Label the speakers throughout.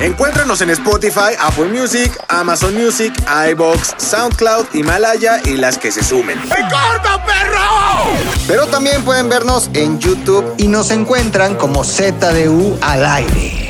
Speaker 1: Encuéntranos en Spotify, Apple Music, Amazon Music, iBox, SoundCloud, Himalaya y las que se sumen.
Speaker 2: Pero también pueden vernos en YouTube.
Speaker 3: y nos encuentran como ZDU al aire.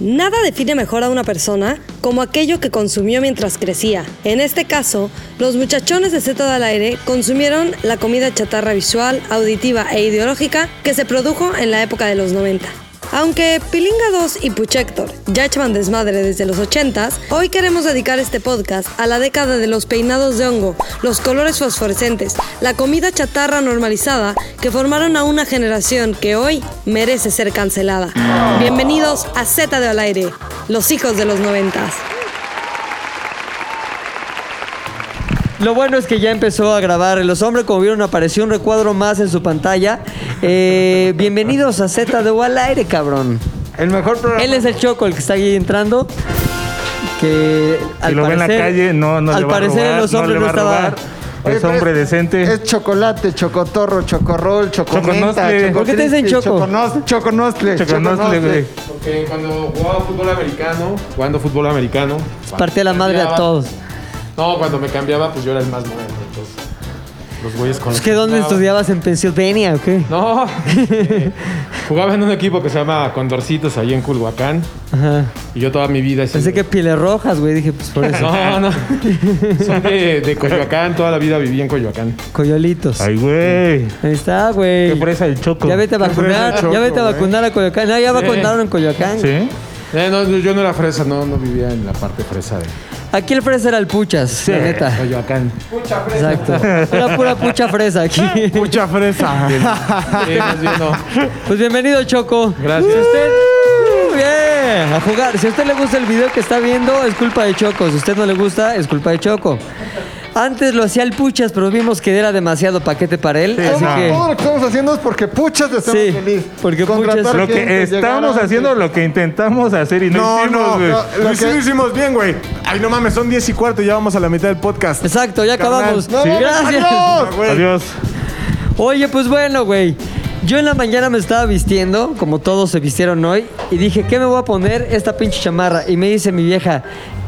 Speaker 4: Nada define mejor a una persona como aquello que consumió mientras crecía. En este caso, los muchachones de Z al aire consumieron la comida chatarra visual, auditiva e ideológica que se produjo en la época de los 90. Aunque Pilinga 2 y Puchector ya echaban desmadre desde los 80s, hoy queremos dedicar este podcast a la década de los peinados de hongo, los colores fosforescentes, la comida chatarra normalizada que formaron a una generación que hoy merece ser cancelada. Bienvenidos a Z de Al Aire, los hijos de los 90s.
Speaker 5: Lo bueno es que ya empezó a grabar Los Hombres. Como vieron, apareció un recuadro más en su pantalla. Eh, bienvenidos a Z de al aire, cabrón.
Speaker 6: El mejor programa.
Speaker 5: Él es el Choco, el que está ahí entrando. Que al
Speaker 6: si lo ve en
Speaker 5: parecer,
Speaker 6: la calle, no, no
Speaker 5: al
Speaker 6: le va a
Speaker 5: parecer
Speaker 6: robar,
Speaker 5: Los Hombres no,
Speaker 6: no, le va a
Speaker 5: estaba...
Speaker 6: robar. Este Es este hombre decente.
Speaker 2: Es chocolate, chocotorro, chocorrol, chocomenta,
Speaker 6: Choconostle.
Speaker 5: ¿Por qué te dicen
Speaker 2: chocotristi,
Speaker 5: choco?
Speaker 2: choconos- Choconostle,
Speaker 6: Choconostle, güey.
Speaker 7: Porque cuando jugaba fútbol americano, jugando fútbol americano.
Speaker 5: Partía la madre a
Speaker 7: cambiaba-
Speaker 5: todos.
Speaker 7: No, cuando me cambiaba, pues yo era el más nuevo. Entonces, los güeyes con
Speaker 5: Pues
Speaker 7: los
Speaker 5: que dónde
Speaker 7: jugaba-
Speaker 5: estudiabas en Pensilvania o qué?
Speaker 7: No, eh, jugaba en un equipo que se llama Condorcitos, ahí en Culhuacán.
Speaker 5: Ajá.
Speaker 7: Y yo toda mi vida. he sido-
Speaker 5: Pensé que pieles rojas, güey. Dije, pues por eso.
Speaker 7: No, no. Soy de, de Coyoacán, toda la vida viví en Coyoacán.
Speaker 5: Coyolitos.
Speaker 6: Ay, güey.
Speaker 5: Ahí está, güey.
Speaker 6: Qué presa el choco.
Speaker 5: Ya vete a
Speaker 6: Qué fresa
Speaker 5: vacunar,
Speaker 6: el choco,
Speaker 5: ya vete a
Speaker 6: güey.
Speaker 5: vacunar a Coyoacán. No, ya vacunaron en Coyoacán.
Speaker 6: ¿Sí?
Speaker 7: Eh, no, yo no era fresa, no, no vivía en la parte fresa de
Speaker 5: Aquí el fresa era el puchas, la neta.
Speaker 7: Coyoacán.
Speaker 5: Exacto. Era pura pucha fresa aquí.
Speaker 6: Mucha fresa.
Speaker 7: Sí, más bien no.
Speaker 5: Pues bienvenido, Choco.
Speaker 7: Gracias.
Speaker 5: Si usted. Bien, a jugar. Si a usted le gusta el video que está viendo, es culpa de Choco. Si a usted no le gusta, es culpa de Choco. Antes lo hacía el puchas, pero vimos que era demasiado paquete para él. así
Speaker 6: no.
Speaker 5: que.
Speaker 2: Todo lo que estamos haciendo es porque puchas estamos
Speaker 5: Sí,
Speaker 2: feliz.
Speaker 5: porque puchas-
Speaker 6: Lo que estamos haciendo, lo que intentamos hacer y no,
Speaker 8: No,
Speaker 6: hicimos,
Speaker 8: no,
Speaker 6: güey.
Speaker 8: no,
Speaker 2: Lo
Speaker 8: lo sí
Speaker 2: que-
Speaker 8: lo hicimos bien, güey. Ay, no mames, son 10 y cuarto y ya vamos a la mitad del podcast.
Speaker 5: Exacto, ya
Speaker 8: Carnal,
Speaker 5: acabamos.
Speaker 2: ¡No, vamos,
Speaker 5: Gracias.
Speaker 2: adiós!
Speaker 8: Güey.
Speaker 6: Adiós.
Speaker 5: Oye, pues bueno, güey. Yo en la mañana me estaba vistiendo, como todos se vistieron hoy, y dije, ¿qué me voy a poner esta pinche chamarra? Y me dice mi vieja,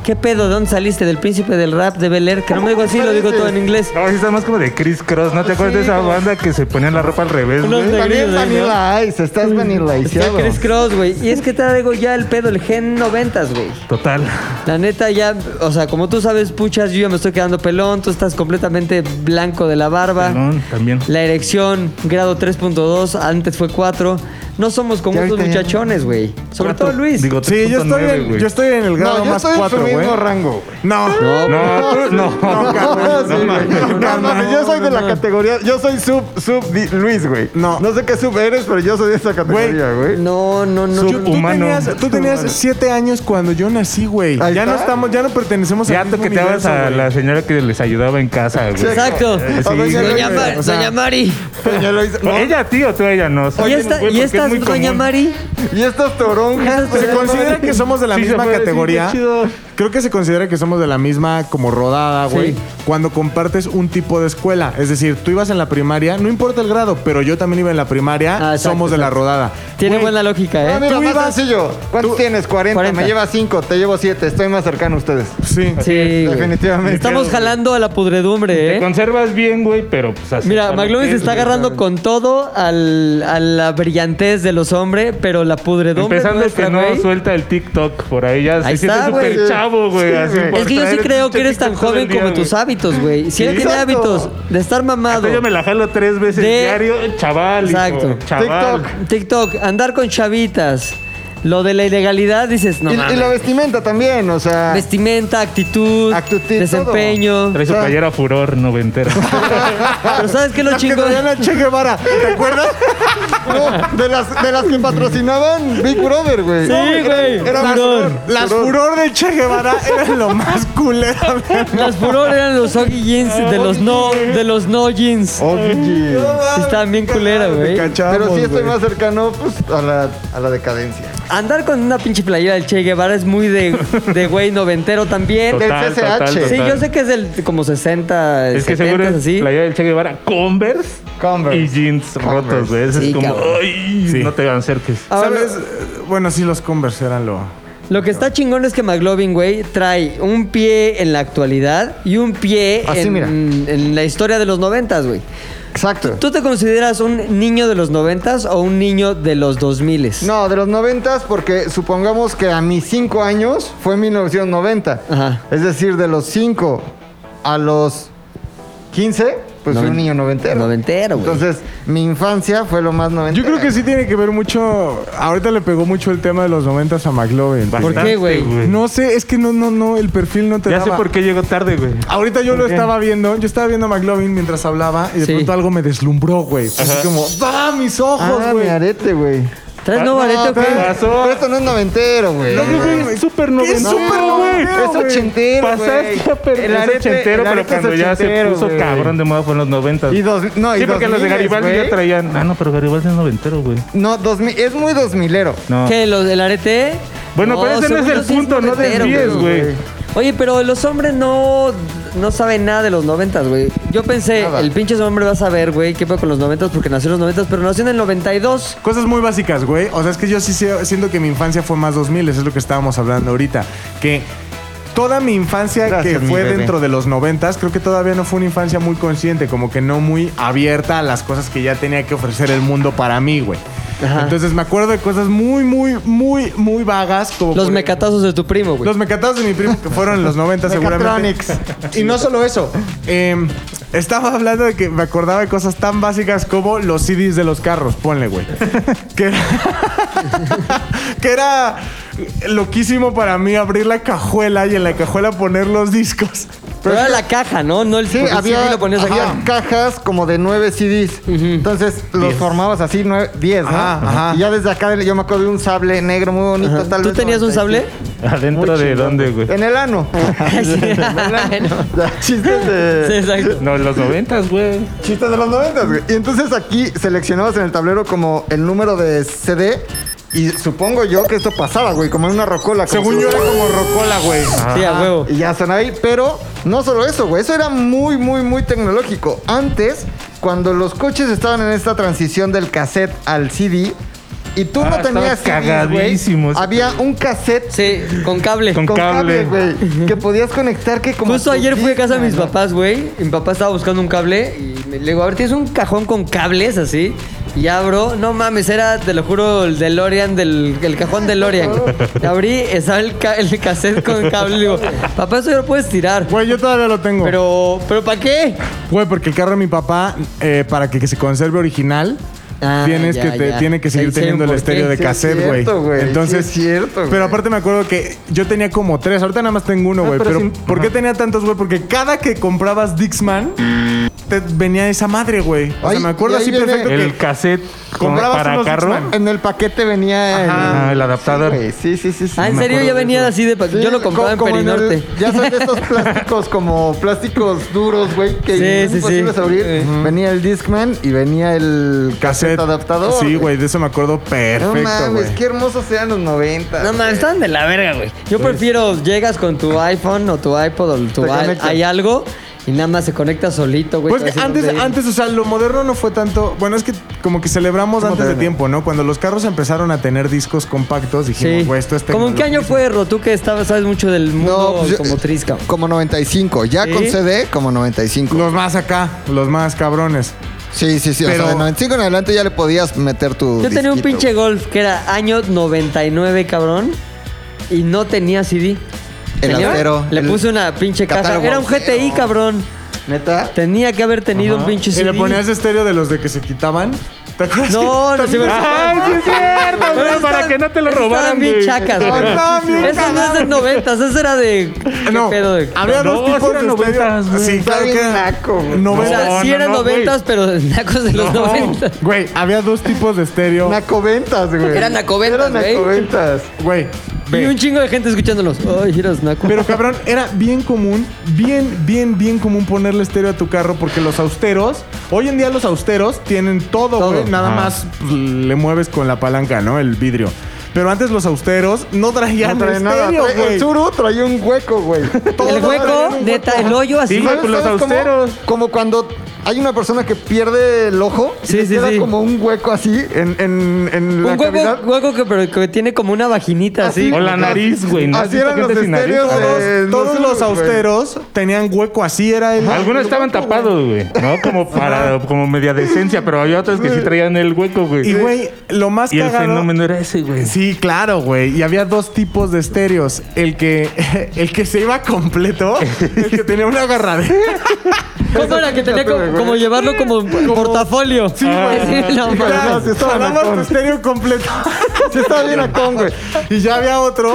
Speaker 5: ¿qué pedo? ¿De dónde saliste? ¿Del príncipe del rap de Bel Air? Que no me digo así, lo digo todo en inglés.
Speaker 6: No, sí está más como de Chris Cross. ¿No te acuerdas de esa banda que se ponía la ropa al revés,
Speaker 5: Unos
Speaker 6: güey?
Speaker 5: negritos,
Speaker 2: También
Speaker 5: güey, ¿no?
Speaker 2: Vanilla Ice, estás
Speaker 5: Está
Speaker 2: vanillaiseado.
Speaker 5: Chris Cross, güey. Y es que traigo ya el pedo, el Gen 90, güey.
Speaker 6: Total.
Speaker 5: La neta ya, o sea, como tú sabes, puchas, yo ya me estoy quedando pelón, tú estás completamente blanco de la barba.
Speaker 6: Perdón, también.
Speaker 5: La erección, grado 3.2, antes fue 4. No somos como
Speaker 2: Ya
Speaker 5: estos
Speaker 2: ahorita ya-
Speaker 5: muchachones, güey. Sobre
Speaker 6: Cuatro.
Speaker 5: todo Luis.
Speaker 6: Digo,
Speaker 8: Sí, yo estoy,
Speaker 6: 3.9,
Speaker 8: en,
Speaker 6: güey.
Speaker 8: yo estoy en el grado
Speaker 2: No, yo
Speaker 8: más
Speaker 2: estoy en su
Speaker 8: 4, güey.
Speaker 2: mismo rango, güey.
Speaker 8: No,
Speaker 5: No,
Speaker 6: No, tú- no.
Speaker 8: no, carnal,
Speaker 2: Sí,
Speaker 8: no,
Speaker 2: güey.
Speaker 8: mames.
Speaker 2: No, mames, yo soy de la
Speaker 5: no.
Speaker 2: categoría, yo soy sub, sub di- Luis, güey.
Speaker 8: No.
Speaker 2: No sé qué sub eres, pero yo soy de esa categoría, güey.
Speaker 5: No, no, no.
Speaker 6: Su-
Speaker 8: Tú
Speaker 6: Humano.
Speaker 8: tenías, tú tenías siete años cuando yo nací, güey.
Speaker 2: Ahí
Speaker 8: Ya no
Speaker 2: está.
Speaker 8: estamos, ya no pertenecemos
Speaker 6: Ya
Speaker 8: al mismo
Speaker 6: te que
Speaker 8: universo,
Speaker 6: a
Speaker 8: güey.
Speaker 6: la señora que les ayudaba en casa, güey.
Speaker 5: Exacto.
Speaker 6: Eh, sí,
Speaker 2: A ver,
Speaker 6: güey.
Speaker 5: Doña,
Speaker 2: Doña
Speaker 5: Ma-
Speaker 2: o sea,
Speaker 5: Doña Mari.
Speaker 2: Doña Luisa,
Speaker 6: ¿O
Speaker 2: no.
Speaker 6: Ella a ti o tú a ella no.
Speaker 5: ¿Y esta,
Speaker 6: Güey,
Speaker 5: y
Speaker 6: porque es
Speaker 5: estas,
Speaker 6: muy
Speaker 5: Doña
Speaker 6: común.
Speaker 5: Mari?
Speaker 2: Y estas toronjas,
Speaker 3: pues,
Speaker 5: Estas
Speaker 2: se
Speaker 8: Se
Speaker 5: toronjas.
Speaker 2: considera
Speaker 8: considera que somos de la
Speaker 6: Sí, se
Speaker 8: misma
Speaker 6: puede, sí,
Speaker 8: categoría. Eh,
Speaker 6: qué chido.
Speaker 8: Creo que se considera que somos de la misma como
Speaker 6: Ah,
Speaker 8: rodada, güey.
Speaker 5: Sí.
Speaker 8: Cuando compartes un tipo de escuela. Es decir, tú ibas en la primaria, no importa el grado, pero yo también iba en la primaria,
Speaker 5: Ah, exacto,
Speaker 8: somos de la rodada.
Speaker 5: Tiene
Speaker 8: Güey,
Speaker 5: buena lógica,
Speaker 2: Ah,
Speaker 5: ¿eh?
Speaker 2: mira,
Speaker 8: Tú
Speaker 2: más
Speaker 8: ibas-
Speaker 2: sencillo. ¿Cuántos
Speaker 8: tú-
Speaker 2: tienes? 40.
Speaker 5: 40.
Speaker 2: Me lleva 5, te llevo 7. Estoy más cercano a ustedes.
Speaker 8: Sí.
Speaker 5: Sí, güey.
Speaker 2: definitivamente.
Speaker 5: Estamos jalando a la pudredumbre,
Speaker 6: Te
Speaker 5: ¿eh?
Speaker 6: conservas bien, güey, pero pues así.
Speaker 5: Mira, McLovin se está agarrando con todo al- a la brillantez de los hombres, pero la pudredumbre
Speaker 6: Empezando
Speaker 5: nuestra,
Speaker 6: que no
Speaker 5: güey,
Speaker 6: suelta el TikTok por ahí, ya
Speaker 5: Ahí
Speaker 6: se siente
Speaker 5: está, güey.
Speaker 6: súper chavo, güey.
Speaker 2: Sí,
Speaker 6: así
Speaker 2: güey.
Speaker 6: por
Speaker 5: Es que yo sí
Speaker 6: traer el
Speaker 5: creo que
Speaker 6: pinche
Speaker 5: eres tan
Speaker 6: TikTok todo el
Speaker 5: joven
Speaker 6: día,
Speaker 5: como
Speaker 6: güey.
Speaker 5: tus hábitos, güey. Si él tiene
Speaker 2: Exacto.
Speaker 5: hábitos de estar mamado,
Speaker 6: Hasta Yo me la jalo tres veces
Speaker 5: De-
Speaker 6: diario, chaval. hijo,
Speaker 5: Exacto.
Speaker 6: Chaval.
Speaker 2: TikTok.
Speaker 5: TikTok, andar con chavitas, Lo de la ilegalidad dices, no
Speaker 3: y, y
Speaker 5: mames.
Speaker 3: la vestimenta también, o sea.
Speaker 5: Vestimenta, actitud,
Speaker 3: Actitud, todo.
Speaker 5: desempeño.
Speaker 6: Trae su
Speaker 3: O sea-
Speaker 6: playera furor noventera.
Speaker 5: Pero ¿sabes qué es lo
Speaker 3: Las que
Speaker 5: chingón?
Speaker 3: traían a Che Guevara, ¿te acuerdas? No, Oh, de, las, de las que patrocinaban Big Brother, güey.
Speaker 5: Sí, güey.
Speaker 3: Era
Speaker 5: furor.
Speaker 8: Las furor de Che Guevara eran lo más culera. güey.
Speaker 5: Las furor eran los oggy jeans de los no, de los no jeans.
Speaker 3: Oye.
Speaker 5: Sí, estaban bien culera, güey.
Speaker 8: Cachamos,
Speaker 3: Oh, Pero sí estoy
Speaker 8: güey.
Speaker 3: más cercano pues, a, la, a la decadencia.
Speaker 5: Andar con una pinche playera del Che Guevara es muy de, de güey noventero también.
Speaker 3: Total, CCH.
Speaker 5: Sí, yo sé que es del como 60,
Speaker 6: Es que
Speaker 5: 70,
Speaker 6: seguro es
Speaker 5: así.
Speaker 6: playera del Che Guevara, Converse,
Speaker 3: Converse.
Speaker 6: y jeans rotos, güey. Ese
Speaker 5: Sí,
Speaker 6: es como,
Speaker 5: cabrón.
Speaker 6: ay, no te acerques.
Speaker 5: Ahora,
Speaker 8: ¿Sabes? Eh, Bueno, sí, los Converse eran lo.
Speaker 5: lo que está chingón es que McLovin, güey, trae un pie en la actualidad y un pie
Speaker 3: Así,
Speaker 5: en,
Speaker 3: Ah, mira.
Speaker 5: en la historia de los noventas, güey.
Speaker 3: Exacto.
Speaker 5: ¿Tú te consideras un niño de los noventas o un niño de los dos miles?
Speaker 3: No, de los noventas, porque supongamos que a mis cinco años fue 1990.
Speaker 5: Ajá.
Speaker 3: Es decir, de los 5 a los 15, pues fui
Speaker 5: Noven-
Speaker 3: un niño noventero.
Speaker 5: Noventero, güey.
Speaker 3: Entonces, mi infancia fue lo más noventero.
Speaker 8: Yo creo que sí tiene que ver mucho. Ahorita le pegó mucho el tema de los noventas a McLovin.
Speaker 5: ¿Por
Speaker 6: Bastante,
Speaker 5: qué, güey?
Speaker 8: No sé, es que no, no, no, el perfil no te
Speaker 6: Ya sé
Speaker 8: daba.
Speaker 6: por qué llegó tarde, güey.
Speaker 8: Ahorita yo lo
Speaker 6: qué?
Speaker 8: estaba viendo, yo estaba viendo a McLovin mientras hablaba y de
Speaker 5: Sí.
Speaker 8: pronto algo me deslumbró, güey. Así como, ¡ah, mis ojos,
Speaker 3: Ah, mi
Speaker 8: güey!
Speaker 3: arete, güey. Ah,
Speaker 5: ¿Traes nuevo
Speaker 6: No,
Speaker 5: arete o qué?
Speaker 6: trae-
Speaker 3: Pero,
Speaker 6: Pasó.
Speaker 3: pero esto no es noventero, güey.
Speaker 6: No, güey, es súper noventero,
Speaker 8: súper
Speaker 6: güey.
Speaker 8: noventero,
Speaker 3: Es ochentero, güey.
Speaker 6: Pasaste a perder.
Speaker 3: El arete-
Speaker 6: Es ochentero,
Speaker 3: el
Speaker 6: pero
Speaker 3: arete es
Speaker 6: cuando ya se
Speaker 3: ochentero,
Speaker 6: puso
Speaker 3: güey.
Speaker 6: cabrón de moda fue en los noventas.
Speaker 3: Y dos, no, y
Speaker 6: Sí, porque los de
Speaker 3: 2000,
Speaker 6: Garibaldi
Speaker 3: güey.
Speaker 6: ya traían. Ah, no, pero Garibaldi es noventero, güey.
Speaker 3: No, 2000, es muy dos milero.
Speaker 6: No.
Speaker 5: ¿Qué? ¿Los del arete?
Speaker 6: Bueno, pero ese no
Speaker 5: según
Speaker 6: es el
Speaker 5: yo sí
Speaker 6: punto, no
Speaker 5: noventero,
Speaker 6: desvíes, güey.
Speaker 5: Oye, pero los hombres no, no saben nada de los noventas, güey. Yo pensé,
Speaker 3: Nada.
Speaker 5: el pinche hombre va a saber, güey, qué fue con los noventas porque nació en los noventas, pero nació en el 92.
Speaker 8: Cosas muy básicas, güey. O sea, es que yo sí sé- siento que mi infancia fue más 2000, eso es lo que estábamos hablando ahorita. Que toda mi infancia
Speaker 3: Gracias,
Speaker 8: que
Speaker 3: mi
Speaker 8: fue
Speaker 3: bebé.
Speaker 8: dentro de los 90, creo que todavía no fue una infancia muy consciente, como que no muy abierta a las cosas que ya tenía que ofrecer el mundo para mí, güey.
Speaker 5: Ajá.
Speaker 8: Entonces me acuerdo de cosas muy, muy, muy, muy vagas. Como
Speaker 5: Los
Speaker 8: por-
Speaker 5: mecatazos de tu primo, güey.
Speaker 8: Los mecatados de mi primo que fueron en los 90 seguramente. Y no solo eso. eh, estaba hablando de que me acordaba de cosas tan básicas como los CDs de los carros. Ponle, güey. que, era, que era loquísimo para mí abrir la cajuela y en la cajuela poner los discos.
Speaker 5: Pero era la caja, ¿no? No el
Speaker 3: Sí,
Speaker 5: porque el
Speaker 3: había,
Speaker 5: CD lo ponías
Speaker 3: había
Speaker 5: acá.
Speaker 3: cajas como de nueve CDs. Entonces los formabas así, nueve, diez, ¿no?
Speaker 8: Ajá, ajá.
Speaker 3: Y ya desde acá yo me acuerdo de un sable negro muy bonito,
Speaker 5: Ajá.
Speaker 3: tal
Speaker 5: ¿Tú
Speaker 3: vez
Speaker 5: tenías un
Speaker 3: 95.
Speaker 5: sable?
Speaker 6: ¿Adentro
Speaker 3: Muy
Speaker 6: de
Speaker 3: chingón,
Speaker 6: dónde, güey?
Speaker 3: En el ano.
Speaker 5: Ah, Sí.
Speaker 3: Chistes de.
Speaker 5: Sí, exacto.
Speaker 6: No, en los noventas, güey.
Speaker 3: Chistes de los noventas, güey. Y entonces aquí seleccionabas en el tablero como el número de CD. Y supongo yo que esto pasaba, güey, como en una rocola. como
Speaker 8: Según
Speaker 3: si-
Speaker 8: yo era como rocola, güey.
Speaker 5: Sí, a huevo.
Speaker 3: Y ya están ahí. Pero no solo eso, güey. Eso era muy, muy, muy tecnológico. Antes, cuando los coches estaban en esta transición del cassette al CD. Y tú
Speaker 6: Ah,
Speaker 3: no tenías
Speaker 6: estaba
Speaker 3: CDs, güey,
Speaker 6: cagadísimo ese
Speaker 3: Había un cassette
Speaker 5: Sí, con cable.
Speaker 6: Con
Speaker 3: con cable,
Speaker 6: cable.
Speaker 3: güey. Que podías conectar que como...
Speaker 5: Justo
Speaker 3: tu
Speaker 5: ayer fui a casa de mis
Speaker 3: Discman, ¿no?
Speaker 5: papás, güey. y Mi papá estaba buscando un cable y me- le digo, a ver, ¿tienes un cajón con cables así? Y abro, no mames, era, te lo juro, el DeLorean, del, el cajón DeLorean. Y abrí, estaba el, ca- el cassette con cable. Le digo, papá, eso ya lo puedes tirar.
Speaker 8: Güey, yo todavía lo tengo.
Speaker 5: Pero, ¿pero para qué?
Speaker 8: Güey, porque el carro de mi papá, eh, para que, que se conserve original,
Speaker 5: Ah,
Speaker 8: tienes
Speaker 5: ya,
Speaker 8: que te-
Speaker 5: ya. Ah,
Speaker 8: tiene que seguir
Speaker 5: Sí, sí,
Speaker 8: teniendo el
Speaker 5: ¿por
Speaker 8: estéreo
Speaker 5: qué?
Speaker 8: de
Speaker 3: Sí, es
Speaker 8: cassette, güey.
Speaker 3: cierto, güey. Sí,
Speaker 8: Entonces,
Speaker 3: es cierto, güey. Ah,
Speaker 8: pero aparte me acuerdo que yo tenía como tres, ahorita nada más tengo uno, güey. pero
Speaker 6: pero sí-
Speaker 8: ¿por qué tenía tantos, güey? Porque cada que comprabas Dixman, te venía esa madre, güey. O sea,
Speaker 3: Ay,
Speaker 8: me acuerdo
Speaker 3: y ahí
Speaker 8: así
Speaker 3: viene
Speaker 8: perfecto
Speaker 6: El
Speaker 8: que
Speaker 6: cassette con-
Speaker 8: Comprabas
Speaker 6: para
Speaker 8: unos
Speaker 6: carro.
Speaker 8: Discman.
Speaker 3: En el paquete venía el,
Speaker 6: Ajá, el adaptador.
Speaker 3: güey, Sí, sí, sí. sí.
Speaker 5: Ah, ¿en serio? Ya venía así de... pa-
Speaker 3: Sí,
Speaker 5: yo lo compraba en
Speaker 3: como- como
Speaker 5: Perinorte.
Speaker 3: el- ya son de estos plásticos como plásticos duros, güey, que
Speaker 5: Sí,
Speaker 3: es
Speaker 5: sí,
Speaker 3: imposible
Speaker 5: sí.
Speaker 3: abrir.
Speaker 5: Ujú.
Speaker 3: Venía el Discman y venía el cassette adaptador.
Speaker 8: Sí, güey, de eso me acuerdo
Speaker 3: No
Speaker 8: perfecto,
Speaker 3: mames,
Speaker 8: güey.
Speaker 3: qué hermosos eran los 90.
Speaker 5: No mames, estaban de la verga, güey. Yo
Speaker 8: Pues,
Speaker 5: prefiero llegas con tu iPhone o tu iPod o tu
Speaker 3: Te
Speaker 5: al-
Speaker 3: conectas.
Speaker 5: hay algo y nada más se conecta solito, güey.
Speaker 8: Pues
Speaker 5: te
Speaker 8: que
Speaker 5: hace
Speaker 8: antes,
Speaker 5: donde-
Speaker 8: antes, o sea, lo moderno no fue tanto. Bueno, es que como que celebramos
Speaker 3: Fue
Speaker 8: antes de
Speaker 3: moderno.
Speaker 8: tiempo, ¿no? Cuando los carros empezaron a tener discos compactos, dijimos,
Speaker 5: Sí.
Speaker 8: güey, esto es
Speaker 5: ¿Cómo en qué año
Speaker 8: tecnología".
Speaker 5: fue, Ro? Tú que estabas, sabes mucho del mundo
Speaker 3: pues yo-
Speaker 5: automotriz, cabrón.
Speaker 3: Como 95. Ya
Speaker 5: Sí.
Speaker 3: con CD, como 95.
Speaker 8: Los más acá, los más cabrones.
Speaker 3: Sí, sí, sí. o
Speaker 8: Pero-
Speaker 3: sea, de 95 en adelante ya le podías meter tu.
Speaker 5: Yo tenía un
Speaker 3: disquito,
Speaker 5: pinche Golf que era año 99, cabrón, y no tenía CD.
Speaker 3: El
Speaker 5: ¿Tenía?
Speaker 3: acero,
Speaker 5: Le
Speaker 3: el
Speaker 5: puse una pinche caja.
Speaker 3: catálogo
Speaker 5: Era un GTI,
Speaker 3: acero.
Speaker 5: cabrón.
Speaker 3: Neta.
Speaker 5: Tenía que haber tenido un pinche
Speaker 8: Y
Speaker 5: CD.
Speaker 8: le ponías estéreo de los de que se quitaban. ¿Te acuerdas?
Speaker 5: No, no se me
Speaker 6: ¡Ay, sí es cierto! güey! para que no te lo
Speaker 5: Estaban
Speaker 6: robaran,
Speaker 5: bien
Speaker 6: güey.
Speaker 5: chacas,
Speaker 8: No,
Speaker 5: güey.
Speaker 8: estaban bien
Speaker 5: Esas no es de noventas, esa era de... ¿Qué
Speaker 8: Ah, No,
Speaker 5: pedo de...?
Speaker 8: había
Speaker 6: Ah, No,
Speaker 8: dos
Speaker 6: sí
Speaker 8: tipos de
Speaker 6: eran
Speaker 8: estéreo.
Speaker 6: noventas, güey.
Speaker 8: Sí,
Speaker 2: Está
Speaker 8: claro que
Speaker 2: bien
Speaker 8: eran
Speaker 2: naco, güey.
Speaker 5: o sea,
Speaker 8: noventas.
Speaker 5: sí
Speaker 6: no,
Speaker 5: eran
Speaker 6: no, güey.
Speaker 5: noventas, pero nacos de los
Speaker 8: No,
Speaker 5: noventas.
Speaker 8: Güey, había dos tipos de estéreo.
Speaker 3: Nacoventas, güey.
Speaker 5: Eran nacoventas,
Speaker 3: Eran
Speaker 5: güey.
Speaker 3: nacoventas.
Speaker 8: Güey,
Speaker 5: Y
Speaker 8: ve.
Speaker 5: un chingo de gente escuchándolos. Ay, eras naco.
Speaker 8: Pero cabrón, era bien común, bien, bien, bien común ponerle estéreo a tu carro porque los austeros, hoy en día los austeros tienen todo,
Speaker 5: Todo.
Speaker 8: güey. Nada
Speaker 6: Ah.
Speaker 8: más pues, le mueves con la palanca, ¿no? El vidrio. Pero antes los austeros no traían
Speaker 3: No trae nada.
Speaker 8: estéreo,
Speaker 3: Trae-
Speaker 8: güey.
Speaker 3: el Zuru traía un hueco, güey.
Speaker 5: el hueco, neta, el hoyo así.
Speaker 6: Sí, güey, pues los
Speaker 3: ¿Sabes cómo?
Speaker 6: austeros.
Speaker 3: Como cuando hay una persona que pierde el ojo. y
Speaker 5: Sí,
Speaker 3: le
Speaker 5: sí,
Speaker 3: queda
Speaker 5: sí.
Speaker 3: como un hueco así en, en, en
Speaker 5: Un
Speaker 3: la
Speaker 5: hueco,
Speaker 3: cavidad. Ah,
Speaker 5: hueco que, pero que tiene como una vaginita así.
Speaker 6: O la nariz, güey. ¿no?
Speaker 3: Así
Speaker 6: ¿Has
Speaker 3: eran
Speaker 6: visto
Speaker 3: los
Speaker 6: gente sin nariz?
Speaker 3: estéreos
Speaker 8: Todos,
Speaker 3: de- Eh, no
Speaker 8: todos
Speaker 3: sé,
Speaker 8: los
Speaker 3: güey.
Speaker 8: austeros tenían hueco así, era
Speaker 3: Ah,
Speaker 8: el.
Speaker 6: Algunos estaban tapados, güey. No, como para, como media decencia, pero había otros que sí traían el hueco, güey.
Speaker 8: Y güey, lo más
Speaker 6: Y el
Speaker 8: cagado-
Speaker 6: fenómeno era ese, güey.
Speaker 8: Sí, claro, güey. Y había dos tipos de estéreos. El que, el que se iba completo, el que tenía una agarradera.
Speaker 5: ¿Cómo era que tenía co- como, llevarlo como un portafolio? Ah, Sí, no,
Speaker 3: Pues
Speaker 5: mames.
Speaker 3: Sí, no, sí estaba
Speaker 8: Jalabas tu
Speaker 3: nacón.
Speaker 8: estéreo completo.
Speaker 3: Sí estaba bien acón, güey.
Speaker 8: Y ya había otro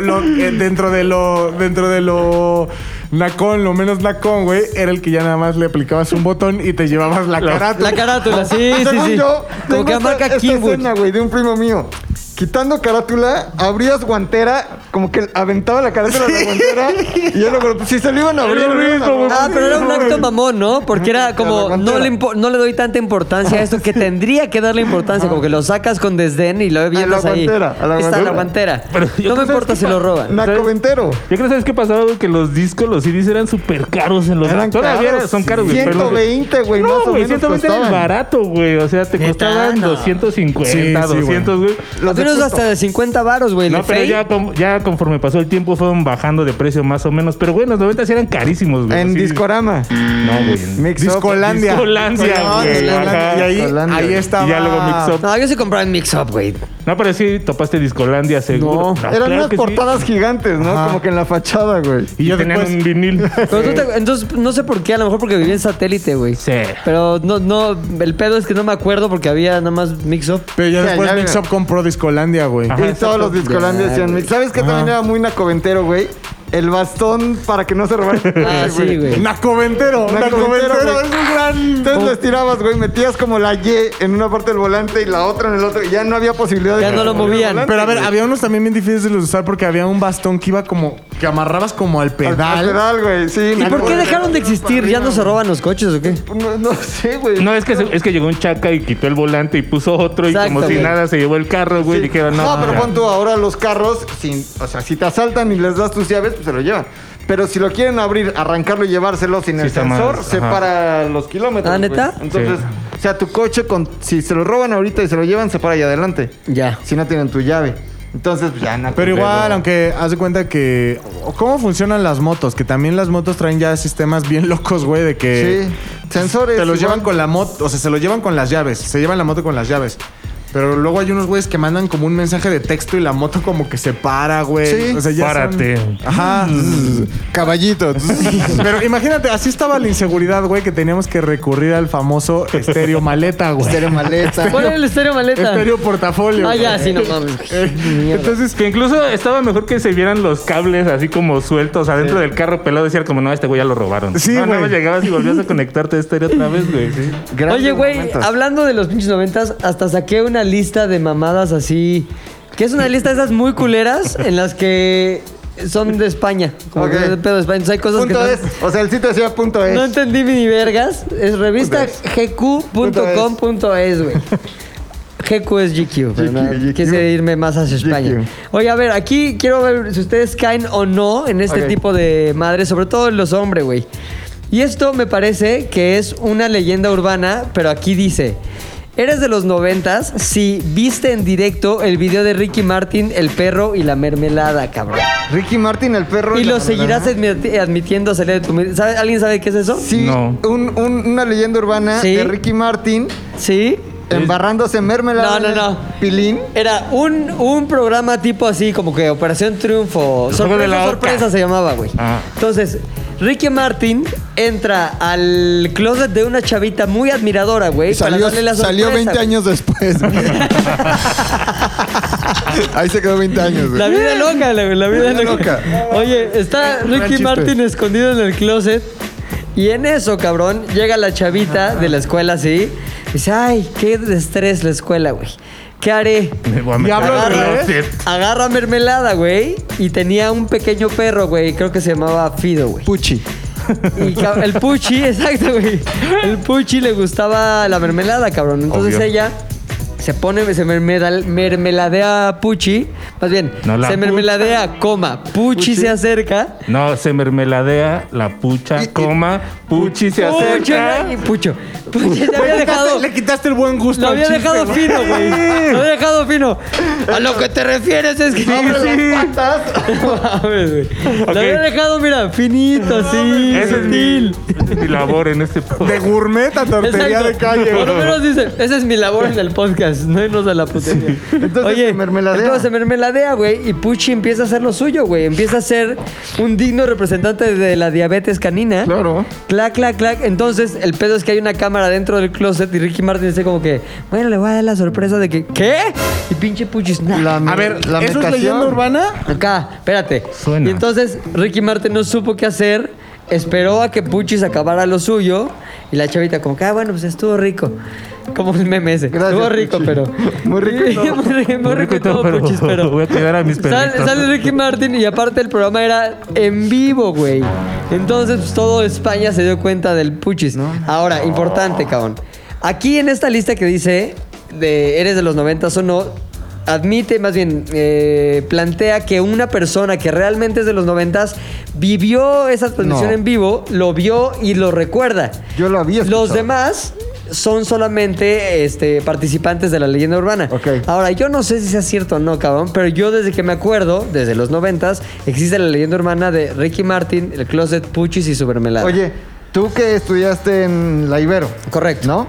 Speaker 8: lo- eh, dentro de lo. Dentro de lo. Nacón, lo menos nacón, güey, era el que ya nada más le aplicabas un botón y te llevabas la carátula.
Speaker 5: La carátula, sí, sí,
Speaker 3: Según
Speaker 5: sí.
Speaker 3: yo,
Speaker 5: como
Speaker 3: tengo
Speaker 5: que
Speaker 3: esta-
Speaker 5: marca
Speaker 3: esta
Speaker 5: Kingwood.
Speaker 3: escena, güey, de un primo mío. Quitando carátula, abrías guantera, como que aventaba la carátula de la guantera. Y yo lo Si se lo iban a abrir,
Speaker 6: lo
Speaker 3: lo iban a
Speaker 6: mismo, güey.
Speaker 3: abrir.
Speaker 5: Ah, pero era un acto mamón, ¿no? Porque era
Speaker 3: la
Speaker 5: como,
Speaker 3: guantera.
Speaker 5: no le, impo- no le doy tanta importancia a esto que tendría que darle importancia. Como que lo sacas con desdén y lo vienes ahí.
Speaker 3: guantera, a la
Speaker 5: Ahí Está la
Speaker 3: guantera.
Speaker 5: guantera.
Speaker 6: Pero yo
Speaker 5: No me
Speaker 6: creo que
Speaker 5: importa
Speaker 6: es
Speaker 5: si
Speaker 6: que
Speaker 5: lo
Speaker 6: pa-
Speaker 5: roban.
Speaker 3: Nacoventero.
Speaker 6: Yo creo que sabes qué pasaba, güey, que los discos, los CDs eran súper caros en los
Speaker 3: Eran
Speaker 6: Todavía
Speaker 3: caros,
Speaker 6: son caros, güey. pero los-
Speaker 3: 120, güey, más
Speaker 6: No,
Speaker 3: o
Speaker 6: güey,
Speaker 3: menos
Speaker 6: 120 era el
Speaker 3: costaban.
Speaker 6: barato, güey. O sea, te costaban
Speaker 5: no.
Speaker 6: 250,
Speaker 8: Sí, sí, güey.
Speaker 6: 200, güey.
Speaker 5: Los menos hasta de 50 varos, güey. el
Speaker 6: No,
Speaker 5: de
Speaker 6: pero
Speaker 5: Fey.
Speaker 6: ya, con- ya conforme pasó el tiempo fueron bajando de precio más o menos. Pero, güey, en los 90 sí eran carísimos, güey.
Speaker 3: En
Speaker 6: Sí.
Speaker 3: Discorama.
Speaker 6: No, güey. en-
Speaker 3: Mix Up.
Speaker 8: Discolandia.
Speaker 6: Discolandia,
Speaker 8: No,
Speaker 6: güey,
Speaker 8: Discolandia.
Speaker 6: ajá.
Speaker 8: Y ahí,
Speaker 3: Discolandia.
Speaker 8: ahí estaba.
Speaker 6: Y ya luego Mix Up.
Speaker 5: No, yo sí compraba en Mix Up, güey.
Speaker 6: No, pero sí topaste Discolandia, seguro. Ah,
Speaker 3: Eran
Speaker 6: claro
Speaker 3: unas
Speaker 6: que sí.
Speaker 3: portadas gigantes, ¿no?
Speaker 8: Ajá.
Speaker 3: Como que en la fachada, güey.
Speaker 6: Y yo tenían
Speaker 8: después-
Speaker 6: un vinil.
Speaker 5: Pero tú te- entonces, no sé por qué, a lo mejor porque vivía en satélite, güey.
Speaker 6: Sí.
Speaker 5: Pero no, no, el pedo es que no me acuerdo porque había nada más mix up.
Speaker 8: Pero ya Ah,
Speaker 3: Ya,
Speaker 8: después
Speaker 3: ya,
Speaker 8: Mix
Speaker 3: mira.
Speaker 8: Up compró Discolandia, güey.
Speaker 6: Ajá.
Speaker 3: Y todos los discolandias decían, ¿sabes qué también era muy nacoventero, güey? El bastón para que no se robara.
Speaker 5: Ah, sí, güey.
Speaker 8: Nacoventero.
Speaker 3: Nacoventero,
Speaker 8: Nacoventero
Speaker 3: güey.
Speaker 8: es un gran.
Speaker 3: Entonces lo estirabas, güey, metías como la Y en una parte del volante y la otra en el otro. y Ya no había posibilidad de.
Speaker 5: Ya
Speaker 3: que
Speaker 5: no lo
Speaker 3: se moviera el
Speaker 5: movían.
Speaker 3: volante,
Speaker 8: Pero a ver,
Speaker 3: güey.
Speaker 8: había unos también bien difíciles de usar porque había un bastón que iba como. que amarrabas como al
Speaker 3: Al- al
Speaker 8: pedal.
Speaker 3: pedal, güey. Sí,
Speaker 5: ¿Y por qué
Speaker 3: nacoventero.
Speaker 5: dejaron de existir? ¿Ya no se roban los coches o qué?
Speaker 3: No, no sé, güey.
Speaker 6: No, es que, se- es que llegó un chaca y quitó el volante y puso otro y
Speaker 5: Exacto,
Speaker 6: como si
Speaker 5: güey.
Speaker 6: nada se llevó el carro, güey.
Speaker 3: Sí.
Speaker 6: Dijeron, no.
Speaker 3: pero
Speaker 6: ya.
Speaker 3: pon tú ahora los carros, sin, o sea, si te asaltan y les das tus llaves, pues se lo llevan. Pero si lo quieren abrir, arrancarlo y llevárselo sin el
Speaker 6: está mal,
Speaker 3: sensor, se
Speaker 6: ajá.
Speaker 3: para los kilómetros.
Speaker 5: Ah,
Speaker 3: güey.
Speaker 5: ¿neta?
Speaker 3: Entonces,
Speaker 6: Sí.
Speaker 3: o sea, tu coche, con, si se lo roban ahorita y se lo llevan, se para allá adelante.
Speaker 5: Ya.
Speaker 3: Si no tienen tu llave. Entonces, pues, ya no.
Speaker 8: Pero igual, aunque haz de cuenta que. ¿Cómo funcionan las motos? Que también las motos traen ya sistemas bien locos, güey, de que.
Speaker 6: eh,
Speaker 3: Sí. Sensores.
Speaker 8: Te los
Speaker 3: igual.
Speaker 8: llevan con la moto. O sea, se los llevan con las llaves. Se llevan la moto con las llaves. Pero luego hay unos güeyes que mandan como un mensaje de texto y la moto como que se para, güey.
Speaker 3: Sí.
Speaker 8: O sea, ya son-
Speaker 6: Párate.
Speaker 8: Ajá.
Speaker 2: Caballito.
Speaker 8: Pero imagínate, así estaba la inseguridad, güey, que teníamos que recurrir al famoso estéreo maleta, güey.
Speaker 2: Estéreo maleta.
Speaker 5: ¿Cuál era el estéreo maleta?
Speaker 8: Estéreo portafolio.
Speaker 5: Ah, ya,
Speaker 8: güey.
Speaker 5: sí, no mames. Entonces,
Speaker 6: Entonces, que incluso estaba mejor que se vieran los cables así como sueltos adentro del carro pelado. Decían como, no, a este güey ya lo robaron.
Speaker 8: Sí,
Speaker 6: no, nada
Speaker 8: güey.
Speaker 6: más llegabas y volvías a conectarte a estéreo otra vez, güey. sí.
Speaker 3: Grandes
Speaker 5: Oye, güey,
Speaker 3: momentos.
Speaker 5: hablando de los pinches noventas, hasta saqué una lista de mamadas así. Que es una lista de esas muy culeras en las que son de España. Como que
Speaker 3: Ok.
Speaker 5: es de pedo de España. Entonces hay cosas
Speaker 3: Punto
Speaker 5: que.
Speaker 3: es.
Speaker 5: no-
Speaker 3: O sea, el sitio decía punto es.
Speaker 5: No entendí ni vergas. Es revista gq.com.es, güey. GQ es GQ, pero
Speaker 3: GQ,
Speaker 5: nada,
Speaker 3: GQ.
Speaker 5: quise irme más hacia España. Oye, a ver, aquí quiero ver si ustedes caen o no en este
Speaker 3: Ok.
Speaker 5: tipo de madres, sobre todo en los hombres, güey. Y esto me parece que es una leyenda urbana, pero aquí dice, eres de los noventas si viste en directo el video de Ricky Martin, el perro y la mermelada, cabrón.
Speaker 3: Ricky Martin, el perro.
Speaker 5: Y
Speaker 3: la
Speaker 5: lo seguirás
Speaker 3: banana.
Speaker 5: admiti- admitiendo salir de tu... mi- ¿Sabe- ¿Alguien sabe qué es eso?
Speaker 3: Sí,
Speaker 6: No.
Speaker 3: un- un- una leyenda urbana
Speaker 5: Sí.
Speaker 3: de Ricky Martin
Speaker 5: Sí.
Speaker 3: embarrándose en mermelada.
Speaker 5: No, no,
Speaker 3: en el
Speaker 5: no.
Speaker 3: Pilín.
Speaker 5: Era un, un programa tipo así, como que Operación Triunfo.
Speaker 6: El juego
Speaker 5: Sorpresa,
Speaker 6: de la Oca.
Speaker 5: sorpresa se llamaba, güey.
Speaker 6: Ah.
Speaker 5: Entonces, Ricky Martin entra al closet de una chavita muy admiradora, güey. para
Speaker 3: Salió,
Speaker 5: darle la
Speaker 3: salió
Speaker 5: sorpresa,
Speaker 3: 20
Speaker 5: güey.
Speaker 3: años después. güey. Ahí se quedó 20 años, güey.
Speaker 5: La vida loca, la, la vida
Speaker 3: vida
Speaker 5: loca. Oye, está
Speaker 3: gran
Speaker 5: Ricky
Speaker 3: chiste.
Speaker 5: Martin escondido en el closet. Y en eso, cabrón, llega la chavita de la escuela así. Dice, ay, qué estrés la escuela, güey. ¿Qué haré?
Speaker 6: Me voy a meter
Speaker 8: Diablo,
Speaker 6: al
Speaker 8: ¿verdad?
Speaker 6: closet.
Speaker 5: Agarra mermelada, güey. Y tenía un pequeño perro, güey. Creo que se llamaba Fido, güey.
Speaker 3: Puchi.
Speaker 5: Y ca- el Puchi, exacto, güey. El Puchi le gustaba la mermelada, cabrón. Entonces
Speaker 6: Obvio.
Speaker 5: ella se pone, se mermeda- mermeladea a Puchi. Más bien,
Speaker 6: No, la
Speaker 5: se mermeladea, coma. Puchi, se acerca.
Speaker 6: No, se mermeladea la pucha, coma, puchi se
Speaker 5: Puchi,
Speaker 6: acerca.
Speaker 5: y Pucho. Puchi se había
Speaker 8: Le quitaste-
Speaker 5: dejado.
Speaker 8: le quitaste el buen gusto.
Speaker 5: Lo
Speaker 8: al
Speaker 5: había
Speaker 8: chiste,
Speaker 5: dejado
Speaker 8: güey.
Speaker 5: fino, güey. Lo había dejado fino. A lo que te refieres es que. No mames, güey.
Speaker 6: Ok.
Speaker 5: Lo había dejado, mira, finito, así,
Speaker 6: Esa es mi,
Speaker 5: sutil.
Speaker 6: esa es mi labor en este
Speaker 8: De
Speaker 6: podcast.
Speaker 8: gourmet a tortería
Speaker 5: Exacto.
Speaker 8: de calle,
Speaker 5: Por lo
Speaker 8: güey.
Speaker 5: menos dice, esa es mi labor en el podcast, no irnos a la putería.
Speaker 3: Entonces se mermeladea.
Speaker 5: Entonces se mermeladea, güey, y Puchi empieza a hacer lo suyo, güey. Empieza a ser un digno representante de la diabetes canina.
Speaker 8: Claro.
Speaker 5: Clac, clac, clac. Entonces, el pedo es que hay una cámara dentro del closet y Ricky Martin dice como que, bueno, le voy a dar la sorpresa de que, ¿qué? Y pinche Puchi, nah.
Speaker 8: A ver, ¿eso es leyenda urbana?
Speaker 5: Acá, espérate.
Speaker 6: Suena.
Speaker 5: Y entonces Ricky Martin no supo qué hacer, esperó a que Puchis acabara lo suyo y la chavita como que, ah, bueno, pues estuvo rico. Como el meme ese.
Speaker 3: Gracias,
Speaker 5: estuvo rico,
Speaker 3: Puchi.
Speaker 5: pero...
Speaker 3: Muy rico y todo.
Speaker 5: muy, rico, muy rico y todo,
Speaker 6: pero
Speaker 5: Puchis, pero...
Speaker 6: voy a cuidar a mis
Speaker 5: Sale,
Speaker 6: perritos.
Speaker 5: sale Ricky Martin y aparte el programa era en vivo, güey. Entonces pues, todo España se dio cuenta del puchis. Ahora, importante, cabrón. Aquí en esta lista que dice de eres de los 90 o no, admite, más bien, eh, plantea que una persona que realmente es de los 90 vivió esa transmisión
Speaker 3: No.
Speaker 5: en vivo, lo vio y lo recuerda.
Speaker 3: Yo lo había escuchado.
Speaker 5: Los demás son solamente este, participantes de la leyenda urbana.
Speaker 3: Ok.
Speaker 5: Ahora, yo no sé si sea cierto o no, cabrón, pero yo desde que me acuerdo, desde los noventas, existe la leyenda urbana de Ricky Martin, el Closet Puchis y Supermelada.
Speaker 3: Oye, tú que estudiaste en la Ibero.
Speaker 5: Correcto.
Speaker 3: ¿No?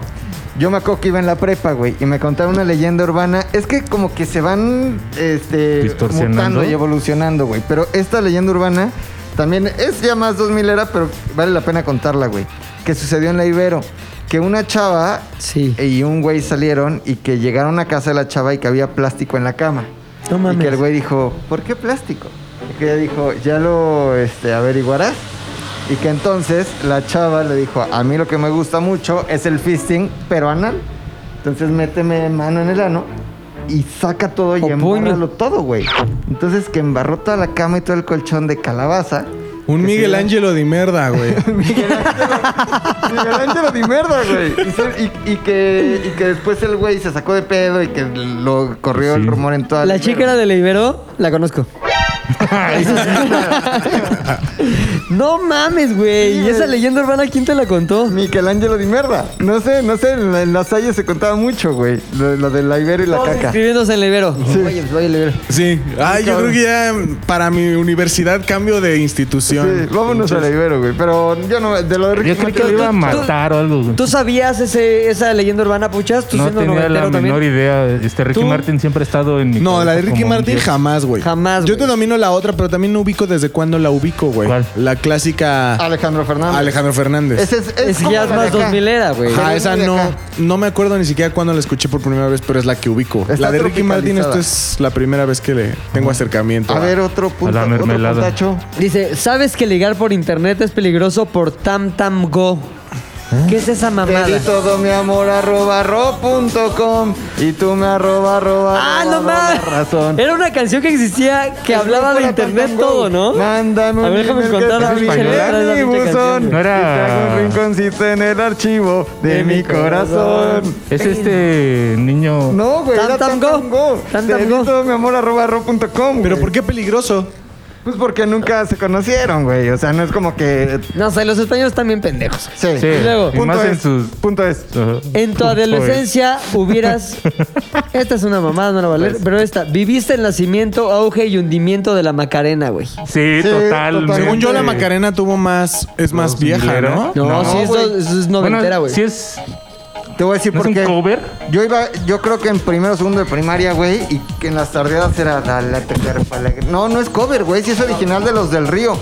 Speaker 3: Yo me acuerdo que iba en la prepa, güey, y me contaron una leyenda urbana. Es que como que se van este,
Speaker 6: Distorsionando.
Speaker 3: mutando y evolucionando, güey. Pero esta leyenda urbana también es ya más 2000 era, pero vale la pena contarla, güey. Que sucedió en la Ibero. Que una chava
Speaker 5: Sí.
Speaker 3: y un güey salieron y que llegaron a casa de la chava y que había plástico en la cama.
Speaker 5: No mames.
Speaker 3: Y que el güey dijo, ¿por qué plástico? Y que ella dijo, ya lo este, averiguarás. Y que entonces la chava le dijo, a mí lo que me gusta mucho es el fisting, pero anal. Entonces méteme mano en el ano y saca todo y
Speaker 5: O puño.
Speaker 3: embárralo todo, güey. Entonces que embarró toda la cama y todo el colchón de calabaza.
Speaker 8: Un Miguel Ángelo de mierda, güey.
Speaker 3: Miguel Ángelo de mierda, güey. Y, se- y- y que, y que después el güey se sacó de pedo y que lo corrió el rumor en toda
Speaker 5: La chica era de la Ibero, la conozco. no mames, güey.
Speaker 3: Sí,
Speaker 5: ¿Y esa
Speaker 3: güey.
Speaker 5: leyenda urbana quién te la contó?
Speaker 3: Michelangelo de mierda. No sé, no sé, en, la- en las calles se contaba mucho, güey. Lo, lo de la Ibero y la
Speaker 5: Todos
Speaker 3: caca.
Speaker 5: Escribiéndose en la Ibero. Oye, pues voy a la Ibero.
Speaker 8: Sí. Ah, yo creo que ya para mi universidad cambio de
Speaker 3: Sí,
Speaker 8: institución.
Speaker 3: vámonos a la Ibero, güey. Pero yo no, de lo de Ricky
Speaker 6: Yo creo que
Speaker 3: Martin-
Speaker 6: lo iba a matar o algo.
Speaker 5: ¿Tú sabías ese, esa leyenda urbana, Puchas? ¿Tú
Speaker 6: No
Speaker 5: siendo
Speaker 6: tenía la
Speaker 5: noventero también?
Speaker 6: menor idea. Este Ricky
Speaker 8: ¿Tú?
Speaker 6: Martin siempre ha estado en mi
Speaker 8: No, la de
Speaker 6: cabeza
Speaker 8: Ricky
Speaker 6: como un
Speaker 8: Martin
Speaker 6: dios.
Speaker 8: jamás, güey.
Speaker 5: Jamás,
Speaker 8: Yo
Speaker 5: güey.
Speaker 8: te domino la otra, pero también no ubico desde cuándo la ubico, güey.
Speaker 6: ¿Cuál?
Speaker 8: La clásica
Speaker 3: Alejandro Fernández.
Speaker 8: Alejandro Fernández.
Speaker 3: Ese es,
Speaker 5: Es que
Speaker 3: como
Speaker 5: ya es
Speaker 3: la de
Speaker 5: más
Speaker 3: acá.
Speaker 5: 2000 era, güey.
Speaker 8: Ajá,
Speaker 3: Pero
Speaker 8: esa
Speaker 3: es de
Speaker 8: no,
Speaker 3: acá.
Speaker 8: no me acuerdo ni siquiera cuándo la escuché por primera vez, pero es la que ubico.
Speaker 3: Está
Speaker 8: la de Ricky Martin,
Speaker 3: tropicalizada. Ah,
Speaker 8: esto es la primera vez que le tengo acercamiento.
Speaker 3: A ver, otro punto.
Speaker 6: la
Speaker 3: otro
Speaker 6: mermelada.
Speaker 3: puntacho.
Speaker 5: Dice, ¿sabes que ligar por internet es peligroso por TamTamGo? ¿Qué es esa mamada?
Speaker 3: ¿Eh? Te di todo mi amor arroba ro punto com, y tú me arroba arroba
Speaker 5: Ah,
Speaker 3: arroba,
Speaker 5: no mames.
Speaker 3: arroba, razón.
Speaker 5: Era una canción que existía que
Speaker 3: El
Speaker 5: hablaba
Speaker 3: grupo
Speaker 5: de
Speaker 3: era
Speaker 5: internet
Speaker 3: Tantan Go.
Speaker 5: todo, ¿no?
Speaker 3: Mándame un
Speaker 5: A ver, déjame
Speaker 3: email que
Speaker 5: contar la
Speaker 3: te
Speaker 5: pinche
Speaker 3: escribí.
Speaker 5: letra de esa
Speaker 3: Mi
Speaker 5: pinche
Speaker 3: buzón.
Speaker 6: No era-
Speaker 3: y te hago un rinconcito en el archivo de,
Speaker 5: De mi
Speaker 3: mi corazón.
Speaker 6: Es este niño.
Speaker 3: No, güey, era
Speaker 5: Tantam Go.
Speaker 3: Tantam Go.
Speaker 5: Tantam
Speaker 3: Te di
Speaker 5: Go.
Speaker 3: todo mi amor arroba ro punto com,
Speaker 8: ¿Pero
Speaker 3: güey.
Speaker 8: por qué peligroso?
Speaker 3: Pues porque nunca se conocieron, güey. O sea, no es como que...
Speaker 5: No sé, los españoles también pendejos.
Speaker 3: Sí.
Speaker 6: Sí,
Speaker 5: Y luego,
Speaker 6: y
Speaker 3: Punto
Speaker 6: más
Speaker 3: es.
Speaker 6: en sus.
Speaker 3: Punto es.
Speaker 6: Ajá.
Speaker 5: En tu
Speaker 6: Punto es.
Speaker 5: adolescencia hubieras... Esta es una mamada, no la voy a leer,
Speaker 3: Pues-
Speaker 5: pero esta. Viviste el nacimiento, auge y hundimiento de la Macarena, güey.
Speaker 6: Sí,
Speaker 3: Sí,
Speaker 6: total.
Speaker 8: Según yo, la Macarena tuvo más. Es más vieja,
Speaker 6: milera.
Speaker 8: ¿no?
Speaker 5: No,
Speaker 6: No,
Speaker 5: sí, eso,
Speaker 3: güey.
Speaker 5: eso es
Speaker 6: Bueno,
Speaker 5: noventera, güey.
Speaker 6: sí es,
Speaker 3: Te voy a decir
Speaker 6: ¿no es
Speaker 3: por
Speaker 6: un
Speaker 3: qué.
Speaker 6: cover.
Speaker 3: Yo iba, yo creo que en primero o segundo de primaria, güey, y que en las tardeadas era la la- la- la- la- No, no es cover, güey, si es original de los del río.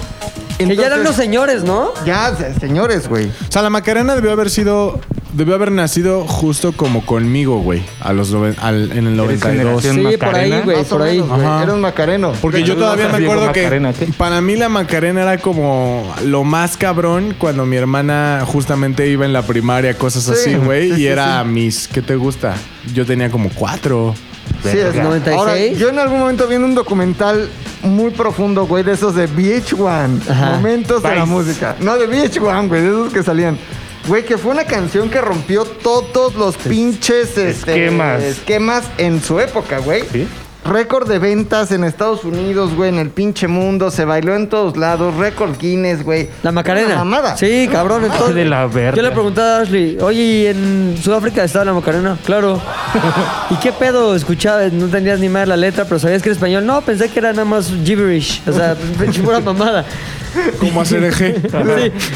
Speaker 5: Que ya eran
Speaker 3: Entonces-
Speaker 5: los señores, ¿no?
Speaker 3: Ya, se- señores, güey.
Speaker 8: O sea, la Macarena debió haber sido. Debió haber nacido justo como conmigo, güey. A los noven- al- en el 92.
Speaker 6: generación
Speaker 5: Sí, por
Speaker 6: Macarena.
Speaker 5: ahí, güey,
Speaker 3: Más o
Speaker 5: por ahí.
Speaker 3: menos, güey.
Speaker 8: Ajá.
Speaker 3: Era un macareno.
Speaker 8: Porque yo todavía me
Speaker 6: Diego
Speaker 8: acuerdo
Speaker 6: Macarena,
Speaker 8: que
Speaker 6: ¿qué?
Speaker 8: para mí la Macarena era como lo más cabrón cuando mi hermana justamente iba en la primaria, cosas así, güey.
Speaker 3: sí,
Speaker 8: y
Speaker 3: sí,
Speaker 8: era
Speaker 3: sí.
Speaker 8: mis, ¿qué te gusta? Yo tenía como cuatro.
Speaker 3: Sí, es
Speaker 5: Verga. 96.
Speaker 3: Ahora, yo en algún momento viendo un documental muy profundo, güey, de esos de VH1.
Speaker 5: Ajá.
Speaker 3: Momentos de la
Speaker 6: Vice.
Speaker 3: música. No, de VH1, güey, de esos que salían. Güey, que fue una canción que rompió todos los pinches este,
Speaker 6: esquemas.
Speaker 3: esquemas en su época, güey.
Speaker 6: Sí.
Speaker 3: Récord de ventas en Estados Unidos, güey, en el pinche mundo. Se bailó en todos lados. Récord Guinness, güey.
Speaker 5: La Macarena.
Speaker 3: Una mamada.
Speaker 5: Sí, cabrón. Entonces,
Speaker 6: de la verga.
Speaker 5: Yo le pregunté a Ashley, oye, ¿y en Sudáfrica estaba la Macarena? Claro. ¿Y qué pedo? Escuchaba, no entendías ni más la letra, pero sabías que era español. No, pensé que era nada más gibberish. O sea, pura mamada.
Speaker 8: Como hacer eje.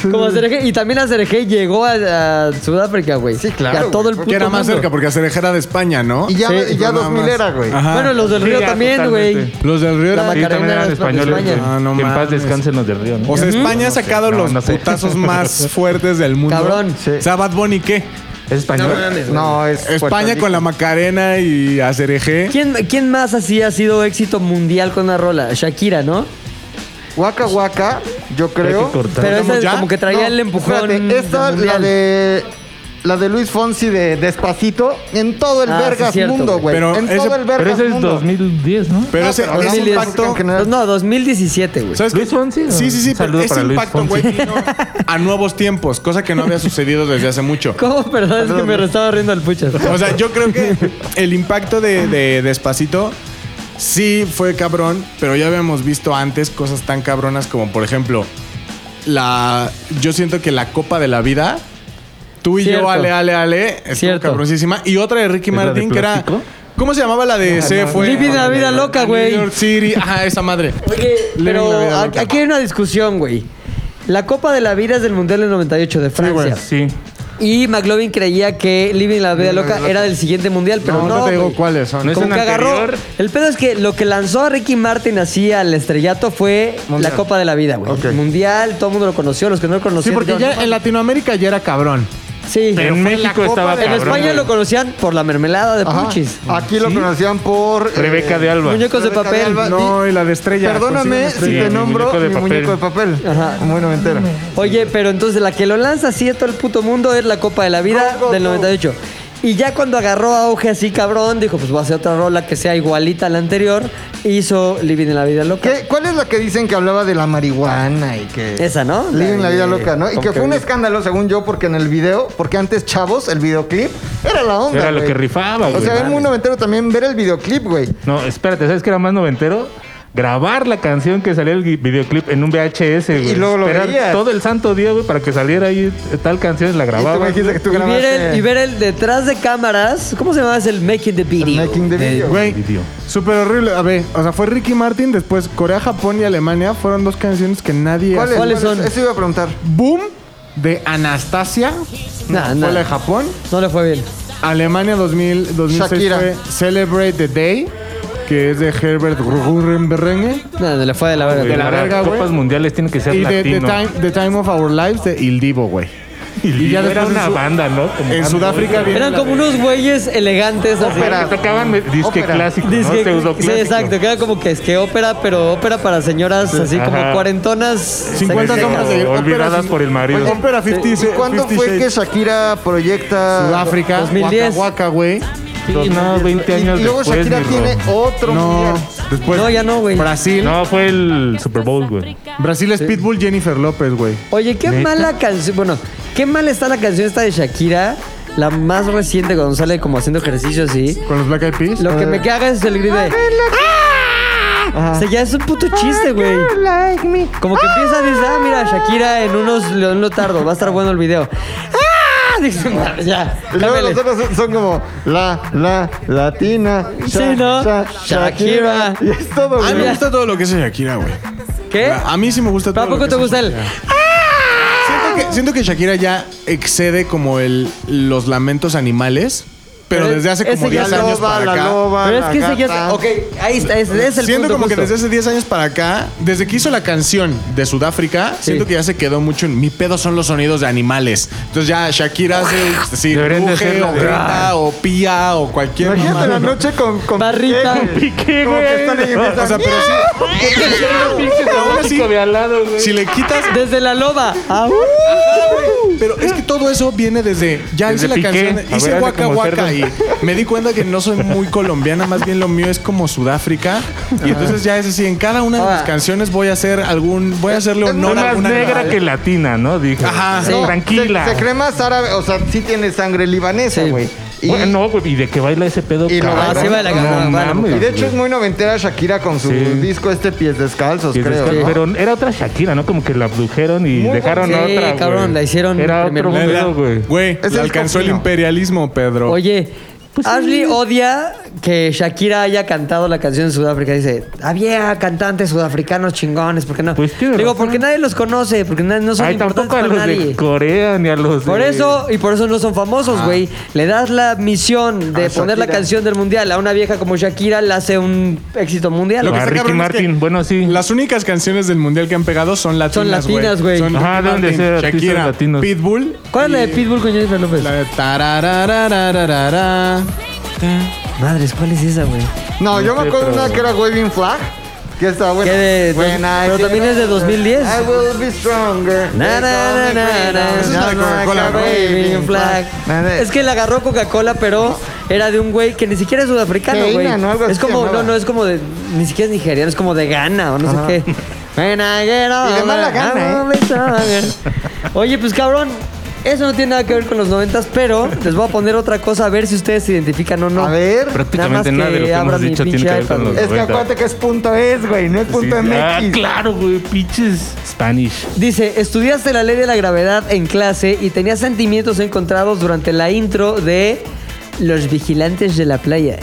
Speaker 5: Sí, como Azereje. Y también Azereje llegó a, a Sudáfrica, güey.
Speaker 3: Sí,
Speaker 5: Y
Speaker 3: claro,
Speaker 5: a todo el
Speaker 3: güey,
Speaker 5: puto
Speaker 8: que era más
Speaker 5: mundo.
Speaker 8: cerca, porque hacer eje era de España, ¿no?
Speaker 3: Y ya,
Speaker 5: Sí,
Speaker 3: y ya
Speaker 8: nada
Speaker 3: 2000
Speaker 8: más.
Speaker 3: era, güey.
Speaker 8: Ajá.
Speaker 5: Bueno, los del
Speaker 6: Sí,
Speaker 5: Río
Speaker 6: ya,
Speaker 5: también, güey.
Speaker 6: totalmente.
Speaker 8: Los del Río
Speaker 5: La
Speaker 8: era-
Speaker 6: Sí, también
Speaker 5: Macarena
Speaker 6: eran
Speaker 5: era
Speaker 6: españoles.
Speaker 5: de España.
Speaker 6: güey.
Speaker 8: Ah, no
Speaker 6: que en
Speaker 8: mames.
Speaker 6: paz descansen los de Río. ¿no?
Speaker 8: O sea, España ha sacado
Speaker 6: No,
Speaker 8: los
Speaker 6: no sé.
Speaker 8: putazos más fuertes del mundo.
Speaker 5: Cabrón.
Speaker 3: Sí.
Speaker 8: O sea, Bad Bunny, ¿qué?
Speaker 6: ¿Es español?
Speaker 3: No, es. Puerto
Speaker 8: España
Speaker 3: Rico.
Speaker 8: con la Macarena y hacer eje.
Speaker 5: ¿Quién, ¿Quién más así ha sido éxito mundial con una rola? Shakira, ¿no?
Speaker 3: Waka Waka, yo creo.
Speaker 6: cortar.
Speaker 5: Pero
Speaker 8: ¿Estamos
Speaker 5: esa
Speaker 8: ya?
Speaker 5: como que traía
Speaker 3: No,
Speaker 5: el empujón.
Speaker 3: espérate, esta,
Speaker 5: del
Speaker 3: la
Speaker 5: mundial.
Speaker 3: de. La de Luis Fonsi de Despacito. En todo el
Speaker 5: Ah, sí,
Speaker 3: vergas
Speaker 5: cierto,
Speaker 3: mundo,
Speaker 5: güey.
Speaker 3: güey.
Speaker 8: Pero
Speaker 3: En
Speaker 8: ese-
Speaker 3: todo el vergas
Speaker 6: Pero ese es
Speaker 3: mundo.
Speaker 6: 2010, ¿no?
Speaker 8: Pero
Speaker 3: No,
Speaker 8: ese,
Speaker 3: pero
Speaker 8: ese
Speaker 3: hablamos de música
Speaker 8: impacto.
Speaker 3: en general.
Speaker 5: Pues No, 2017, güey.
Speaker 8: ¿Sabes
Speaker 6: ¿Luis
Speaker 8: qué?
Speaker 6: Fonsi?
Speaker 8: Sí, sí, sí,
Speaker 6: Un
Speaker 8: pero
Speaker 6: saludo
Speaker 8: ese
Speaker 6: para Luis
Speaker 8: impacto,
Speaker 6: Fonsi.
Speaker 8: güey, vino a nuevos tiempos, cosa que no había sucedido desde hace mucho.
Speaker 5: ¿Cómo? Perdón, es que me estaba riendo el puchas.
Speaker 8: O sea, yo creo que el impacto de, de Despacito sí fue cabrón, pero ya habíamos visto antes cosas tan cabronas como, por ejemplo, la. Yo siento que la Copa de la Vida. Tú y
Speaker 5: Cierto.
Speaker 8: yo, ale, ale, ale, estuvo
Speaker 5: Cierto.
Speaker 8: cabroncísima. Y otra de Ricky
Speaker 6: ¿Es la de
Speaker 8: Martin que era.
Speaker 6: plástico? Ah,
Speaker 8: ¿Cómo se llamaba la de Se fue?
Speaker 5: Living la vida loca, güey.
Speaker 8: New York City, ajá, esa madre.
Speaker 5: Oye,
Speaker 8: Living
Speaker 5: pero
Speaker 8: la vida
Speaker 5: a-
Speaker 8: loca.
Speaker 5: aquí hay una discusión, güey. La Copa de la Vida es del Mundial del 98 de Francia.
Speaker 6: Sí.
Speaker 5: y McLovin creía que Living la Vida Loca era del siguiente mundial, pero no.
Speaker 8: No, no te digo
Speaker 5: güey.
Speaker 8: cuáles son.
Speaker 6: No es
Speaker 5: Como
Speaker 6: un
Speaker 5: que agarró-
Speaker 6: anterior.
Speaker 5: El pedo es que lo que lanzó a Ricky Martin así al estrellato fue la Copa de la Vida, güey.
Speaker 3: Ok.
Speaker 5: Mundial, todo el mundo lo conoció, los que no lo
Speaker 8: Sí,
Speaker 5: conocían.
Speaker 8: porque
Speaker 5: dijeron,
Speaker 8: ya en Latinoamérica ya era cabrón.
Speaker 5: Sí.
Speaker 6: En México estaba
Speaker 5: En
Speaker 6: cabrón,
Speaker 5: España
Speaker 6: güey.
Speaker 5: lo conocían por la mermelada de
Speaker 3: Ajá.
Speaker 5: puchis.
Speaker 3: Aquí lo conocían por. eh,
Speaker 6: Rebeca de Alba.
Speaker 5: Muñecos de
Speaker 3: Rebeca de pues,
Speaker 5: papel. pues
Speaker 3: Alba.
Speaker 8: No, y la de estrella.
Speaker 3: Perdóname si
Speaker 6: estrella.
Speaker 3: te
Speaker 6: Mi
Speaker 3: nombro
Speaker 6: muñeco de
Speaker 3: mi
Speaker 6: papel.
Speaker 3: muñeco de papel.
Speaker 5: Ajá.
Speaker 3: Muy noventero.
Speaker 5: Oye, pero entonces la que lo lanza así a todo el puto mundo es la Copa de la Vida
Speaker 3: Go, go,
Speaker 5: del
Speaker 3: go.
Speaker 5: 98. Y ya cuando agarró auge así cabrón, dijo, pues voy a hacer otra rola que sea igualita a la anterior. Hizo Living en la Vida Loca.
Speaker 3: ¿Qué- ¿Cuál es la que dicen que hablaba de la marihuana y que.
Speaker 5: Esa, ¿no?
Speaker 3: Living la vida
Speaker 5: de-
Speaker 3: loca, ¿no? Y que fue un escándalo, según yo, porque en el video, porque antes Chavos, el videoclip, era la onda.
Speaker 6: Era lo
Speaker 3: güey.
Speaker 6: que rifaba,
Speaker 3: O
Speaker 6: güey,
Speaker 3: sea, es
Speaker 6: mames.
Speaker 3: muy noventero también ver el videoclip, güey.
Speaker 6: No, espérate, ¿sabes qué era más noventero? Grabar la canción que salía el gui- videoclip en un VHS, güey.
Speaker 3: Y luego lo
Speaker 6: Esperar
Speaker 3: veías.
Speaker 6: todo el santo día, güey, para que saliera ahí tal canción, la
Speaker 3: Y tú me
Speaker 6: grababa.
Speaker 3: dijiste que tú este
Speaker 5: Y ver,
Speaker 3: grabaste
Speaker 5: el, y ver el detrás de cámaras, ¿cómo se llama? Es el making the video. Eh,
Speaker 3: Making the Video.
Speaker 8: Güey,
Speaker 6: Video.
Speaker 8: súper horrible. A ver, o sea, fue Ricky Martin, después Corea, Japón y Alemania. Fueron dos canciones que nadie...
Speaker 3: ¿Cuáles,
Speaker 5: ¿Cuáles
Speaker 3: cuáles?
Speaker 5: son?
Speaker 3: Eso iba a preguntar.
Speaker 8: Boom de Anastasia.
Speaker 5: Nah,
Speaker 8: fue
Speaker 5: nah.
Speaker 8: la de Japón.
Speaker 5: No le fue bien.
Speaker 8: Alemania 2000, 2006
Speaker 3: Shakira.
Speaker 8: fue Celebrate the Day, que es de Herbert Gurrenberenge.
Speaker 5: No, no le fue de la
Speaker 6: Güey,
Speaker 8: de
Speaker 5: verga.
Speaker 8: la
Speaker 6: para
Speaker 8: verga, güey.
Speaker 6: Copas mundiales tiene que ser
Speaker 8: Y de the
Speaker 6: latino.
Speaker 8: time, the time of Our Lives de Il Divo, güey.
Speaker 6: y
Speaker 8: ya
Speaker 6: ya era
Speaker 8: después en
Speaker 6: una
Speaker 8: su-
Speaker 6: banda, ¿no? Como
Speaker 3: Eh,
Speaker 8: En
Speaker 6: banda,
Speaker 8: Sudáfrica
Speaker 6: güey.
Speaker 8: viene
Speaker 5: Eran
Speaker 8: la
Speaker 5: como
Speaker 8: de-
Speaker 5: unos güeyes elegantes así.
Speaker 6: Pero que tocaban me- disque
Speaker 3: Ópera.
Speaker 6: clásico, ¿no?
Speaker 5: Disque- sí,
Speaker 6: Pseudoclásico.
Speaker 5: exacto, que era como que es que ópera, pero ópera para señoras así como
Speaker 6: Ajá.
Speaker 5: cuarentonas.
Speaker 8: 50 sombras de
Speaker 6: O
Speaker 8: ópera
Speaker 6: olvidadas
Speaker 8: sin-
Speaker 6: por el marido.
Speaker 8: Oye, Ópera 50
Speaker 3: ¿Y cuándo
Speaker 8: 50
Speaker 3: fue
Speaker 8: Shades.
Speaker 3: que Shakira proyecta
Speaker 8: Sudáfrica,
Speaker 5: 2010.
Speaker 8: Waka Waka, güey.
Speaker 6: Sí, no, 20
Speaker 3: Y,
Speaker 6: años
Speaker 3: y luego
Speaker 6: después,
Speaker 3: Shakira
Speaker 6: mi
Speaker 3: tiene
Speaker 6: bro.
Speaker 3: otro
Speaker 8: No,
Speaker 3: mundial.
Speaker 8: después
Speaker 5: No, ya no, güey.
Speaker 8: Brasil.
Speaker 6: No, fue el Super Bowl, güey.
Speaker 8: Brasil es Pitbull Jennifer López, güey.
Speaker 5: Oye, qué mala canción. Bueno, qué mal está la canción esta de Shakira, la más reciente cuando sale como haciendo ejercicio así.
Speaker 8: Con los Black Eyed Peas.
Speaker 5: Lo
Speaker 6: Ah.
Speaker 5: que me caga es el grito de. Ah. O sea, ya es un puto chiste, güey. Como que empieza a decir, ah, mira, Shakira en unos León Lotardo, va a estar bueno el video. ¡Ah! Dice, "No, ya.
Speaker 3: Y luego
Speaker 5: cámbiale".
Speaker 3: los otros son- son como la, la, latina.
Speaker 5: Sí, ¿no? Shakira. Ah,
Speaker 3: Y es todo,
Speaker 8: A mí
Speaker 3: güey.
Speaker 8: Ah, me gusta todo lo que es Shakira, güey.
Speaker 5: ¿Qué?
Speaker 8: A mí sí me gusta todo. lo
Speaker 5: ¿Tampoco
Speaker 8: que
Speaker 5: ¿Eh? te
Speaker 8: es
Speaker 5: gusta el?
Speaker 8: Siento que, siento que Shakira ya excede como el, los lamentos animales, pero
Speaker 5: Pero
Speaker 8: desde hace como
Speaker 5: ese ya
Speaker 8: 10 años
Speaker 3: loba,
Speaker 8: para
Speaker 3: la
Speaker 8: acá.
Speaker 3: loba,
Speaker 5: Pero es
Speaker 3: la
Speaker 5: que ese ya
Speaker 3: gata.
Speaker 5: es- Ok, ahí está, es, es el
Speaker 8: siento
Speaker 5: punto
Speaker 8: como que
Speaker 5: justo.
Speaker 8: desde hace 10 años para acá, desde que hizo la canción de Sudáfrica, siento que ya se quedó mucho en mi pedo son los sonidos de animales. Entonces ya Shakira hace sí,
Speaker 6: Deberían de
Speaker 8: ruge,
Speaker 6: hacerla
Speaker 8: o
Speaker 6: de-
Speaker 8: grita, o pía, o cualquier
Speaker 3: Imagínate la
Speaker 8: mamada.
Speaker 3: noche con, con
Speaker 5: Barrita.
Speaker 3: Piqué, güey.
Speaker 6: Piqué,
Speaker 3: Como que
Speaker 6: güey.
Speaker 3: están ahí y
Speaker 8: O
Speaker 3: empiezan,
Speaker 8: sea, pero sí, aún así-
Speaker 6: de al lado, güey.
Speaker 8: si le quitas
Speaker 5: Desde la loba. Ah,
Speaker 8: Pero es que todo eso viene desde. Ya
Speaker 6: Desde
Speaker 8: hice la
Speaker 6: Piqué. A
Speaker 8: canción,
Speaker 6: ver,
Speaker 8: hice
Speaker 6: hazle
Speaker 8: Waka
Speaker 6: como
Speaker 8: Waka y
Speaker 6: cerdo.
Speaker 8: me di cuenta que no soy muy colombiana, más bien lo mío es como Sudáfrica. Y entonces ya es así, en cada una de mis
Speaker 5: Ah.
Speaker 8: canciones voy a hacer algún. Voy a hacerle
Speaker 6: No
Speaker 8: honor a
Speaker 6: más
Speaker 8: alguna
Speaker 6: negra
Speaker 8: animal.
Speaker 6: que latina, ¿no? Dije.
Speaker 8: Ajá.
Speaker 5: Sí.
Speaker 3: no,
Speaker 6: Tranquila.
Speaker 3: Se, se cree más árabe, o sea, sí tiene sangre libanesa,
Speaker 5: Sí.
Speaker 3: güey. Y,
Speaker 6: Bueno, güey, y de que baila ese pedo.
Speaker 3: Y lo
Speaker 6: cabrón.
Speaker 3: baila. Ah, sí
Speaker 5: baila, cabrón,
Speaker 6: No
Speaker 5: baila.
Speaker 6: mames,
Speaker 3: y de hecho es
Speaker 6: güey.
Speaker 3: muy noventera Shakira con su
Speaker 6: Sí.
Speaker 3: disco este Pies Descalzos,
Speaker 6: Sí,
Speaker 3: creo.
Speaker 6: descal-
Speaker 3: ¿no?
Speaker 6: Pero era otra Shakira, ¿no? Como que la abdujeron y
Speaker 3: Muy
Speaker 6: dejaron
Speaker 5: bueno. Sí,
Speaker 6: otra. güey.
Speaker 5: cabrón, la hicieron
Speaker 6: Era
Speaker 5: primer
Speaker 6: otro
Speaker 8: La- la-
Speaker 6: pedo, güey.
Speaker 8: Güey,
Speaker 3: Es
Speaker 8: le
Speaker 3: el
Speaker 8: alcanzó el
Speaker 3: cochino.
Speaker 8: imperialismo, Pedro.
Speaker 5: Oye, Ashley odia que Shakira haya cantado la canción en Sudáfrica. Dice, había cantantes sudafricanos chingones, ¿por qué no?
Speaker 6: Pues tiene
Speaker 5: Digo,
Speaker 6: razón.
Speaker 5: porque nadie los conoce, porque na- no son
Speaker 6: Ay,
Speaker 5: importantes
Speaker 6: tampoco a
Speaker 5: para
Speaker 6: los
Speaker 5: nadie.
Speaker 6: de Corea ni a los de.
Speaker 5: Por eso, y por eso no son famosos, güey. Le das la misión de poner la canción del mundial a una vieja como Shakira, la hace un éxito mundial.
Speaker 8: Lo que
Speaker 6: A
Speaker 8: está
Speaker 6: Ricky
Speaker 8: cabrón es que
Speaker 6: Martin, bueno, sí.
Speaker 8: Las únicas canciones del mundial que han pegado son latinas.
Speaker 5: Son latinas, güey.
Speaker 8: Son
Speaker 6: Ajá,
Speaker 8: Ricky
Speaker 6: deben de
Speaker 8: Martin,
Speaker 6: ser artistas
Speaker 8: Shakira,
Speaker 6: latinos.
Speaker 8: Pitbull.
Speaker 5: ¿Cuál es la de Pitbull con Jennifer López?
Speaker 8: La de tarararararara.
Speaker 5: Madres, ¿cuál es esa, güey?
Speaker 3: No, yo me
Speaker 6: sé,
Speaker 3: acuerdo
Speaker 6: pero-
Speaker 3: una que era Waving Flag. Que estaba buena.
Speaker 5: Que de-
Speaker 3: Buena,
Speaker 5: pero
Speaker 3: que
Speaker 5: también
Speaker 3: no-
Speaker 5: es de 2010.
Speaker 3: I will be stronger.
Speaker 5: Na, na, na, na, na.
Speaker 3: Esa es la de Coca-Cola, ¿no?
Speaker 5: Waving flag.
Speaker 3: Na, na.
Speaker 5: Es que la agarró Coca-Cola, pero era de un güey que ni siquiera es sudafricano, güey.
Speaker 3: Teína, ¿no? Algo
Speaker 5: Es
Speaker 3: así
Speaker 5: como, no,
Speaker 3: llamaba.
Speaker 5: no, es como de, ni siquiera es nigeriano, es como de Ghana o no sé qué. When I get
Speaker 3: Y de mala
Speaker 5: older,
Speaker 3: gana, ¿eh?
Speaker 5: I'm only stronger. Oye, pues cabrón, eso no tiene nada que ver con los noventas, pero les voy a poner otra cosa a ver si ustedes se identifican o no.
Speaker 3: A ver.
Speaker 6: Prácticamente
Speaker 5: Nada más
Speaker 6: nada, de lo
Speaker 5: que
Speaker 6: que hemos
Speaker 5: abran mi
Speaker 6: dicho tiene
Speaker 5: pinche
Speaker 6: que ver con
Speaker 5: iPad,
Speaker 6: los.
Speaker 3: Es que
Speaker 6: 90.
Speaker 3: acuérdate que es punto es, güey. No es
Speaker 6: Sí,
Speaker 3: punto
Speaker 6: Ah,
Speaker 3: MX.
Speaker 6: claro, güey, pinches Spanish.
Speaker 5: Dice, estudiaste la ley de la gravedad en clase y tenías sentimientos encontrados durante la intro de Los Vigilantes de la Playa.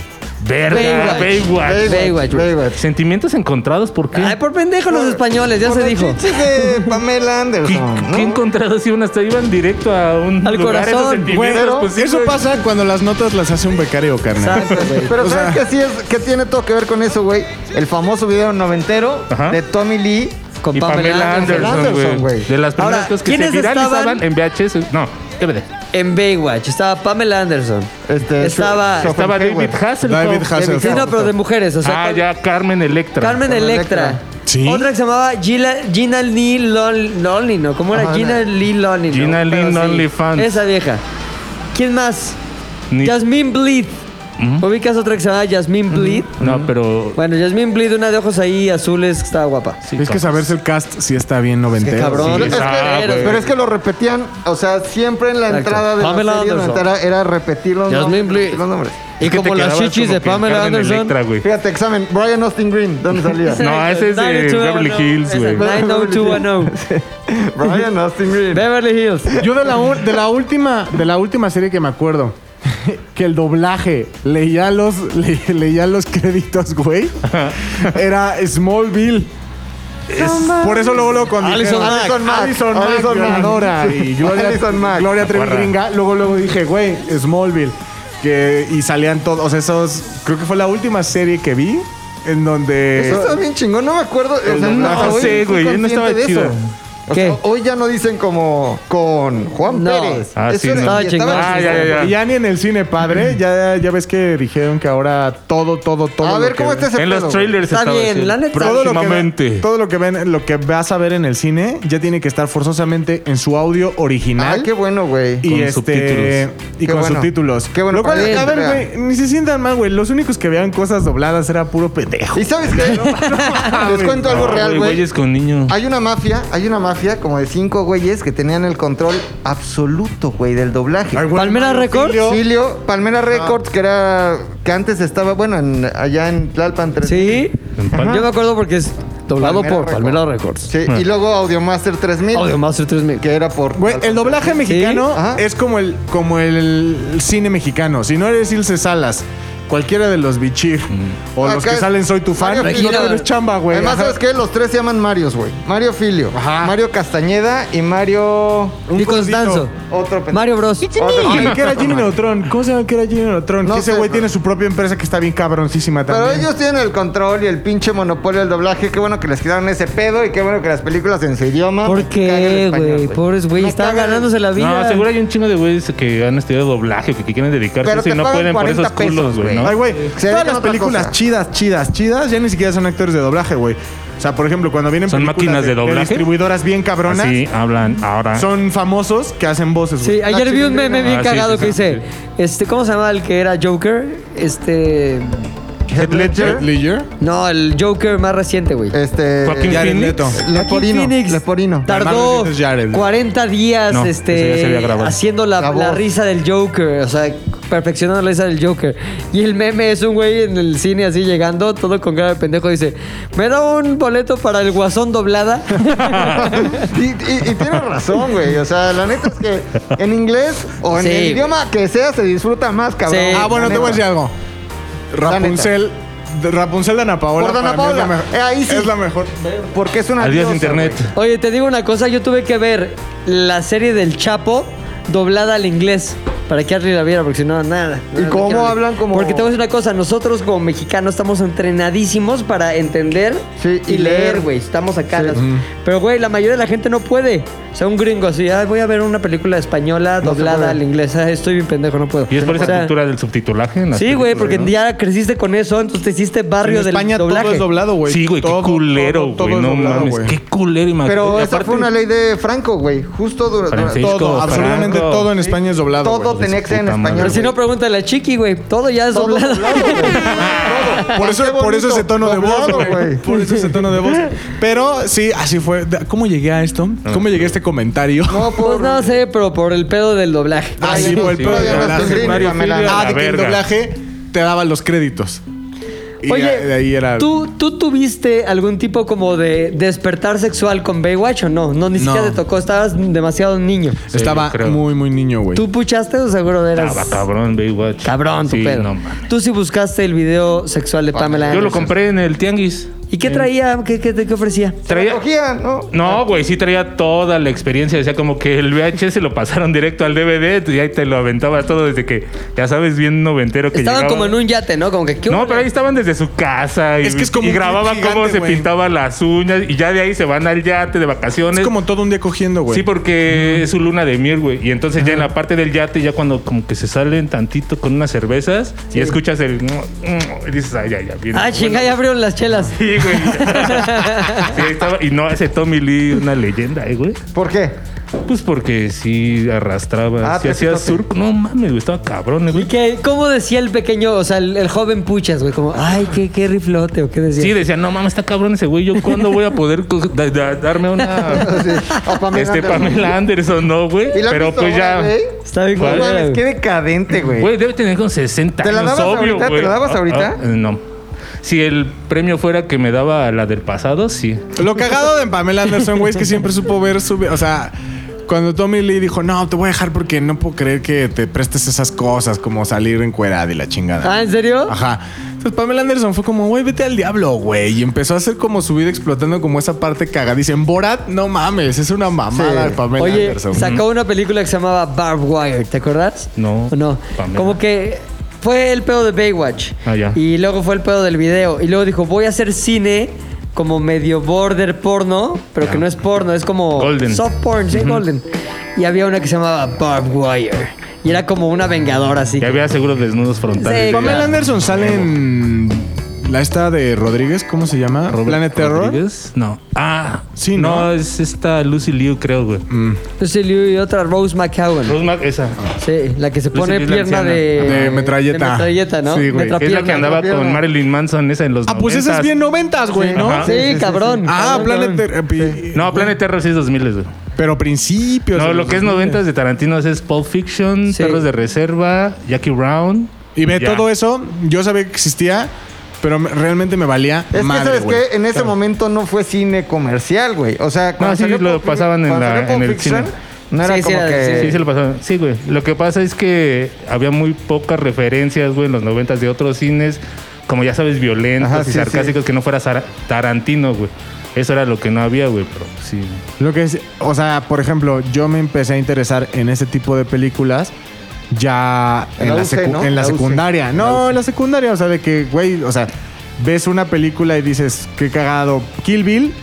Speaker 6: Verga, Baywatch.
Speaker 5: Baywatch, güey.
Speaker 3: Baywatch.
Speaker 6: Sentimientos encontrados, ¿por qué?
Speaker 5: Ay, por pendejo los españoles, ya
Speaker 3: Por
Speaker 5: se
Speaker 3: los
Speaker 5: dijo.
Speaker 3: chichis de Pamela
Speaker 6: ¿Qué,
Speaker 3: Anderson. ¿no?
Speaker 6: qué encontrados iban hasta iban directo a un
Speaker 5: Al
Speaker 6: lugar, esos
Speaker 5: corazón,
Speaker 6: sentimientos,
Speaker 8: Pero
Speaker 6: pues, sí,
Speaker 8: eso
Speaker 6: güey.
Speaker 8: pasa cuando las notas las hace un becario, carnal.
Speaker 5: Exacto, güey.
Speaker 3: Pero
Speaker 8: O
Speaker 3: ¿sabes
Speaker 8: sea-
Speaker 3: qué sí es? ¿Qué tiene todo que ver con eso, güey? El famoso video noventero
Speaker 6: Ajá.
Speaker 3: de Tommy Lee.
Speaker 5: Con
Speaker 6: y Pamela Anderson,
Speaker 3: Anderson,
Speaker 6: güey.
Speaker 3: güey.
Speaker 6: De las primeras
Speaker 5: Ahora,
Speaker 6: cosas que se
Speaker 5: ¿quiénes
Speaker 6: viralizaban
Speaker 5: estaban?
Speaker 6: en VHS. No, DVD.
Speaker 5: En Baywatch estaba Pamela Anderson.
Speaker 3: Este,
Speaker 5: Estaba-
Speaker 3: Soph-
Speaker 6: Estaba
Speaker 3: Soph-
Speaker 6: David
Speaker 3: Hayward.
Speaker 6: Hasselhoff.
Speaker 8: David
Speaker 5: Sí,
Speaker 8: Hasselhoff.
Speaker 5: no, pero de mujeres, o sea,
Speaker 6: Ah,
Speaker 5: Car-
Speaker 6: ya, Carmen Electra.
Speaker 5: Carmen Electra.
Speaker 8: Sí.
Speaker 5: Otra que se llamaba Gila- Gina Lee Lon- Lonely, ¿no? ¿Cómo era?
Speaker 3: Ajá,
Speaker 5: Gina Lee Lonely. ¿no?
Speaker 6: Gina Lee
Speaker 5: Pero sí,
Speaker 6: Lonely Fans.
Speaker 5: Esa vieja. ¿Quién más?
Speaker 6: Ni-
Speaker 5: Jasmine Bleed. ¿Ubicas otra que se llama Jasmine Bleed?
Speaker 6: No, pero.
Speaker 5: Bueno, Jasmine Bleed, una de ojos ahí azules, que estaba guapa.
Speaker 6: sí,
Speaker 8: Es que
Speaker 6: como-
Speaker 8: saberse el cast sí está bien noventero.
Speaker 5: cabrón.
Speaker 8: Sí.
Speaker 3: Es que-
Speaker 6: Ah, güey.
Speaker 3: pero es que lo repetían, o sea, siempre en la
Speaker 5: Exacto.
Speaker 3: entrada de
Speaker 5: Pamela
Speaker 3: la serie
Speaker 5: Anderson.
Speaker 3: noventera era repetir los,
Speaker 5: Jasmine
Speaker 3: nombres,
Speaker 5: Bleach.
Speaker 3: los nombres.
Speaker 5: Y
Speaker 6: Es que te
Speaker 5: como las
Speaker 6: quedabas
Speaker 5: chichis
Speaker 6: como
Speaker 5: de
Speaker 6: que
Speaker 5: Pamela
Speaker 6: Carmen
Speaker 5: Anderson.
Speaker 6: Electra, güey.
Speaker 3: Fíjate, examen, Brian Austin Green, ¿dónde salía?
Speaker 6: No, ese es de
Speaker 5: 90210,
Speaker 6: Beverly Hills, güey.
Speaker 5: ese, 90210.
Speaker 3: Brian Austin Green.
Speaker 5: Beverly Hills.
Speaker 8: Yo de la, u- de la última de la última serie que me acuerdo que el doblaje leía los le- leía los créditos, güey. Era Smallville. Es- por eso luego luego cuando
Speaker 5: Alison
Speaker 8: dijeron-
Speaker 5: Mack.
Speaker 8: Alison Mack,
Speaker 3: Alison Mack,
Speaker 8: Alison Mack, ganadora
Speaker 3: sí.
Speaker 8: y Gloria,
Speaker 3: Alison Mack.
Speaker 8: Gloria Trevi
Speaker 6: Guarra.
Speaker 8: gringa, luego luego dije, güey, Smallville que y salían todos esos, creo que fue la última serie que vi en donde
Speaker 3: Eso está bien chingón, no me acuerdo. o sea,
Speaker 6: doblaje.
Speaker 3: hoy
Speaker 6: Sí,
Speaker 3: estoy
Speaker 6: güey, no estaba
Speaker 3: consciente de
Speaker 6: chido.
Speaker 3: eso. O
Speaker 5: ¿Qué?
Speaker 3: sea, hoy ya no dicen como con Juan
Speaker 5: No.
Speaker 3: Pérez.
Speaker 6: Ah,
Speaker 3: Eso
Speaker 6: sí,
Speaker 3: era-
Speaker 6: no.
Speaker 3: y
Speaker 5: Estaba
Speaker 6: Ah, ya, ya, ya.
Speaker 8: Y ya ni en el cine, padre. Ya, ya ves que dijeron que ahora todo, todo, todo.
Speaker 3: A
Speaker 8: lo
Speaker 3: ver
Speaker 8: que
Speaker 3: cómo
Speaker 8: ven-
Speaker 3: está ese
Speaker 6: En
Speaker 3: pedo,
Speaker 6: los
Speaker 3: güey?
Speaker 6: trailers
Speaker 5: Está
Speaker 6: estaba
Speaker 5: bien,
Speaker 6: así.
Speaker 5: la neta.
Speaker 8: Todo lo, que,
Speaker 6: Próximamente.
Speaker 8: ven- todo lo que ven, lo que vas a ver en el cine, ya tiene que estar forzosamente en su audio original.
Speaker 3: Ah, qué bueno, güey.
Speaker 8: y
Speaker 6: Con
Speaker 8: este,
Speaker 6: subtítulos.
Speaker 8: Y
Speaker 3: Qué
Speaker 8: con
Speaker 3: bueno.
Speaker 8: subtítulos.
Speaker 3: Qué bueno
Speaker 8: Lo cual,
Speaker 3: para
Speaker 8: a
Speaker 3: él,
Speaker 8: ver,
Speaker 3: Andrea.
Speaker 8: güey, ni se sientan mal, güey. Los únicos que vean cosas dobladas era puro pendejo.
Speaker 3: ¿Y sabes qué? Les cuento algo
Speaker 6: No,
Speaker 3: real, güey.
Speaker 6: Güeyes con niños.
Speaker 3: Hay una mafia, hay una mafia como de cinco güeyes que tenían el control absoluto, güey, del doblaje.
Speaker 8: Ay, güey,
Speaker 5: Palmera Records.
Speaker 3: Silio, Palmera Records, que era. que antes estaba, bueno, en- allá en Tlalpan tres-
Speaker 5: Sí.
Speaker 6: Ajá.
Speaker 5: Yo me acuerdo porque es doblado
Speaker 3: Palmera
Speaker 5: por
Speaker 3: Records.
Speaker 5: Palmera Records. Oh,
Speaker 3: Sí, y luego Audiomaster 3000.
Speaker 5: Audiomaster 3000.
Speaker 3: Que era por.
Speaker 8: Güey, el doblaje mexicano
Speaker 3: Ajá.
Speaker 8: es como el, como el cine mexicano. Si no eres Ilse Salas, cualquiera de los bichir o los
Speaker 3: Acá
Speaker 8: que
Speaker 3: es
Speaker 8: salen Soy tu fan,
Speaker 3: Mario
Speaker 8: no
Speaker 3: Filio.
Speaker 8: tienes chamba, güey.
Speaker 3: Además,
Speaker 8: Ajá.
Speaker 3: ¿sabes qué? Los tres se llaman Marios, güey. Mario Filio, Mario Castañeda y Mario...
Speaker 5: Y Constanzo.
Speaker 3: Otro pendejo.
Speaker 5: Mario Bros.
Speaker 8: Otro- Ay, que era Jimmy Neutron. ¿Cómo se llama que era Jimmy Neutron?
Speaker 3: No
Speaker 8: Que ese
Speaker 3: sé,
Speaker 8: güey
Speaker 3: no.
Speaker 8: tiene su propia empresa que está bien cabroncísima
Speaker 3: Pero
Speaker 8: también.
Speaker 3: ellos tienen el control y el pinche monopolio del doblaje. Qué bueno que les quitaron ese pedo y qué bueno que las películas en su idioma.
Speaker 5: ¿Por
Speaker 3: me caga el
Speaker 5: qué,
Speaker 3: español,
Speaker 5: güey? Pobres güey,
Speaker 3: Me
Speaker 5: estaban
Speaker 3: caga el-
Speaker 5: ganándose la vida.
Speaker 6: No, seguro hay un chingo de güeyes que han estudiado doblaje, que, que quieren dedicarse a
Speaker 3: Pero
Speaker 6: eso y
Speaker 3: te
Speaker 6: no
Speaker 3: pagan
Speaker 6: pueden por
Speaker 3: 40
Speaker 6: esos culos,
Speaker 3: pesos,
Speaker 6: güey, ¿no?
Speaker 8: Ay, güey. Todas
Speaker 3: dedican a
Speaker 8: las
Speaker 3: otra
Speaker 8: películas
Speaker 3: cosa.
Speaker 8: chidas, chidas, chidas, ya ni siquiera son actores de doblaje, güey. O sea, por ejemplo, cuando vienen
Speaker 6: ¿Son
Speaker 8: películas
Speaker 6: máquinas de doblaje? Ah,
Speaker 8: distribuidoras bien cabronas,
Speaker 6: Así hablan ahora.
Speaker 8: son famosos que hacen voces, güey.
Speaker 5: Sí, ayer vi un meme bien
Speaker 6: Ah, sí,
Speaker 5: cagado
Speaker 6: sí,
Speaker 5: que
Speaker 6: sí,
Speaker 5: dice, este, ¿cómo se llama el que era Joker? Este,
Speaker 8: Heath Ledger.
Speaker 5: no, el Joker más reciente, güey.
Speaker 3: Este...
Speaker 6: Joaquín
Speaker 8: Jared
Speaker 6: Phoenix.
Speaker 8: Leto.
Speaker 3: Leporino,
Speaker 5: Joaquín Phoenix
Speaker 3: Leporino.
Speaker 5: Tardó
Speaker 8: Hermano, ese es Jared.
Speaker 5: 40 días
Speaker 6: No, ese ya se
Speaker 5: este,
Speaker 6: había grabado.
Speaker 5: haciendo la,
Speaker 3: La
Speaker 5: la
Speaker 3: voz.
Speaker 5: risa del Joker, o sea, perfeccionando la risa del Joker. Y el meme es un güey en el cine así llegando, todo con cara de pendejo, dice, ¿me da un boleto para el guasón doblada?
Speaker 3: Y, y- y tienes razón, güey. O sea, la neta es que en inglés o en
Speaker 5: Sí,
Speaker 3: el
Speaker 5: güey.
Speaker 3: idioma que sea se disfruta más, cabrón.
Speaker 5: Sí.
Speaker 8: Ah, bueno,
Speaker 3: La
Speaker 8: te voy a
Speaker 3: neta.
Speaker 8: decir algo. Rapunzel. de- Rapunzel de Ana Paola.
Speaker 3: Por Dana
Speaker 8: para mí es la
Speaker 3: Paola.
Speaker 8: mejor-
Speaker 3: Eh, ahí sí.
Speaker 8: Es la mejor.
Speaker 3: Porque es una
Speaker 6: Adiós
Speaker 3: diosa,
Speaker 6: internet.
Speaker 3: güey.
Speaker 5: Oye, te digo una cosa, yo tuve que ver la serie del Chapo doblada al inglés. Para que Adri la viera, porque si no, nada.
Speaker 3: ¿Y
Speaker 5: nada,
Speaker 3: cómo
Speaker 5: no quiero-
Speaker 3: hablan como-
Speaker 5: Porque te voy a decir una cosa, nosotros como mexicanos estamos entrenadísimos para entender
Speaker 3: Sí,
Speaker 5: y
Speaker 3: y
Speaker 5: leer,
Speaker 3: leer.
Speaker 5: güey. Estamos acá.
Speaker 3: Sí.
Speaker 5: las- Pero, güey, la mayoría de la gente no puede. O sea, un gringo así, "Ay, voy a ver una película española
Speaker 3: No se
Speaker 5: doblada
Speaker 3: puede.
Speaker 5: al inglés. Ay, estoy bien pendejo, no puedo.
Speaker 6: Y es por
Speaker 5: O
Speaker 6: esa
Speaker 5: sea,
Speaker 6: cultura del subtitulaje. en las
Speaker 5: Sí, güey,
Speaker 6: películas,
Speaker 5: porque
Speaker 6: ¿no?
Speaker 5: ya creciste con eso, entonces te hiciste barrio
Speaker 8: en
Speaker 5: del
Speaker 8: España
Speaker 5: doblaje.
Speaker 8: todo es doblado, güey.
Speaker 6: Sí, güey, qué
Speaker 8: Todo,
Speaker 6: culero,
Speaker 8: todo, todo
Speaker 6: güey.
Speaker 8: es
Speaker 6: No
Speaker 8: doblado,
Speaker 6: mames,
Speaker 8: güey.
Speaker 6: qué culero, imagínate.
Speaker 3: Pero
Speaker 6: Y
Speaker 3: esa
Speaker 6: aparte-
Speaker 3: fue una ley de Franco, güey. Justo durante...
Speaker 6: Francisco,
Speaker 8: Todo,
Speaker 6: Franco.
Speaker 8: absolutamente todo en España es doblado.
Speaker 3: Todo
Speaker 8: güey.
Speaker 3: tenía que ser en
Speaker 6: puta madre.
Speaker 3: español.
Speaker 5: Pero si
Speaker 3: güey.
Speaker 5: no, pregúntale a Chiqui, güey. Todo ya es
Speaker 3: Todo
Speaker 5: doblado.
Speaker 3: doblado, güey.
Speaker 8: Por eso, por eso ese tono de voz,
Speaker 3: Doblado,
Speaker 8: güey.
Speaker 3: güey.
Speaker 8: Por eso ese tono de voz. Pero sí, así fue. De- ¿Cómo llegué a esto?
Speaker 6: Ah,
Speaker 8: ¿Cómo llegué a este comentario?
Speaker 3: No, por...
Speaker 5: Pues no sé, pero por el pedo del doblaje.
Speaker 8: Ah, sí,
Speaker 3: sí,
Speaker 8: por el
Speaker 3: sí,
Speaker 8: pedo
Speaker 3: todavía
Speaker 8: del
Speaker 3: no
Speaker 8: doblaje.
Speaker 3: entendí,
Speaker 8: Mario
Speaker 3: Pamela.
Speaker 8: Filio. Ah, de
Speaker 6: La
Speaker 8: que el
Speaker 6: verga.
Speaker 8: doblaje te daba los créditos. Y
Speaker 5: Oye,
Speaker 8: de ahí era.
Speaker 5: ¿tú, ¿tú tuviste algún tipo como de despertar sexual con Baywatch o no? No, ni
Speaker 8: No.
Speaker 5: siquiera te tocó, estabas demasiado niño.
Speaker 6: Sí,
Speaker 8: Estaba
Speaker 6: yo creo.
Speaker 8: muy, muy niño, güey.
Speaker 5: ¿Tú puchaste o seguro eras
Speaker 6: Estaba cabrón, Baywatch.
Speaker 5: cabrón tu
Speaker 6: Sí,
Speaker 5: pedo? Ah,
Speaker 6: no mames.
Speaker 5: Tú sí buscaste el video sexual de Pamela
Speaker 6: Yo lo
Speaker 5: Anderson.
Speaker 6: compré en el Tianguis.
Speaker 5: ¿Y qué traía? ¿Qué, qué, qué ofrecía?
Speaker 6: Traía.
Speaker 3: Cogía, ¿no?
Speaker 6: No, güey, sí traía toda la experiencia. O sea, como que el VHS lo pasaron directo al DVD y ahí te lo aventabas todo desde que, ya sabes, bien noventero que
Speaker 5: Estaban
Speaker 6: llegaba.
Speaker 5: como en un yate, ¿no? Como que... ¿qué
Speaker 6: No,
Speaker 5: hubo?
Speaker 6: pero ahí estaban desde su casa y,
Speaker 8: Es que es como
Speaker 6: y
Speaker 8: un club
Speaker 6: grababan cómo
Speaker 8: gigante,
Speaker 6: se
Speaker 8: güey.
Speaker 6: pintaban las uñas y ya de ahí se van al yate de vacaciones.
Speaker 8: Es como todo un día cogiendo, güey.
Speaker 6: Sí, porque es su luna de miel, güey. Y entonces ya en la parte del yate, ya cuando como que se salen tantito con unas cervezas y escuchas el... y dices, ay, ya, ya. viene".
Speaker 5: Ah, chinga, ya abrieron las chelas.
Speaker 6: Sí, güey. Sí, ahí estaba. Y no, ese Tommy Lee, una leyenda, eh, güey.
Speaker 3: ¿Por qué?
Speaker 6: Pues porque sí arrastraba,
Speaker 3: Ah,
Speaker 6: sí hacía
Speaker 3: tepitote.
Speaker 6: surco. No mames, güey, estaba cabrón, eh,
Speaker 5: ¿Y
Speaker 6: güey.
Speaker 5: qué? ¿Cómo decía el pequeño, o sea, el, el joven puchas, güey? Como, ay, qué, qué riflote, o qué decía.
Speaker 6: Sí, decía, no mames, está cabrón ese güey. ¿Yo cuándo voy a poder co- da- da- darme una.
Speaker 3: A Pamela
Speaker 6: este
Speaker 3: Anderson.
Speaker 6: Pamela Anderson, no, güey?
Speaker 3: ¿Y la has
Speaker 6: Pero
Speaker 3: visto
Speaker 6: pues
Speaker 3: ahora,
Speaker 6: ya.
Speaker 3: güey?
Speaker 5: Está bien,
Speaker 3: No
Speaker 6: ¿Cuál?
Speaker 5: culera,
Speaker 3: mames,
Speaker 5: güey.
Speaker 3: qué decadente, güey.
Speaker 6: Güey, debe tener con 60
Speaker 3: ¿Te la
Speaker 6: años,
Speaker 3: dabas
Speaker 6: obvio,
Speaker 3: ahorita? ¿Te
Speaker 6: güey.
Speaker 3: la dabas
Speaker 6: Ah,
Speaker 3: ahorita?
Speaker 6: ah, no. Si el premio fuera que me daba la del pasado, sí.
Speaker 8: Lo cagado de Pamela Anderson, güey, es que siempre supo ver su. O sea, cuando Tommy Lee dijo, no, te voy a dejar porque no puedo creer que te prestes esas cosas, como salir encuerada y la chingada.
Speaker 5: Ah, ¿en serio?
Speaker 8: Ajá. Entonces Pamela Anderson fue como, güey, vete al diablo, güey. Y empezó a hacer como su vida explotando como esa parte cagada. Dicen, Borat, no mames, es una mamada
Speaker 3: Sí.
Speaker 8: de Pamela
Speaker 5: Oye,
Speaker 8: Anderson.
Speaker 5: sacó una película que se llamaba Barbed Wire, ¿te acuerdas?
Speaker 6: No,
Speaker 5: ¿O no?
Speaker 6: Pamela.
Speaker 5: Como que fue el pedo de Baywatch.
Speaker 6: Ah, ya.
Speaker 5: Y luego fue el pedo del video. Y luego dijo, voy a hacer cine como medio border porno, pero que no es porno, es como
Speaker 6: Golden.
Speaker 5: soft porn, sí, golden. Y había una que se llamaba Barbed Wire. Y era como una vengadora así.
Speaker 6: Ya había seguro desnudos frontales.
Speaker 5: Sí,
Speaker 8: Pamela
Speaker 6: Ya.
Speaker 8: Anderson sale en. La esta de Rodríguez, ¿cómo se llama?
Speaker 6: Robert
Speaker 8: Planet Terror.
Speaker 6: Rodríguez? No. Ah,
Speaker 8: Sí,
Speaker 6: no.
Speaker 8: ¿no?
Speaker 6: es esta Lucy Liu, creo, güey.
Speaker 8: Mm.
Speaker 5: Lucy Liu y otra Rose McCowan.
Speaker 6: Rose Mac- esa.
Speaker 5: Sí, la que se
Speaker 6: Lucy
Speaker 5: pone
Speaker 6: Liu es la
Speaker 5: pierna
Speaker 6: anciana.
Speaker 5: de...
Speaker 8: De metralleta.
Speaker 5: De metralleta, ¿no?
Speaker 8: Sí, güey.
Speaker 6: Es la que
Speaker 5: Metrapierna.
Speaker 6: andaba
Speaker 3: pierna.
Speaker 6: con Marilyn Manson, esa en los
Speaker 8: Ah, pues esa es
Speaker 6: 90s.
Speaker 8: bien noventas, güey, ¿no?
Speaker 6: Ajá.
Speaker 5: Sí, cabrón.
Speaker 8: Ah,
Speaker 5: cabrón,
Speaker 8: Planet
Speaker 5: cabrón.
Speaker 8: Terror.
Speaker 6: No, Planet Terror sí es 2000, güey.
Speaker 8: Pero principios.
Speaker 6: No,
Speaker 8: de
Speaker 6: lo
Speaker 8: los
Speaker 6: que es
Speaker 8: 2000.
Speaker 6: 90 de Tarantino es Pulp Fiction,
Speaker 5: Sí.
Speaker 6: Perros de Reserva, Jackie Brown.
Speaker 8: Y ve
Speaker 6: Ya.
Speaker 8: todo eso, yo sabía que existía, pero me- realmente me valía
Speaker 3: Es
Speaker 8: madre,
Speaker 3: que, ¿sabes
Speaker 8: güey.
Speaker 3: qué? En ese momento no fue cine comercial, güey. O sea,
Speaker 6: No, sí,
Speaker 3: salió
Speaker 6: lo
Speaker 3: Pulp Fic-
Speaker 6: pasaban en
Speaker 3: cuando
Speaker 6: la-
Speaker 3: salió Pulp
Speaker 6: en el
Speaker 3: Fiction,
Speaker 6: cine.
Speaker 3: No era
Speaker 5: Sí, sí,
Speaker 3: como
Speaker 5: era-
Speaker 3: que...
Speaker 6: Sí, se lo pasaron. Sí, güey. Lo que pasa es que había muy pocas referencias, güey, en los noventas de otros cines, como ya sabes, violentos
Speaker 8: Ajá,
Speaker 6: y
Speaker 8: sí,
Speaker 6: sarcásticos, que no fuera Sara- Tarantino, güey. Eso era lo que no había, güey, pero sí.
Speaker 8: Lo que es, o sea, por ejemplo, yo me empecé a interesar en ese tipo de películas ya
Speaker 3: En
Speaker 8: en,
Speaker 3: la
Speaker 8: la,
Speaker 3: UC,
Speaker 8: secu-
Speaker 3: ¿no?
Speaker 8: en la
Speaker 3: La UC.
Speaker 8: secundaria. No, en la secundaria, o sea, de que, güey, o sea, ves una película y dices, qué cagado, Kill Bill.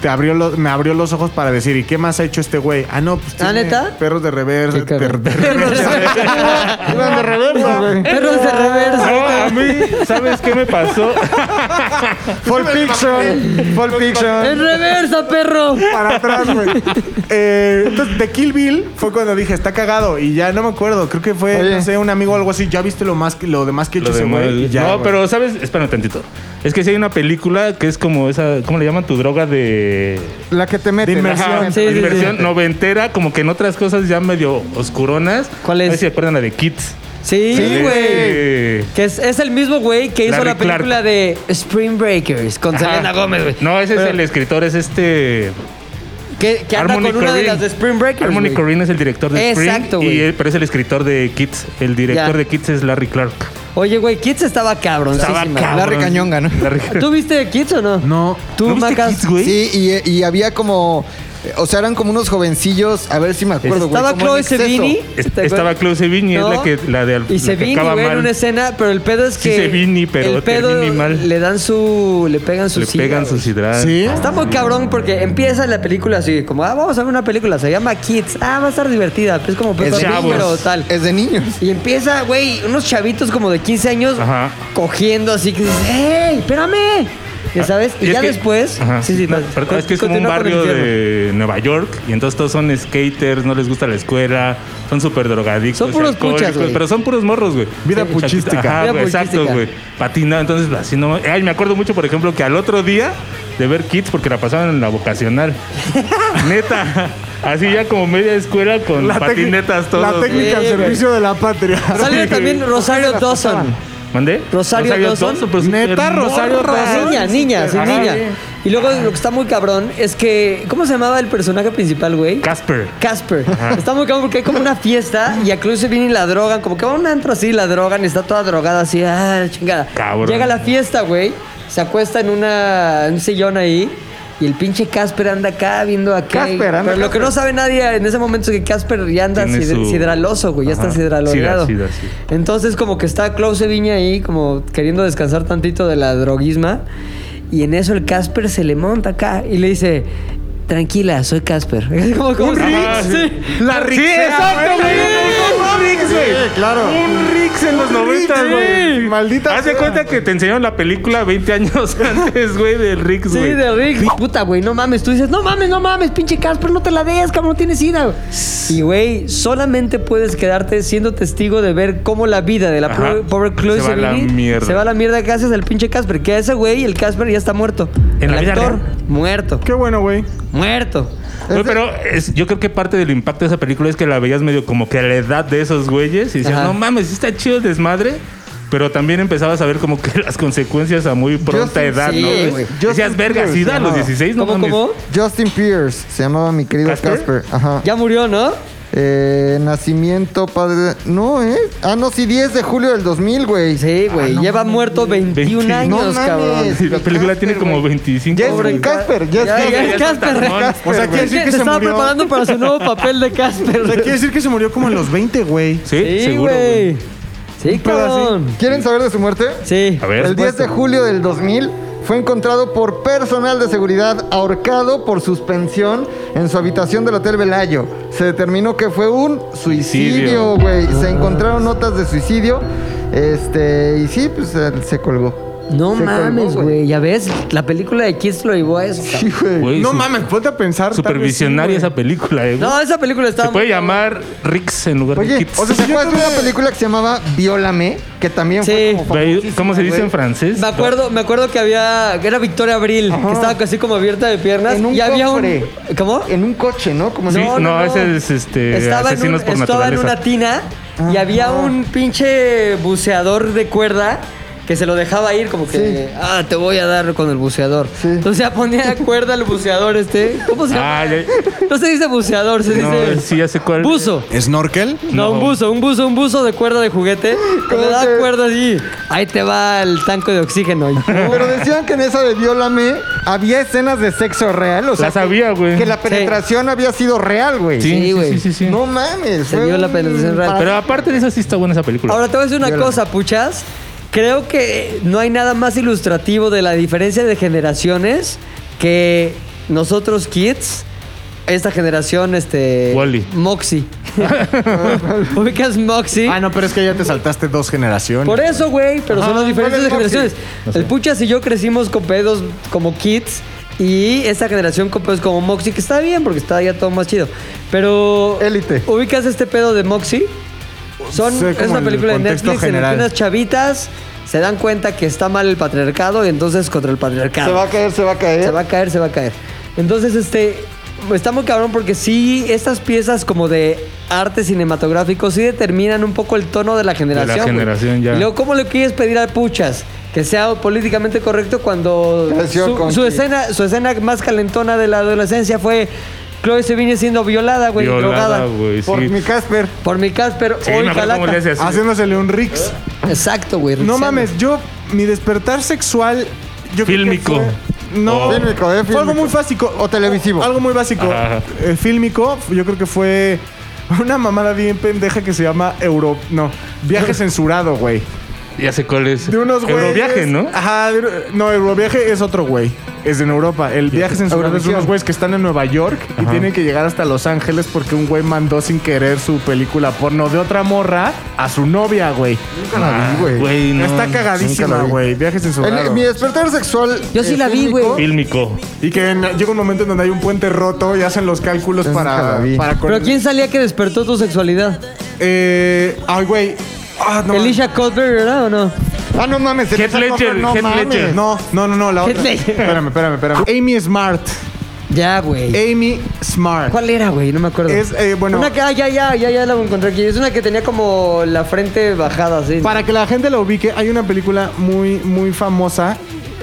Speaker 8: Te abrió lo- me abrió los ojos para decir, ¿y qué más ha hecho este güey? Ah, no, pues
Speaker 5: ¿Ah,
Speaker 8: tiene
Speaker 5: neta?
Speaker 8: perros de reversa.
Speaker 5: Qué cagado.
Speaker 8: per- de reversa. Iban de reversa, güey.
Speaker 5: Perros de reversa.
Speaker 6: a mí, ¿sabes qué me pasó?
Speaker 8: Full Fiction. Full Fiction.
Speaker 5: En reversa, perro.
Speaker 8: para atrás, güey. Eh, entonces, de Kill Bill fue cuando dije, está cagado. Y ya no me acuerdo. Creo que fue,
Speaker 3: Oye.
Speaker 8: no sé, un amigo o algo así. ¿Ya viste lo, más que, lo demás que he hecho
Speaker 6: Lo
Speaker 8: ese
Speaker 6: demás-
Speaker 8: güey? Y ya,
Speaker 6: no,
Speaker 8: güey.
Speaker 6: pero sabes, espérame tantito. Es que si hay una película que es como esa, ¿cómo le llaman tu droga de
Speaker 3: La que te mete.
Speaker 8: De inmersión.
Speaker 3: la que te
Speaker 5: Sí, sí,
Speaker 3: mete.
Speaker 6: inversión noventera? Como que en otras cosas ya medio oscuronas.
Speaker 5: ¿Cuál es?
Speaker 6: No sé si acuerdan la de Kids.
Speaker 5: Sí,
Speaker 6: Sí,
Speaker 5: güey.
Speaker 6: güey.
Speaker 5: Que es, es el mismo güey que hizo
Speaker 6: Larry
Speaker 5: la película
Speaker 6: Clark.
Speaker 5: de Spring Breakers con Selena Gómez, güey.
Speaker 6: No, ese es
Speaker 5: Pero-
Speaker 6: el escritor, es este.
Speaker 5: Que, que anda
Speaker 6: Harmony
Speaker 5: con una de
Speaker 6: Korine.
Speaker 5: las de Spring Breakers.
Speaker 6: Harmony
Speaker 5: güey.
Speaker 6: Korine es el director de Spring.
Speaker 5: Exacto, güey.
Speaker 6: y él, pero es el escritor de Kids. El
Speaker 5: Ya.
Speaker 6: director de Kids es Larry Clark.
Speaker 5: Oye, güey, Kids estaba cabrón.
Speaker 3: Larry
Speaker 6: Cabrón.
Speaker 3: Cañonga, ¿no?
Speaker 6: Larry-
Speaker 5: ¿Tú viste Kids o no?
Speaker 8: No.
Speaker 5: ¿Tú,
Speaker 6: ¿No viste
Speaker 5: Macas?
Speaker 6: Kids, güey?
Speaker 3: Sí, y, y había como... O sea, eran como unos jovencillos. A ver si me acuerdo, güey.
Speaker 5: Estaba
Speaker 3: como
Speaker 5: Chloe
Speaker 3: en exceso.
Speaker 5: Sevigny.
Speaker 6: Est-
Speaker 5: ¿te acuerdas?
Speaker 6: Estaba Chloe Sevigny, es
Speaker 5: No.
Speaker 6: la que la de al-
Speaker 5: Y
Speaker 6: la que
Speaker 5: Sevigny,
Speaker 6: acaba
Speaker 5: güey, en
Speaker 6: mal.
Speaker 5: una escena, pero el pedo es
Speaker 6: Sí,
Speaker 5: que.
Speaker 6: Sevigny, pero
Speaker 5: el pedo
Speaker 6: termina mal.
Speaker 5: Le dan su. Le pegan su
Speaker 6: Le
Speaker 5: sida,
Speaker 6: pegan
Speaker 5: güey.
Speaker 6: sus hidratos.
Speaker 8: ¿Sí?
Speaker 5: Está muy cabrón porque empieza la película así, como, ah, vamos a ver una película, se llama Kids, ah, va a estar divertida, pues como
Speaker 3: Es
Speaker 5: Peppa
Speaker 3: de
Speaker 5: Pig,
Speaker 6: chavos.
Speaker 5: pero tal.
Speaker 3: Es de niños.
Speaker 5: Y empieza, güey, unos chavitos como de 15 años
Speaker 6: Ajá.
Speaker 5: cogiendo así que dices, ¡Ey, espérame! Ya sabes, y,
Speaker 6: Ah, es
Speaker 5: ya
Speaker 6: que-
Speaker 5: después...
Speaker 6: Ajá. No,
Speaker 5: vas-
Speaker 6: pero es que es como un
Speaker 5: continúa con el
Speaker 6: barrio
Speaker 5: infierno.
Speaker 6: de Nueva York y entonces todos son skaters, no les gusta la escuela, son súper drogadictos.
Speaker 5: Son puros
Speaker 6: y alcohólicos,
Speaker 5: puchas, güey.
Speaker 6: Pero son puros morros, güey.
Speaker 8: Vida
Speaker 6: Sí,
Speaker 8: puchística.
Speaker 6: Ajá,
Speaker 5: Vida
Speaker 6: güey, exacto,
Speaker 5: puchística.
Speaker 6: güey. Patina, entonces así no. Ay, me acuerdo mucho, por ejemplo, que al otro día de ver Kids, porque la pasaban en la vocacional. Neta. Así ya como media escuela con
Speaker 8: La tec-
Speaker 6: patinetas todos.
Speaker 8: La técnica al
Speaker 5: Sí, güey.
Speaker 8: servicio de la patria.
Speaker 5: Sale también Rosario Dawson.
Speaker 6: ¿Mandé?
Speaker 5: Rosario Dawson.
Speaker 6: pero súper
Speaker 8: Neta,
Speaker 6: morro,
Speaker 8: Rosario
Speaker 6: güey.
Speaker 8: Dawson.
Speaker 5: Niña, niña, sí,
Speaker 6: Ajá.
Speaker 5: niña. Y luego lo que está muy cabrón es que... ¿Cómo se llamaba el personaje principal, güey?
Speaker 6: Casper.
Speaker 5: Casper. Está muy cabrón porque hay como una fiesta y a Chloe se viene y la drogan. Como que va a un antro así y la drogan y está toda drogada así. Ah, la chingada.
Speaker 6: Cabrón.
Speaker 5: Llega a la fiesta, güey. Se acuesta en una, en un sillón ahí. Y el pinche Casper anda acá viendo acá.
Speaker 3: Casper,
Speaker 5: y-
Speaker 3: anda
Speaker 5: Pero lo que no sabe nadie en ese momento es que Casper ya anda
Speaker 6: Tiene
Speaker 5: sidr-
Speaker 6: su-
Speaker 5: sidraloso, güey. Ya está
Speaker 6: Ajá.
Speaker 5: sidraloreado.
Speaker 6: Sida, sida, sí.
Speaker 5: Entonces como que está Klaus Viña ahí como queriendo descansar tantito de la droguisma y en eso el Casper se le monta acá y le dice, tranquila, soy Casper. Como, como si-
Speaker 6: Rix.
Speaker 5: sí.
Speaker 8: La Rix.
Speaker 6: Sí, exacto, güey.
Speaker 8: Un Rix, güey. claro.
Speaker 6: Un Rix en los 90, güey.
Speaker 8: Maldita
Speaker 6: Haz de
Speaker 8: sea.
Speaker 6: cuenta que te enseñaron la película 20 años antes, güey, del Rix,
Speaker 5: Sí,
Speaker 6: güey.
Speaker 5: de Rick. Puta, güey, no mames. Tú dices, no mames, no mames, pinche Casper, no te la des, cabrón, no tienes ida. güey". Y, güey, solamente puedes quedarte siendo testigo de ver cómo la vida de la
Speaker 6: Ajá.
Speaker 5: pro- pobre Chloe
Speaker 6: Se va a la
Speaker 5: Sevigny
Speaker 6: mierda.
Speaker 5: se va a la mierda gracias al pinche Casper. Que a ese güey, el Casper ya está muerto.
Speaker 6: En la
Speaker 5: el
Speaker 6: vida
Speaker 5: actor,
Speaker 6: real.
Speaker 5: muerto,
Speaker 8: Qué bueno, güey.
Speaker 5: muerto.
Speaker 6: Güey, pero es- yo creo que parte del impacto de esa película es que la veías medio como que a la edad de esos güeyes y decías,
Speaker 5: Ajá.
Speaker 6: no mames, sí está chido el desmadre. Pero también empezabas a ver como que las consecuencias a muy pronta
Speaker 3: sí-
Speaker 6: edad,
Speaker 5: sí,
Speaker 6: ¿no?
Speaker 5: güey.
Speaker 6: Decías,
Speaker 3: Justin
Speaker 6: verga,
Speaker 3: Bieber
Speaker 6: sí
Speaker 3: se
Speaker 6: da a los
Speaker 3: llamaba.
Speaker 6: 16, no
Speaker 5: ¿Cómo,
Speaker 6: mames.
Speaker 5: cómo?
Speaker 3: Justin Pierce, se llamaba mi querido
Speaker 6: ¿Casper?
Speaker 3: Casper. Ajá.
Speaker 5: Ya murió, ¿no?
Speaker 3: Eh, nacimiento, padre. No, ¿eh? Ah, no, sí, 10 de julio del 2000, güey.
Speaker 5: Sí,
Speaker 6: Ah,
Speaker 5: güey. lleva muerto 21
Speaker 6: 20.
Speaker 5: años,
Speaker 3: No mames.
Speaker 5: cabrón.
Speaker 6: Sí, la película tiene como 25.
Speaker 3: Ya es
Speaker 6: güey.
Speaker 3: un Casper, ya es
Speaker 5: Ya, ya
Speaker 3: Casper.
Speaker 5: es Casper.
Speaker 8: O sea, quiere
Speaker 5: Es que
Speaker 8: decir que
Speaker 5: se
Speaker 8: se
Speaker 5: estaba
Speaker 8: murió.
Speaker 5: preparando para su nuevo papel de Casper.
Speaker 8: O sea, quiere decir que se murió como en los 20, güey.
Speaker 6: Sí, seguro. güey.
Speaker 5: Sí, cabrón.
Speaker 3: ¿Quieren saber de su muerte?
Speaker 5: Sí.
Speaker 6: A ver.
Speaker 3: El 10 de julio del 2000 fue encontrado por personal de seguridad ahorcado por suspensión en su habitación del Hotel Velayo. Se determinó que fue un
Speaker 6: Suicidio.
Speaker 3: suicidio, güey. Se encontraron notas de suicidio. Este, y sí, pues él se colgó.
Speaker 5: No
Speaker 3: Se colgó,
Speaker 5: mames, güey. Ya ves, la película de Kiss lo llevó a eso. cabrón.
Speaker 3: Sí, güey.
Speaker 6: Güey,
Speaker 8: No
Speaker 6: su-
Speaker 8: mames, ponte a pensar. tal vez sí,
Speaker 6: Supervisionaria
Speaker 8: güey.
Speaker 6: esa película, eh, güey.
Speaker 5: No, esa película estaba.
Speaker 6: Se puede llamar Rix en lugar de
Speaker 3: Oye,
Speaker 6: Kids.
Speaker 3: o sea, ¿se
Speaker 8: Yo
Speaker 3: acuerdan de
Speaker 8: tuve-
Speaker 3: una película que se llamaba Viólame? Que también
Speaker 5: Sí.
Speaker 3: fue como
Speaker 6: Güey,
Speaker 3: famosísima,
Speaker 6: ¿Cómo se dice
Speaker 3: güey.
Speaker 6: en francés?
Speaker 5: Me acuerdo, me acuerdo que había. que Era Victoria Abril, que estaba casi como abierta de piernas.
Speaker 3: En un
Speaker 5: y había
Speaker 3: cofre.
Speaker 5: un. ¿Cómo?
Speaker 3: En Eh, un coche, ¿no? Como
Speaker 6: Sí,
Speaker 3: en-
Speaker 6: no, ese es, este,
Speaker 5: Estaba, en, un-
Speaker 6: Asesinos por
Speaker 5: estaba en
Speaker 3: Ah,
Speaker 6: Naturaleza.
Speaker 5: una tina y había un pinche buceador de cuerda que se lo dejaba ir como que,
Speaker 3: Sí.
Speaker 5: ah, te voy a dar con el buceador.
Speaker 3: Sí.
Speaker 5: Entonces ya ponía cuerda al buceador este. ¿Cómo se llama?
Speaker 6: Ah, ya-
Speaker 5: No se dice buceador, se dice
Speaker 6: no, sí, ya sé cuál.
Speaker 5: buzo.
Speaker 8: ¿Snorkel?
Speaker 5: No, un buzo, un buzo, un buzo de cuerda de juguete. Le da cuerda así. Ahí te va el tanco de oxígeno.
Speaker 3: Pero decían que en esa de Viólame había escenas de sexo real, o sea,
Speaker 6: La sabía, güey.
Speaker 3: que la penetración había sido real, güey.
Speaker 5: Sí, güey.
Speaker 6: Sí, sí, sí.
Speaker 3: No mames.
Speaker 5: Se
Speaker 3: fue
Speaker 5: vio la
Speaker 3: un-
Speaker 5: penetración real.
Speaker 6: Pero aparte de eso, sí está buena esa película.
Speaker 5: Ahora te voy a decir una cosa, puchas. Creo que no hay nada más ilustrativo de la diferencia de generaciones que nosotros kids, esta generación, este...
Speaker 6: Wall-E.
Speaker 5: Moxie. Ubicas Moxie.
Speaker 8: Ah, no, pero es que ya te saltaste dos generaciones.
Speaker 5: Por eso, güey, pero son
Speaker 8: Ajá,
Speaker 5: las diferencias de
Speaker 8: ¿cuál es
Speaker 5: generaciones. El Puchas y yo crecimos con pedos como kids y esta generación con pedos como Moxie, que está bien porque está ya todo más chido. Pero.
Speaker 3: Élite.
Speaker 5: ¿Ubicas este pedo de Moxie? Son,
Speaker 8: Sé como
Speaker 5: es una
Speaker 8: el
Speaker 5: película de
Speaker 8: contexto
Speaker 5: Netflix en la
Speaker 8: general.
Speaker 5: que unas chavitas se dan cuenta que está mal el patriarcado y entonces contra el patriarcado.
Speaker 3: Se va a caer, se va a caer.
Speaker 5: Se va a caer, se va a caer. Entonces, este, está muy cabrón porque sí, estas piezas como de arte cinematográfico sí determinan un poco el tono de la generación. güey.
Speaker 6: generación, ya.
Speaker 5: Y luego, ¿cómo le quieres pedir al Puchas? Que sea políticamente correcto cuando
Speaker 3: Creció
Speaker 5: su,
Speaker 3: con
Speaker 5: su
Speaker 3: Kids.
Speaker 5: escena, su escena más calentona de la adolescencia fue Chloe Sevigny siendo violada, güey,
Speaker 6: Violada,
Speaker 5: drogada.
Speaker 6: güey. Sí.
Speaker 3: Por mi Casper.
Speaker 5: Por mi Casper,
Speaker 6: Sí,
Speaker 5: hoy
Speaker 6: me acuerdo cómo le
Speaker 5: Calaca.
Speaker 6: hace así.
Speaker 8: Haciéndosele un Rix.
Speaker 5: Exacto, güey.
Speaker 8: No
Speaker 5: Rixando.
Speaker 8: mames, yo, mi despertar sexual. Yo creo que
Speaker 6: Fílmico.
Speaker 8: fue- no,
Speaker 6: Oh.
Speaker 3: Fílmico, eh,
Speaker 8: Fue algo
Speaker 3: fílmico.
Speaker 8: muy básico.
Speaker 3: O televisivo.
Speaker 8: Algo muy básico.
Speaker 6: Ajá.
Speaker 8: Eh, fílmico, yo creo que fue una mamada bien pendeja que se llama Euro. No, viaje censurado, güey.
Speaker 6: Ya sé cuál es.
Speaker 8: De unos güeyes. Ah,
Speaker 6: Euroviaje, ¿no?
Speaker 8: Ajá, de- no, Euroviaje es otro güey. Es en Europa. El viaje censurado es de
Speaker 3: Eurovisión.
Speaker 8: unos güeyes que están en Nueva York y tienen que llegar hasta Los Ángeles porque un güey mandó sin querer su película porno de otra morra a su novia, güey.
Speaker 3: Nunca la vi, güey.
Speaker 6: Ah, Güey, no.
Speaker 8: Está
Speaker 3: nunca
Speaker 8: cagadísima,
Speaker 3: la vi.
Speaker 8: güey. Viaje
Speaker 3: El-
Speaker 8: censurado.
Speaker 3: Mi despertar sexual.
Speaker 5: Yo sí
Speaker 3: eh,
Speaker 5: la vi,
Speaker 3: fílmico,
Speaker 5: güey.
Speaker 6: Fílmico.
Speaker 8: Y que en- llega un momento en donde hay un puente roto y hacen los cálculos
Speaker 3: Yo nunca
Speaker 8: para,
Speaker 3: la vi.
Speaker 8: para con-
Speaker 5: Pero ¿quién salía que despertó tu sexualidad?
Speaker 8: Eh, ay, güey. Ah, no.
Speaker 5: ¿Elisha Cuthbert, verdad o no?
Speaker 3: Ah, no mames.
Speaker 6: Heath
Speaker 3: Elisa
Speaker 6: Ledger,
Speaker 3: Cooper, no
Speaker 6: Heath
Speaker 3: mames.
Speaker 6: Ledger.
Speaker 8: No, no, no, no, la otra.
Speaker 5: Hitler.
Speaker 8: Espérame, espérame, espérame. Amy Smart.
Speaker 5: Ya,
Speaker 8: Eh,
Speaker 5: güey.
Speaker 8: Amy Smart.
Speaker 5: ¿Cuál era, güey? No me acuerdo.
Speaker 8: Es, eh, bueno,
Speaker 5: Una que, ah, ya, ya, ya, ya la encontré aquí. Es una que tenía como la frente bajada, así.
Speaker 8: para que la gente la ubique, hay una película muy, muy famosa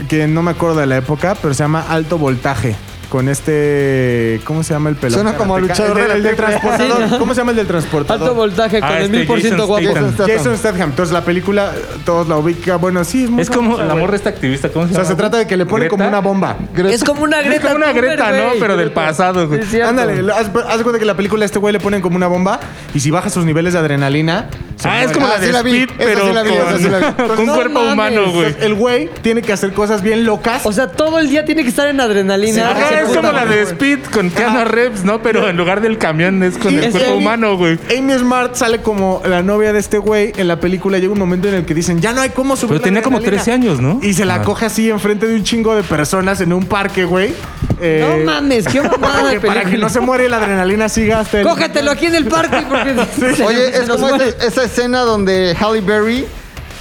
Speaker 8: que no me acuerdo de la época, pero se llama Alto Voltaje. Con este. ¿cómo se llama el pelotón?
Speaker 3: Suena como luchador
Speaker 8: El,
Speaker 3: de la
Speaker 8: del- el del
Speaker 3: película.
Speaker 8: transportador. ¿Cómo se llama el del transportador?
Speaker 5: Alto voltaje con
Speaker 6: Ah,
Speaker 5: el
Speaker 6: este,
Speaker 5: mil por ciento
Speaker 6: Jason
Speaker 5: guapo.
Speaker 6: Statham.
Speaker 8: Jason Statham. Entonces la película, todos la ubican. Bueno, sí. muy
Speaker 6: Es como
Speaker 8: famosa,
Speaker 6: la
Speaker 8: güey.
Speaker 6: morra esta activista. ¿Cómo se
Speaker 8: O
Speaker 6: llama?
Speaker 8: sea, se trata de que le pone como
Speaker 6: ¿Greta?
Speaker 8: una bomba.
Speaker 5: Es como una
Speaker 6: Es
Speaker 5: Greta.
Speaker 6: como una
Speaker 5: Thunberg,
Speaker 6: greta, ¿no?
Speaker 5: güey.
Speaker 6: Pero del pasado, güey.
Speaker 5: Sí, es cierto.
Speaker 8: Ándale, lo- haz, haz de cuenta que la película a este güey le ponen como una bomba y si baja sus niveles de adrenalina. se
Speaker 6: Ah,
Speaker 8: muere.
Speaker 6: es como la
Speaker 3: Ah, sí
Speaker 6: de
Speaker 3: la vi,
Speaker 6: Speed,
Speaker 3: esa
Speaker 6: pero
Speaker 3: sí la vi, esa sí la vi.
Speaker 6: con, con
Speaker 8: No
Speaker 6: cuerpo
Speaker 8: mames,
Speaker 6: humano, güey.
Speaker 8: entonces, El güey tiene que hacer cosas bien locas.
Speaker 5: O sea, todo el día tiene que estar en adrenalina.
Speaker 6: Ajá,
Speaker 5: Ese
Speaker 6: es
Speaker 5: puta
Speaker 6: como la de
Speaker 5: madre.
Speaker 6: Speed con Keanu Reeves, ¿no? Pero en lugar del camión es con
Speaker 8: Y
Speaker 6: el
Speaker 8: es
Speaker 6: cuerpo
Speaker 8: Amy-
Speaker 6: humano, güey.
Speaker 8: Amy Smart sale como la novia de este güey en la película. Llega un momento en el que dicen, ya no hay cómo subir.
Speaker 6: Pero
Speaker 8: la
Speaker 6: tenía como
Speaker 8: adrenalina".
Speaker 6: 13 años, ¿no?
Speaker 8: Y se la
Speaker 6: Ah.
Speaker 8: coge así enfrente de un chingo de personas en un parque, güey. Eh,
Speaker 5: No mames, qué mamada
Speaker 8: para
Speaker 5: de
Speaker 8: que, para
Speaker 5: película.
Speaker 8: que no se muere y la adrenalina siga hasta el...
Speaker 5: Cógetelo aquí en el parque porque se-
Speaker 3: Oye,
Speaker 5: se
Speaker 3: es
Speaker 5: nos
Speaker 3: como
Speaker 5: muere.
Speaker 3: esa, esa escena donde Halle Berry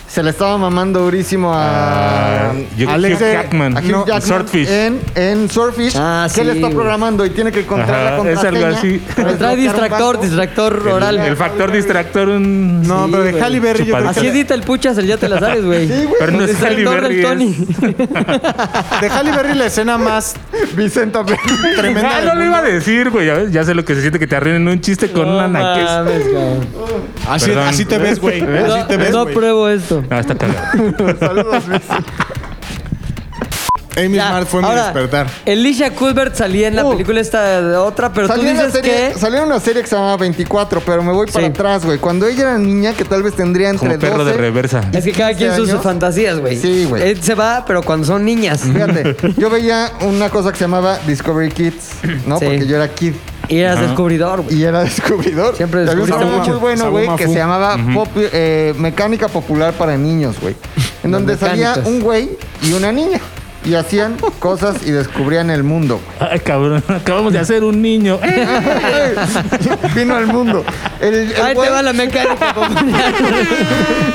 Speaker 3: se le estaba mamando durísimo a.
Speaker 6: Ah, yo-
Speaker 8: Alex
Speaker 6: Hugh
Speaker 8: de-
Speaker 6: Jackman.
Speaker 3: a Hugh
Speaker 6: No,
Speaker 3: Jackman
Speaker 6: Swordfish.
Speaker 3: En, en Swordfish.
Speaker 5: Ah,
Speaker 3: Que él
Speaker 5: sí,
Speaker 3: está
Speaker 5: güey.
Speaker 3: programando y tiene que encontrar
Speaker 6: Ajá,
Speaker 3: la
Speaker 6: es
Speaker 3: contraseña.
Speaker 6: algo así.
Speaker 5: Pero
Speaker 3: para
Speaker 5: trae
Speaker 3: desbloquear un
Speaker 5: distractor,
Speaker 3: banco.
Speaker 5: distractor oral.
Speaker 6: El factor distractor, un.
Speaker 8: No,
Speaker 5: Sí,
Speaker 8: pero de
Speaker 5: güey.
Speaker 8: Halle Berry yo creo que
Speaker 5: Así edita el puchas, el ya te la sabes, güey.
Speaker 6: Pero no es Halle
Speaker 5: Distractor del
Speaker 6: Berry. es-
Speaker 5: Tony.
Speaker 8: De Halle Berry la escena más
Speaker 3: Vicenta Fernández.
Speaker 8: tremenda.
Speaker 6: Ah,
Speaker 8: del
Speaker 6: no lo
Speaker 8: mundo.
Speaker 6: iba a decir, güey. Ya, ves, ya sé lo que se siente que te arruinen un chiste con una naquez.
Speaker 5: mames, cabrón.
Speaker 8: Así,
Speaker 6: Perdón.
Speaker 8: así te ves, güey. Así te
Speaker 5: No,
Speaker 8: ves,
Speaker 5: no
Speaker 8: güey.
Speaker 5: apruebo esto.
Speaker 6: No, está cagado.
Speaker 3: Saludos, Vic.
Speaker 8: Amy
Speaker 5: Ya,
Speaker 8: Smart fue mi
Speaker 5: ahora,
Speaker 8: despertar.
Speaker 5: Elisha Cuthbert salía en la
Speaker 3: Uh.
Speaker 5: película esta de otra, pero tú
Speaker 3: Salió una,
Speaker 5: dices
Speaker 3: serie,
Speaker 5: que...
Speaker 3: salió una serie que se llamaba 24, pero me voy para
Speaker 5: Sí.
Speaker 3: atrás, güey. Cuando ella era niña, que tal vez tendría entre
Speaker 6: Como perro
Speaker 3: 12,
Speaker 6: de reversa.
Speaker 5: Es que cada quien
Speaker 3: 15
Speaker 5: sus
Speaker 3: años.
Speaker 5: fantasías, güey.
Speaker 3: Sí, güey.
Speaker 5: Él se va, pero cuando son niñas.
Speaker 3: Fíjate, yo veía una cosa que se llamaba Discovery Kids, ¿no?
Speaker 5: Sí.
Speaker 3: Porque yo era kid
Speaker 5: Y eras descubridor, güey.
Speaker 3: y era descubridor.
Speaker 5: Siempre
Speaker 3: Y había un
Speaker 5: descubriste
Speaker 3: programa
Speaker 5: mucho.
Speaker 3: muy bueno, güey, que
Speaker 8: Sabumafu.
Speaker 3: se llamaba Popu- eh, Mecánica Popular para Niños, güey. En
Speaker 5: Los
Speaker 3: donde salía
Speaker 5: mecánicos.
Speaker 3: un güey y una niña. Y hacían cosas y descubrían el mundo. güey.
Speaker 6: Ay, cabrón. Acabamos de hacer un niño.
Speaker 3: Vino al mundo. El, el
Speaker 5: Ahí
Speaker 3: güey-
Speaker 5: te va la mecánica, compadre.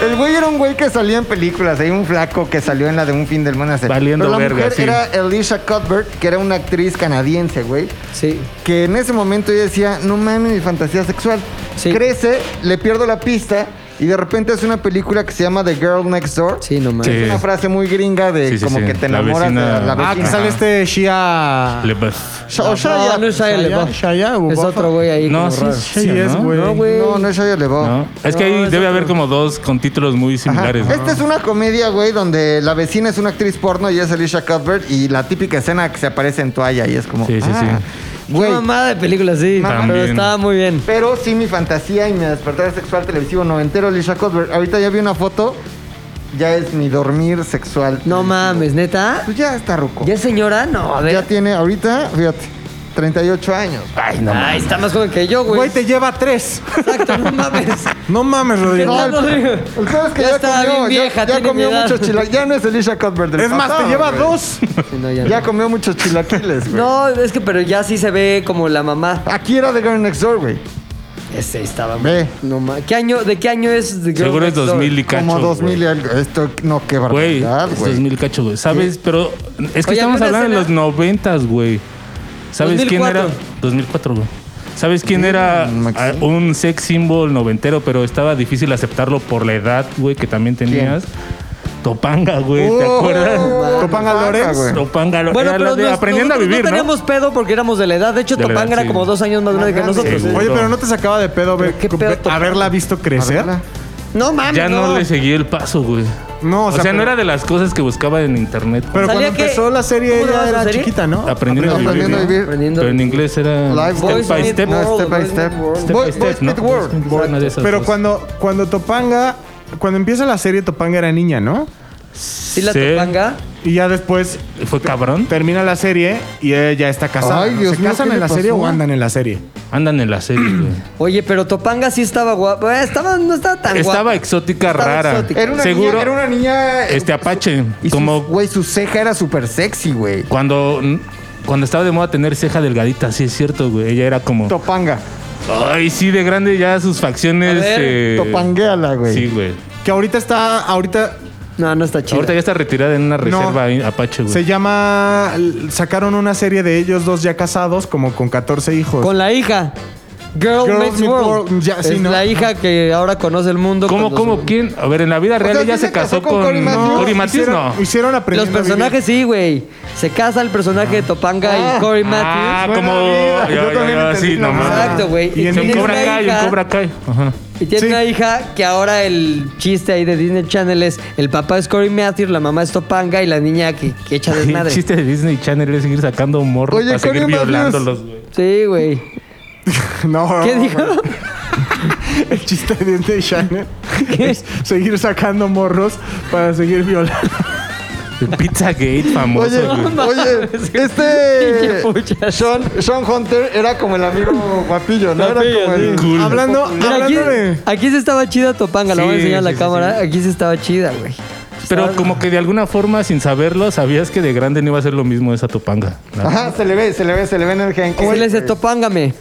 Speaker 3: El güey era un güey que salía en películas. Hay un flaco que salió en la de Un Fin del Mundo. hace-
Speaker 6: Valiendo
Speaker 3: Pero la
Speaker 6: verga,
Speaker 3: mujer
Speaker 6: sí.
Speaker 3: era Elisha Cuthbert, que era una actriz canadiense, güey.
Speaker 5: Sí.
Speaker 3: Que en ese momento ella decía, no mames, mi fantasía sexual.
Speaker 5: Sí.
Speaker 3: Crece, le pierdo la pista. Y de repente es una película que se llama The Girl Next Door.
Speaker 5: Sí, no mames.
Speaker 6: Sí.
Speaker 3: Es una frase muy gringa de
Speaker 6: Sí, sí,
Speaker 3: como
Speaker 6: sí.
Speaker 3: que te
Speaker 6: La
Speaker 3: enamoras
Speaker 6: vecina-
Speaker 3: de la
Speaker 8: Ah, que
Speaker 3: vecina.
Speaker 8: sale este Shia.
Speaker 6: Le vas.
Speaker 3: Sh- o Shia.
Speaker 5: No, no es Shia LaBeouf.
Speaker 8: Shia o
Speaker 5: Es
Speaker 8: Bufa.
Speaker 5: otro güey ahí.
Speaker 6: No,
Speaker 5: como
Speaker 6: sí,
Speaker 5: raro.
Speaker 6: es Shia,
Speaker 8: Sí es,
Speaker 6: ¿no?
Speaker 8: güey.
Speaker 5: No, güey.
Speaker 3: No, no es Shia LaBeouf.
Speaker 6: No. Es que ahí debe haber como dos con títulos muy
Speaker 3: Ajá.
Speaker 6: similares. ¿no?
Speaker 3: Esta es una comedia, güey, donde la vecina es una actriz porno y es Alicia Cuthbert y la típica escena que se aparece en toalla y es como...
Speaker 6: Sí, sí, sí.
Speaker 3: ah,
Speaker 5: Una
Speaker 3: Güey,
Speaker 5: mamada de película, sí.
Speaker 6: Mamá.
Speaker 5: Pero
Speaker 6: También.
Speaker 5: estaba muy bien.
Speaker 3: pero sí mi fantasía y mi despertar sexual televisivo noventero Alicia Cuthbert. Ahorita ya vi una foto, ya es mi dormir sexual.
Speaker 5: No mames, neta.
Speaker 3: Pues ya está ruco.
Speaker 5: ¿Ya es señora? No, a ver.
Speaker 3: Ya tiene ahorita, fíjate, 38 años.
Speaker 5: Ay, no Ay, está más joven que yo, güey.
Speaker 8: Güey, te lleva tres.
Speaker 5: Exacto, no mames.
Speaker 8: No mames, Rodrigo.
Speaker 5: No, no, digo.
Speaker 3: El peor es que
Speaker 5: Ya
Speaker 3: ya,
Speaker 5: está
Speaker 3: comió,
Speaker 5: bien
Speaker 3: ya-
Speaker 5: vieja,
Speaker 3: ya,
Speaker 5: tiene
Speaker 3: comió
Speaker 5: mi edad.
Speaker 3: muchos chilaquiles. Ya no es Alicia Cuthbert del
Speaker 8: Es más, te
Speaker 3: pasado,
Speaker 8: lleva
Speaker 3: güey.
Speaker 8: dos.
Speaker 5: Sí, no, ya no.
Speaker 3: Ya comió muchos chilaquiles, güey.
Speaker 5: No, es que pero ya sí se ve como la mamá.
Speaker 3: Aquí era The Girl Next Door, güey.
Speaker 5: Ese estaba
Speaker 3: Ve.
Speaker 5: No ma- ¿Qué año, ¿De qué año es? The Girl
Speaker 6: Seguro
Speaker 5: Next
Speaker 6: es
Speaker 5: Door?
Speaker 6: 2000 y cacho.
Speaker 3: Como 2000 y
Speaker 6: güey.
Speaker 3: algo. Esto, no, qué
Speaker 6: Güey,
Speaker 3: barbaridad,
Speaker 6: es
Speaker 3: güey.
Speaker 6: 2000 cacho, güey. ¿Sabes? Pero es que
Speaker 5: Oye,
Speaker 6: estamos
Speaker 5: había una
Speaker 6: hablando de
Speaker 5: escena-
Speaker 6: los noventas, güey. ¿Sabes quién era?
Speaker 5: 2004.
Speaker 6: 2004, güey. ¿Sabes quién era ah, un sex symbol noventero, pero estaba difícil aceptarlo por la edad, güey, que también tenías? Topanga, güey, ¿te
Speaker 3: Oh,
Speaker 6: acuerdas?
Speaker 8: Topanga
Speaker 3: Topanga,
Speaker 8: Lorenz.
Speaker 3: güey.
Speaker 6: Topanga, lo-
Speaker 5: Bueno,
Speaker 6: era
Speaker 5: pero
Speaker 6: la de
Speaker 5: nos-
Speaker 6: aprendiendo a
Speaker 5: nosotros
Speaker 6: vivir,
Speaker 5: no
Speaker 6: ¿no?
Speaker 5: teníamos pedo porque éramos de la edad. De hecho,
Speaker 6: De la
Speaker 5: Topanga
Speaker 6: edad,
Speaker 5: era
Speaker 6: sí.
Speaker 5: como dos años más grande que nosotros. ¿eh?
Speaker 6: güey.
Speaker 8: Oye, pero ¿no te sacaba de pedo ver,
Speaker 5: ¿Pero qué pedo tocar?
Speaker 8: haberla visto crecer?
Speaker 3: Verla.
Speaker 5: No mames.
Speaker 6: Ya no
Speaker 5: no
Speaker 6: le seguí el paso, güey.
Speaker 8: No,
Speaker 6: O sea, no
Speaker 8: pero-
Speaker 6: era de las cosas que buscaba en internet. güey.
Speaker 8: Pero cuando
Speaker 5: Salía que-
Speaker 8: empezó la serie
Speaker 5: ¿Cómo se
Speaker 8: ella
Speaker 5: llama
Speaker 8: era
Speaker 5: su serie?
Speaker 8: chiquita, ¿no?
Speaker 6: aprendiendo, a vivir.
Speaker 3: Aprendiendo a
Speaker 6: ¿no?
Speaker 3: vivir.
Speaker 5: Aprendiendo.
Speaker 6: Pero en inglés era
Speaker 3: Live
Speaker 5: Boys
Speaker 6: step by
Speaker 5: Meet
Speaker 6: step.
Speaker 5: World.
Speaker 3: No, Step by
Speaker 5: Boys
Speaker 3: Step.
Speaker 5: Meet World.
Speaker 3: Boy,
Speaker 6: Step by
Speaker 3: Boy
Speaker 6: step,
Speaker 3: Meet
Speaker 6: ¿no?
Speaker 3: World.
Speaker 6: Una de esas
Speaker 8: Pero
Speaker 6: dos.
Speaker 8: cuando, cuando Topanga, cuando empieza la serie Topanga era niña, ¿no?
Speaker 5: Sí, la
Speaker 6: Sí.
Speaker 5: Topanga.
Speaker 8: Y ya después
Speaker 6: Fue cabrón.
Speaker 8: termina la serie y ella ya está casada.
Speaker 3: Ay,
Speaker 8: ¿no?
Speaker 3: Dios
Speaker 8: ¿Se
Speaker 3: mío,
Speaker 8: casan
Speaker 3: ¿qué
Speaker 8: en
Speaker 3: le
Speaker 8: la serie
Speaker 3: pasó? Eh,
Speaker 8: o andan en la serie?
Speaker 6: Andan en la serie, güey.
Speaker 5: Oye, pero Topanga sí estaba guapa. Eh, Estaba, no estaba tan guapa.
Speaker 6: Estaba exótica
Speaker 5: Estaba
Speaker 6: rara.
Speaker 5: exótica.
Speaker 3: Era una
Speaker 6: Seguro.
Speaker 3: niña, era una niña... eh,
Speaker 6: Este Apache.
Speaker 3: y
Speaker 6: como
Speaker 3: su- Güey, su ceja era súper sexy, güey.
Speaker 6: cuando. Cuando estaba de moda tener ceja delgadita, sí es cierto, güey. Ella era como.
Speaker 3: Topanga.
Speaker 6: Ay, sí, de grande ya sus facciones.
Speaker 5: A ver,
Speaker 6: eh,
Speaker 3: Topangueala, güey.
Speaker 6: Sí, güey.
Speaker 8: Que ahorita está, ahorita
Speaker 5: No, no está chida.
Speaker 6: Ahorita ya está retirada en una reserva ahí, Apache,
Speaker 8: se
Speaker 6: güey.
Speaker 8: llama, sacaron una serie de ellos dos ya casados, como con 14 hijos.
Speaker 5: Con la hija. Girl
Speaker 8: Girl
Speaker 5: Next
Speaker 8: Meets
Speaker 5: World.
Speaker 8: World, ya, sí,
Speaker 5: es
Speaker 8: ¿no?
Speaker 5: la hija que ahora conoce el mundo.
Speaker 6: ¿Cómo,
Speaker 5: cuando
Speaker 6: cómo,
Speaker 5: su-
Speaker 6: quién? A ver, en la vida real
Speaker 3: sea,
Speaker 6: ella
Speaker 3: sí
Speaker 6: se casó con. Cory
Speaker 3: Matthews.
Speaker 6: Matthews, no.
Speaker 8: hicieron, hicieron
Speaker 5: Los
Speaker 8: aprendiendo a vivir.
Speaker 5: personajes sí, güey. Se casa el personaje de Topanga y Corey
Speaker 6: Ah,
Speaker 5: Matthews.
Speaker 6: como.
Speaker 8: Buena vida.
Speaker 6: Ya,
Speaker 8: Yo
Speaker 6: ya,
Speaker 8: también
Speaker 6: ya,
Speaker 8: entendí
Speaker 6: sí,
Speaker 8: la
Speaker 6: no
Speaker 8: mamada.
Speaker 6: mames.
Speaker 5: Exacto, güey.
Speaker 8: Y en
Speaker 6: En
Speaker 5: tiene
Speaker 6: Cobra
Speaker 5: una
Speaker 6: Kai,
Speaker 5: hija-
Speaker 6: en Cobra Kai. Ajá.
Speaker 5: Y tiene
Speaker 8: Sí.
Speaker 5: una hija que ahora el chiste ahí de Disney Channel es el papá es Corey Matthews, la mamá es Topanga y la niña que, que echa
Speaker 6: El
Speaker 5: desmadre.
Speaker 6: chiste de Disney Channel es seguir sacando morros
Speaker 3: Oye,
Speaker 6: para seguir
Speaker 3: Cory Matthews.
Speaker 6: violándolos, güey.
Speaker 5: Sí, güey.
Speaker 8: No,
Speaker 5: ¿Qué
Speaker 8: no,
Speaker 5: dijo?
Speaker 8: El chiste de Disney Channel es seguir sacando morros para seguir violando.
Speaker 6: El Pizzagate famoso,
Speaker 3: Oye,
Speaker 6: güey.
Speaker 3: oye,
Speaker 8: Eh,
Speaker 5: Pinche
Speaker 3: este
Speaker 5: puchas.
Speaker 3: Sean, Sean Hunter era como el amigo guapillo, ¿no? Era
Speaker 5: Guapillo,
Speaker 3: como el
Speaker 5: sí.
Speaker 6: Cool.
Speaker 8: Hablando,
Speaker 5: Mira,
Speaker 8: hablando
Speaker 5: aquí,
Speaker 8: de...
Speaker 5: aquí se estaba chida Topanga, la voy a
Speaker 6: Sí,
Speaker 5: enseñar a la
Speaker 6: sí, sí,
Speaker 5: cámara. Aquí se estaba chida, güey.
Speaker 6: Pero como que de alguna forma, sin saberlo, sabías que de grande no iba a ser lo mismo esa topanga. ¿no?
Speaker 3: Ajá, se le ve, se le ve, se le ve en el gen.
Speaker 8: Oh,
Speaker 5: Sí, le dice, Topángame.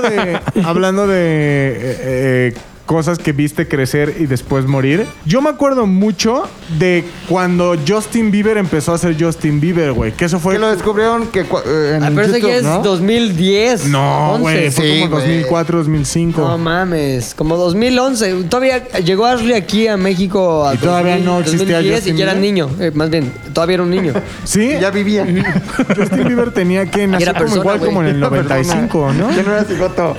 Speaker 8: de, hablando de eh, eh, cosas que viste crecer y después morir, yo me acuerdo mucho de cuando Justin Bieber empezó a ser Justin Bieber, güey. Que eso fue.
Speaker 3: Que lo descubrieron que cua- eh, en
Speaker 5: Ah, pero ese
Speaker 3: YouTube,
Speaker 5: que es
Speaker 3: ¿no?
Speaker 5: 2010.
Speaker 8: No,
Speaker 5: 11.
Speaker 8: güey. Fue
Speaker 3: sí,
Speaker 8: como
Speaker 3: güey.
Speaker 8: 2004, 2005.
Speaker 5: No mames, como 2011. Todavía llegó Ashley aquí a México a
Speaker 8: Y todavía no existía
Speaker 5: y
Speaker 8: Justin
Speaker 5: ya era
Speaker 8: Bieber.
Speaker 5: niño. Eh, más bien, todavía era un niño.
Speaker 8: ¿Sí?
Speaker 3: Ya vivía.
Speaker 8: Justin Bieber tenía que nacer como
Speaker 5: persona,
Speaker 8: igual
Speaker 5: güey.
Speaker 8: como en el 95, ¿no?
Speaker 3: Que no era cigoto.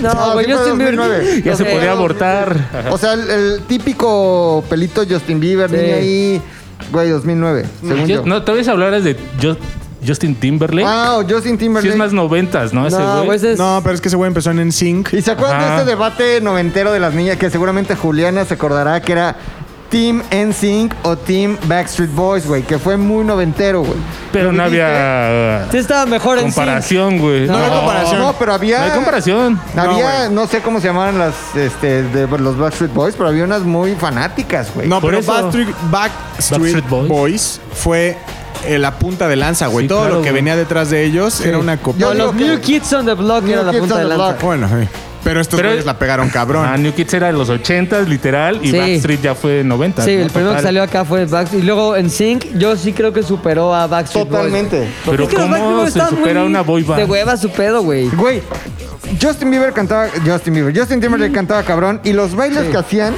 Speaker 5: No,
Speaker 3: No,
Speaker 5: güey,
Speaker 3: sí fue
Speaker 5: Justin Bieber.
Speaker 3: 2009.
Speaker 6: Ya se
Speaker 5: Eh,
Speaker 6: podía abortar.
Speaker 3: O sea, el, el típico pelito Justin Bieber,
Speaker 5: Sí.
Speaker 3: niño ahí, güey, 2009, según yo.
Speaker 6: No, tal vez hablaras de Ju- Justin Timberlake.
Speaker 3: Ah, o Justin
Speaker 6: Sí
Speaker 3: Timberlake.
Speaker 6: es más noventas, ¿no? Ese
Speaker 5: No, güey,
Speaker 6: güey.
Speaker 5: ese es.
Speaker 8: No, pero es que ese güey empezó en NSYNC.
Speaker 3: ¿Y se acuerdan
Speaker 6: Ajá.
Speaker 3: de este debate noventero de las niñas? Que seguramente Juliana se acordará que era Team NSYNC o Team Backstreet Boys, güey. Que fue muy noventero, güey.
Speaker 6: Pero
Speaker 3: ¿Lo
Speaker 6: no
Speaker 3: viviste?
Speaker 6: había
Speaker 5: Sí estaba mejor en sí.
Speaker 6: comparación, güey.
Speaker 3: No, no, comparación. No, pero había...
Speaker 6: No hay comparación.
Speaker 3: Había, no, sé cómo se llamaban las, este, de los Backstreet Boys, pero había unas muy fanáticas, güey.
Speaker 8: No,
Speaker 6: Por
Speaker 8: pero
Speaker 6: eso-
Speaker 8: Backstreet, Backstreet
Speaker 6: Backstreet Boys.
Speaker 8: Boys. fue eh, la punta de lanza, güey.
Speaker 6: Sí,
Speaker 8: Todo
Speaker 6: claro,
Speaker 8: lo que
Speaker 6: güey.
Speaker 8: venía detrás de ellos era una
Speaker 3: Yo
Speaker 8: copia.
Speaker 5: No, los
Speaker 3: digo que-
Speaker 5: New Kids on the Block
Speaker 3: New
Speaker 5: era la
Speaker 3: Kids
Speaker 5: punta
Speaker 3: on
Speaker 5: de
Speaker 3: the
Speaker 5: lanza.
Speaker 3: Block.
Speaker 8: Bueno, sí. pero estos
Speaker 6: Pero-
Speaker 8: güeyes la pegaron cabrón.
Speaker 6: Ah, New Kids era de los ochentas, literal, y
Speaker 5: Sí.
Speaker 6: Backstreet ya fue noventas.
Speaker 5: Sí,
Speaker 6: ¿no?
Speaker 5: el primero que
Speaker 6: Total.
Speaker 5: salió acá fue Backstreet. Y luego en Sync, yo sí creo que superó a Backstreet Boys.
Speaker 3: Totalmente.
Speaker 6: Pero
Speaker 5: Es que los Backstreet
Speaker 6: ¿cómo
Speaker 5: Boys
Speaker 6: se
Speaker 5: estaban
Speaker 6: supera
Speaker 5: muy
Speaker 6: una boy
Speaker 5: De
Speaker 6: band?
Speaker 5: hueva su pedo, güey.
Speaker 3: Güey, Justin Bieber cantaba. Justin Bieber. Justin Timberlake cantaba cabrón. Y los bailes que hacían,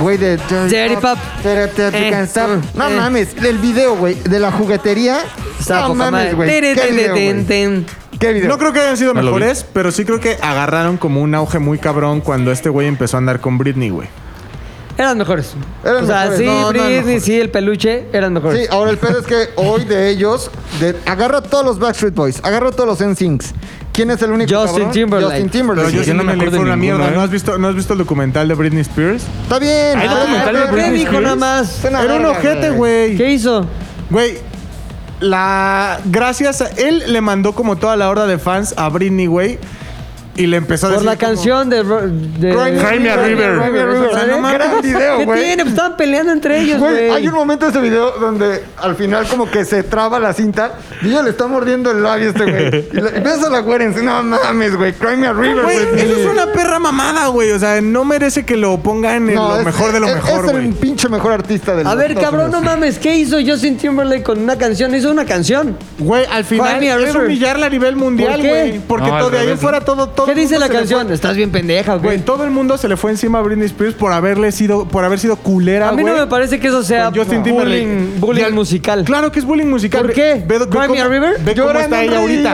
Speaker 3: güey, de.
Speaker 5: Dirty Pop.
Speaker 3: Dirty Pop,
Speaker 5: Eh,
Speaker 3: Can't Stop.
Speaker 5: eh.
Speaker 3: No mames. El video, güey, de la juguetería.
Speaker 5: Está
Speaker 3: no
Speaker 5: poca madre.
Speaker 3: mames, güey.
Speaker 5: Tere,
Speaker 3: Qué
Speaker 5: ten,
Speaker 3: video,
Speaker 5: ten,
Speaker 3: güey.
Speaker 5: ten.
Speaker 3: Qué video.
Speaker 8: No creo que hayan sido
Speaker 6: No lo vi.
Speaker 8: mejores, pero sí creo que agarraron como un auge muy cabrón cuando este güey empezó a andar con Britney, güey.
Speaker 5: Eran mejores.
Speaker 3: Eran
Speaker 5: o sea,
Speaker 3: mejores.
Speaker 5: sí,
Speaker 3: No, no,
Speaker 5: Britney,
Speaker 3: mejores.
Speaker 5: sí, el peluche, eran mejores.
Speaker 3: Sí, ahora el pedo es que hoy de ellos, de- agarra todos los Backstreet Boys, agarra todos los NSYNCs. ¿Quién es el único
Speaker 5: Justin
Speaker 3: cabrón?
Speaker 5: Timberlake.
Speaker 3: Justin
Speaker 8: Pero
Speaker 3: Timberlake.
Speaker 8: yo
Speaker 6: yo
Speaker 8: sí
Speaker 6: no
Speaker 8: no
Speaker 6: me
Speaker 8: me le
Speaker 6: acuerdo
Speaker 8: fue
Speaker 6: de
Speaker 8: una
Speaker 6: ninguno,
Speaker 8: mierda.
Speaker 6: ¿eh?
Speaker 8: ¿No has, visto, ¿No has visto el documental de Britney Spears?
Speaker 3: Está bien.
Speaker 6: Hay
Speaker 3: ah,
Speaker 6: documental de
Speaker 3: pero-
Speaker 5: ¿Qué
Speaker 6: Britney
Speaker 5: dijo
Speaker 6: Spears?
Speaker 5: nada más?
Speaker 3: Suena
Speaker 8: Era un
Speaker 3: verga,
Speaker 8: ojete, güey.
Speaker 5: ¿Qué hizo?
Speaker 8: Güey, la. Gracias a él le mandó como toda la horda de fans a Britney, güey. Y le empezó a
Speaker 5: Por
Speaker 8: decir.
Speaker 5: la
Speaker 8: como-
Speaker 5: canción de... Ro- de
Speaker 6: Cry Me a River.
Speaker 3: Cry Me a River.
Speaker 8: O sea, no mames.
Speaker 3: Gran video,
Speaker 5: ¿Qué
Speaker 3: güey.
Speaker 5: tiene? Pues Estaban peleando entre ellos,
Speaker 3: Güey,
Speaker 5: güey.
Speaker 3: hay un momento de este video donde al final como que se traba la cinta y ella le está mordiendo el labio a este güey. Y la- y ves a la güey en sí, no mames, güey, cry me a river,
Speaker 8: Güey,
Speaker 3: güey.
Speaker 8: eso es una perra mamada, güey. O sea, no merece que lo pongan en
Speaker 3: No,
Speaker 8: lo
Speaker 3: es-
Speaker 8: mejor de lo
Speaker 3: es-
Speaker 8: mejor,
Speaker 3: Es el
Speaker 8: güey.
Speaker 3: pinche mejor artista del
Speaker 5: A ver, cabrón, no mames, ¿qué hizo Justin Timberlake con una canción? Hizo una canción.
Speaker 8: Güey, al final
Speaker 5: Me a
Speaker 8: es
Speaker 5: River.
Speaker 8: humillarla a nivel mundial,
Speaker 5: ¿Por qué?
Speaker 8: güey. Porque
Speaker 6: No, al
Speaker 8: todo de ahí
Speaker 6: revés.
Speaker 8: fuera todo, todo.
Speaker 5: ¿Qué
Speaker 8: el
Speaker 5: dice
Speaker 8: mundo
Speaker 5: la
Speaker 8: se le
Speaker 5: canción?
Speaker 8: fue-
Speaker 5: Estás bien pendeja, güey.
Speaker 8: Güey, todo el mundo se le fue encima a Britney Spears por haberle sido, por haber sido culera,
Speaker 5: A mí
Speaker 8: güey.
Speaker 5: no me parece que eso sea
Speaker 8: con Justin Timberlake.
Speaker 5: bullying,
Speaker 8: Y
Speaker 5: bullying
Speaker 8: al-
Speaker 5: musical.
Speaker 8: Claro que es bullying musical.
Speaker 5: ¿Por
Speaker 8: Ve-
Speaker 5: qué?
Speaker 8: Ve, ve
Speaker 5: Cry Me
Speaker 8: cómo,
Speaker 5: a River.
Speaker 8: Ve cómo está ella ahorita.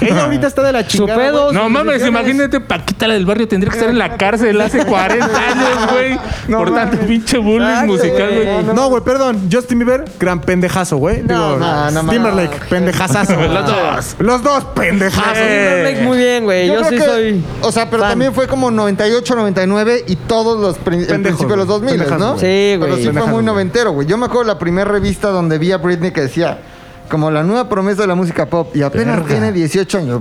Speaker 8: Ella ahorita está de la
Speaker 5: Su
Speaker 8: chingada. güey.
Speaker 5: pedo.
Speaker 6: No
Speaker 5: sus
Speaker 6: mames,
Speaker 5: decisiones.
Speaker 6: imagínate, Paquita la del barrio tendría que estar en la cárcel hace 40 años, güey. por tanto pinche bullying
Speaker 5: Exacto,
Speaker 6: musical,
Speaker 5: güey.
Speaker 6: güey.
Speaker 8: No, güey, perdón. Justin Bieber, gran pendejazo, güey. Digo,
Speaker 3: no, no,
Speaker 8: Timberlake, pendejazazo. Los dos. Los dos, pendejazos.
Speaker 5: Ah,
Speaker 6: Eh.
Speaker 5: Timberlake muy bien, güey. Yo, sí soy.
Speaker 3: O sea, pero
Speaker 5: fan.
Speaker 3: también fue como 98, 99 y todos los prin- el
Speaker 8: Pendejos,
Speaker 3: principio de los
Speaker 8: güey.
Speaker 3: 2000,
Speaker 8: Pendejos,
Speaker 3: ¿no?
Speaker 8: güey.
Speaker 5: Sí,
Speaker 3: Pero
Speaker 5: güey.
Speaker 3: sí fue
Speaker 8: Pendejos,
Speaker 3: muy
Speaker 8: güey.
Speaker 3: noventero, güey. Yo me acuerdo la primera revista donde vi a Britney que decía, como la nueva promesa de la música pop, y apenas tiene 18 años.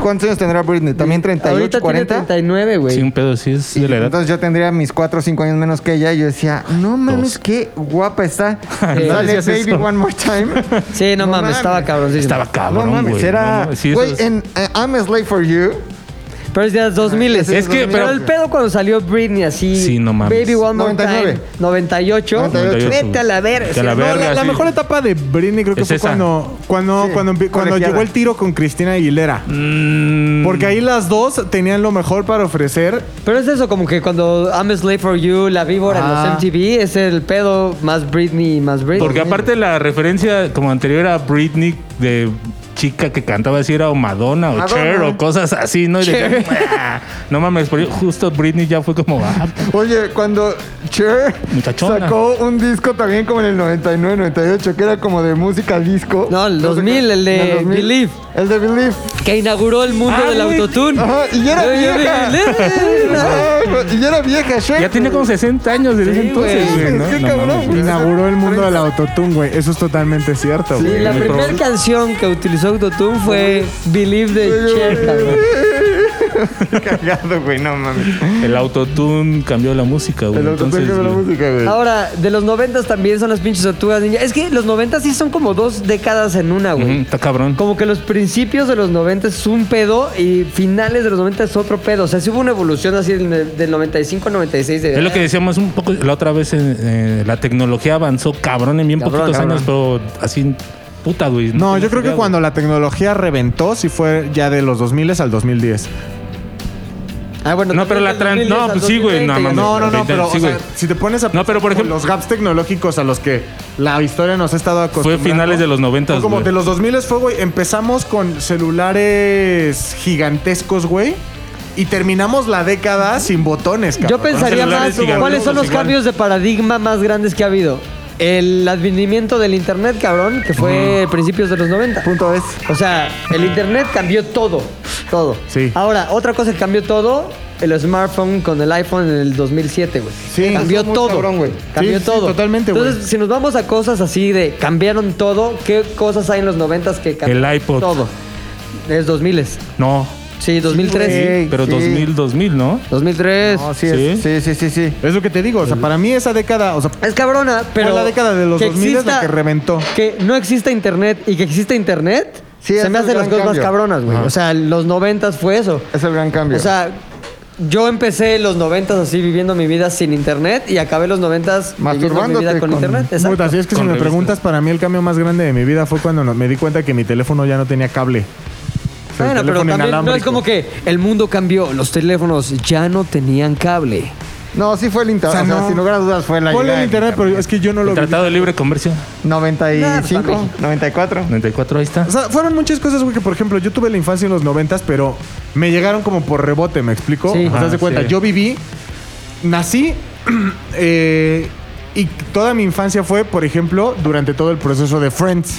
Speaker 3: ¿Cuántos años tendrá Britney? ¿También 38,
Speaker 5: Ahorita
Speaker 3: 40?
Speaker 5: tiene 39, güey.
Speaker 6: Sí, un pedo, sí es
Speaker 3: Y
Speaker 6: de la edad.
Speaker 3: entonces yo tendría mis 4 o 5 años menos que ella y yo decía, no mames, qué guapa está. Eh, Sale
Speaker 6: decías
Speaker 3: Baby
Speaker 6: eso.
Speaker 3: One More Time.
Speaker 5: Sí, no,
Speaker 3: No
Speaker 5: mames,
Speaker 3: mames.
Speaker 5: estaba cabroncísimo.
Speaker 6: Estaba
Speaker 3: No
Speaker 6: cabrón, güey.
Speaker 3: mames,
Speaker 6: No
Speaker 3: era...
Speaker 6: mames, sí, eso
Speaker 3: Güey,
Speaker 6: es-
Speaker 3: en eh, I'm a Slave for You...
Speaker 5: Pero es de los 2000.
Speaker 3: ese
Speaker 6: es
Speaker 5: pero,
Speaker 6: 2000.
Speaker 5: el pedo cuando salió Britney así.
Speaker 6: Sí, no mames.
Speaker 5: Baby One More
Speaker 3: 99.
Speaker 5: Time. 98.
Speaker 3: 98.
Speaker 5: Vete a la verga.
Speaker 6: Vete a la
Speaker 5: sí,
Speaker 8: No,
Speaker 6: verga.
Speaker 8: la, la
Speaker 6: sí.
Speaker 8: mejor etapa de Britney creo que
Speaker 6: Es
Speaker 8: fue
Speaker 6: esa.
Speaker 8: cuando cuando
Speaker 3: Sí,
Speaker 8: cuando, cuando
Speaker 3: colegiada.
Speaker 8: llegó el tiro con Cristina Aguilera.
Speaker 6: Mm,
Speaker 8: Porque ahí las dos tenían lo mejor para ofrecer.
Speaker 5: Pero es eso, como que cuando I'm a Slave for You, La Víbora,
Speaker 8: Ah.
Speaker 5: los MTV, es el pedo más Britney, más Britney.
Speaker 6: Porque aparte la referencia como anterior a Britney de chica que cantaba así era o Madonna o Cher o cosas así, ¿no? Y decías, "Ah, no mames, pero justo Britney ya fue como, ah,
Speaker 3: Oye, cuando Cher
Speaker 6: Muchachona.
Speaker 3: sacó un disco también como en el 99, 98, que era como de música disco.
Speaker 5: No, el 2000, el de
Speaker 3: No,
Speaker 5: Believe.
Speaker 3: El de Believe.
Speaker 5: Que inauguró el mundo
Speaker 6: Ah,
Speaker 5: del
Speaker 6: güey.
Speaker 5: autotune.
Speaker 3: Ajá, y ya era
Speaker 5: vieja.
Speaker 3: Ay, y era vieja Cher.
Speaker 6: ya tiene como 60 años desde ese
Speaker 5: Sí,
Speaker 6: entonces,
Speaker 5: güey.
Speaker 6: güey, ¿no?
Speaker 3: Qué
Speaker 6: No
Speaker 3: cabrón,
Speaker 6: mames.
Speaker 3: güey.
Speaker 8: Inauguró el mundo del autotune, güey. Eso es totalmente cierto,
Speaker 5: Sí,
Speaker 8: güey.
Speaker 5: la primera canción que utilizó autotune fue Believe de Cher, cabrón.
Speaker 3: Cagado, güey, no mames.
Speaker 6: El autotune cambió la música, güey.
Speaker 3: El autotune
Speaker 6: entonces,
Speaker 3: que era la
Speaker 6: güey.
Speaker 3: música, güey.
Speaker 5: Ahora, de los noventas también son las pinches tortugas ninja. Es que los noventas sí son como dos décadas en una, güey.
Speaker 6: Ujú, Está cabrón.
Speaker 5: Como que los principios de los 90 es un pedo y finales de los 90 es otro pedo. O sea, sí hubo una evolución así del, del 95 al 96. De,
Speaker 6: Es lo que decíamos un poco la otra vez, eh, eh, la tecnología avanzó cabrón en bien
Speaker 5: Cabrón,
Speaker 6: poquitos
Speaker 5: cabrón.
Speaker 6: años, pero así puta, güey.
Speaker 8: No,
Speaker 6: tiene
Speaker 8: yo creo
Speaker 6: idea,
Speaker 8: que
Speaker 6: güey.
Speaker 8: cuando la tecnología reventó, sí fue ya de los 2000 al 2010.
Speaker 5: Ah, bueno,
Speaker 6: No, pero
Speaker 5: también
Speaker 6: la
Speaker 5: del
Speaker 6: tran-
Speaker 5: 2010
Speaker 6: no,
Speaker 5: al
Speaker 6: pues sí, güey, no
Speaker 5: 2020,
Speaker 6: mames.
Speaker 8: No, no, no,
Speaker 6: 20,
Speaker 8: pero o
Speaker 6: sí,
Speaker 8: sea,
Speaker 6: güey.
Speaker 8: si te pones a
Speaker 6: No, pero, por
Speaker 8: como
Speaker 6: ejemplo-
Speaker 8: los gaps tecnológicos a los que la historia nos ha estado
Speaker 6: Fue
Speaker 8: acostumbrando.
Speaker 6: finales de los 90,
Speaker 8: Fue como
Speaker 6: güey.
Speaker 8: de los 2000 fue, güey, empezamos con celulares gigantescos, güey, y terminamos la década sin botones,
Speaker 5: Yo
Speaker 8: cabrón.
Speaker 5: pensaría
Speaker 6: celulares
Speaker 5: más
Speaker 6: gigantes,
Speaker 5: cuáles son los
Speaker 8: pues,
Speaker 6: igual.
Speaker 5: cambios de paradigma más grandes que ha habido. El advenimiento del internet, cabrón, que fue principios de los 90.
Speaker 3: Punto es.
Speaker 5: O sea, el internet cambió todo, todo.
Speaker 8: Sí.
Speaker 5: Ahora, otra cosa que cambió todo, el smartphone con el iPhone en el 2007, güey.
Speaker 8: Sí.
Speaker 5: cambió
Speaker 8: Eso muy
Speaker 5: todo.
Speaker 8: cabrón, güey.
Speaker 5: Cambió
Speaker 8: Sí, sí,
Speaker 5: todo.
Speaker 8: totalmente, güey.
Speaker 5: Entonces, si nos vamos a cosas así de cambiaron todo, ¿qué cosas hay en los 90 que cambiaron?
Speaker 6: El iPod.
Speaker 5: Todo. Es 2000.
Speaker 6: No,
Speaker 5: Sí, 2003.
Speaker 3: güey.
Speaker 6: pero
Speaker 3: Sí.
Speaker 6: 2000, 2000, ¿no?
Speaker 5: 2003.
Speaker 3: No, sí, es- sí, sí, sí, sí.
Speaker 8: Es lo que te digo, o sea, para mí esa década, o sea,
Speaker 5: Es cabrona, pero.
Speaker 8: la década de los
Speaker 5: que
Speaker 8: 2000 es la que reventó.
Speaker 5: Que no exista internet y que exista internet.
Speaker 3: Sí, es
Speaker 5: se me
Speaker 3: el
Speaker 5: hacen las
Speaker 3: gran
Speaker 5: cosas
Speaker 3: cambio.
Speaker 5: más cabronas, güey. O sea, los 90 fue eso.
Speaker 3: Es el gran cambio.
Speaker 5: O sea, yo empecé los 90 así viviendo mi vida sin internet y acabé los 90 viviendo mi
Speaker 3: Masturbándote
Speaker 5: vida con,
Speaker 3: con-
Speaker 5: internet.
Speaker 8: puta,
Speaker 5: Exacto.
Speaker 8: si es que si
Speaker 6: Con
Speaker 8: me
Speaker 6: revistas.
Speaker 8: preguntas, para mí el cambio más grande de mi vida fue cuando no- me di cuenta que mi teléfono ya no tenía cable. el
Speaker 5: Bueno, pero
Speaker 8: teléfono
Speaker 5: también no es
Speaker 8: inalámbrico.
Speaker 5: como que el mundo cambió, los teléfonos ya no tenían cable.
Speaker 3: No, sí fue el
Speaker 8: O
Speaker 3: internet.
Speaker 8: sea,
Speaker 3: O sea,
Speaker 8: no.
Speaker 3: sin lugar a dudas fue la
Speaker 8: Ponle
Speaker 3: llegada del
Speaker 8: en internet, pero es que yo no lo
Speaker 6: El
Speaker 8: vi.
Speaker 6: Tratado de Libre Comercio.
Speaker 3: 95,
Speaker 5: México.
Speaker 3: 94.
Speaker 6: 94, ahí está.
Speaker 8: O sea, fueron muchas cosas, güey, que por ejemplo, yo tuve la infancia en los noventas, pero me llegaron como por rebote, ¿me explico?
Speaker 5: Sí.
Speaker 8: O sea,
Speaker 6: Ajá,
Speaker 8: haz de cuenta,
Speaker 6: sí.
Speaker 8: yo viví, nací eh, y toda mi infancia fue, por ejemplo, durante todo el proceso de Friends.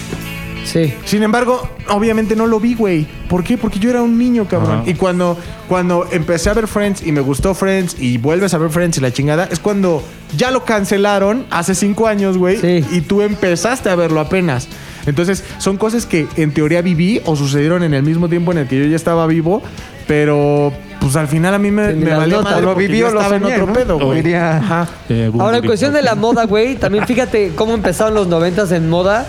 Speaker 5: Sí.
Speaker 8: Sin embargo, obviamente no lo vi, güey. ¿Por qué? Porque yo era un niño, cabrón.
Speaker 6: Ajá.
Speaker 8: Y cuando, cuando empecé a ver Friends y me gustó Friends y vuelves a ver Friends y la chingada, es cuando ya lo cancelaron hace cinco años, güey.
Speaker 5: Sí.
Speaker 8: Y tú empezaste a verlo apenas. Entonces, son cosas que en teoría viví o sucedieron en el mismo tiempo en el que yo ya estaba vivo, pero pues al final a mí me,
Speaker 5: Sí, ni
Speaker 8: me
Speaker 5: las
Speaker 8: valió
Speaker 5: notas,
Speaker 8: madre
Speaker 5: lo
Speaker 8: porque
Speaker 3: viví
Speaker 8: yo
Speaker 3: o lo
Speaker 8: estaba
Speaker 3: soñé,
Speaker 8: en
Speaker 3: ¿no?
Speaker 8: otro pedo, güey.
Speaker 3: Diría-
Speaker 8: Ajá.
Speaker 6: Eh, bu-
Speaker 5: Ahora, en
Speaker 6: bu-
Speaker 5: cuestión de la moda, güey, también fíjate cómo empezaron los noventas en moda.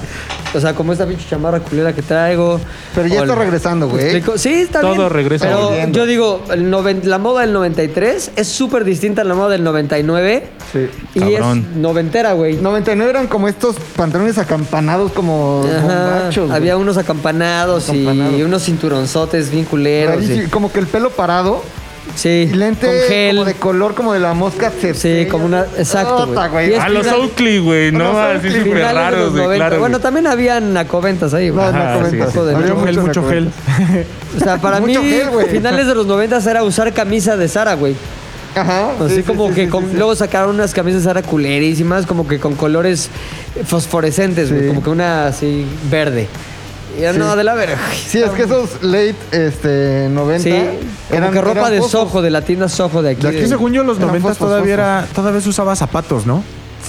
Speaker 5: O sea, como esta pinche chamarra culera que traigo.
Speaker 3: Pero ya
Speaker 5: O
Speaker 3: está
Speaker 5: el-
Speaker 3: regresando,
Speaker 5: ¿Me
Speaker 3: güey.
Speaker 5: explico? Sí, está
Speaker 6: Todo
Speaker 5: bien.
Speaker 6: regresa
Speaker 5: Pero
Speaker 3: volviendo.
Speaker 5: yo digo, el noven- la moda del 93 es súper distinta a la moda del 99.
Speaker 3: Sí.
Speaker 5: Y
Speaker 6: Cabrón.
Speaker 5: es noventera, güey.
Speaker 3: 99 eran como estos pantalones acampanados como
Speaker 5: Ajá,
Speaker 3: bombachos. güey.
Speaker 5: había unos acampanados, y
Speaker 3: Acampanados. unos
Speaker 5: unos cinturonzotes bien culeros.
Speaker 3: Rarísimo, Como que el pelo parado
Speaker 5: Sí,
Speaker 3: y lente
Speaker 5: con gel.
Speaker 3: como de color como de la mosca. se-
Speaker 5: Sí, como una- exacto, güey.
Speaker 3: Ota, güey.
Speaker 5: Y es-
Speaker 6: A Ah, los
Speaker 5: final-
Speaker 6: Oakley, güey, ¿no?
Speaker 3: A los
Speaker 6: Así
Speaker 3: Oakley,
Speaker 6: súper
Speaker 5: finales de
Speaker 6: raros,
Speaker 5: los
Speaker 6: güey,
Speaker 5: 90.
Speaker 6: claro.
Speaker 5: Bueno,
Speaker 6: güey.
Speaker 5: también había nacoventas ahí, güey.
Speaker 3: No,
Speaker 6: Ajá,
Speaker 3: no comentas.
Speaker 6: sí, sí.
Speaker 5: Joder,
Speaker 3: Había
Speaker 5: mucho
Speaker 8: Gel, mucho gel.
Speaker 3: nacoventas.
Speaker 5: O sea, para mí,
Speaker 3: Mucho gel, güey.
Speaker 5: finales de los 90 era usar camisa de Sara, güey.
Speaker 3: Ajá.
Speaker 5: Así
Speaker 3: sí, sí,
Speaker 5: como
Speaker 3: sí,
Speaker 5: que
Speaker 3: sí,
Speaker 5: con-
Speaker 3: sí.
Speaker 5: luego sacaron unas camisas Sara culerísimas, como que con colores fosforescentes, güey.
Speaker 3: Sí.
Speaker 5: Como que una así verde. Y era
Speaker 3: Sí.
Speaker 5: no, de la verga.
Speaker 3: Sí, es que esos late este, 90
Speaker 5: Sí, como que ropa de
Speaker 3: fosfos.
Speaker 5: sojo, de la tienda sojo de aquí.
Speaker 3: De
Speaker 8: Es que
Speaker 5: de-
Speaker 8: según yo, los
Speaker 3: Eran
Speaker 8: noventas
Speaker 3: fosfos,
Speaker 8: todavía,
Speaker 3: fosfos.
Speaker 8: era, todavía se usaba zapatos, ¿no?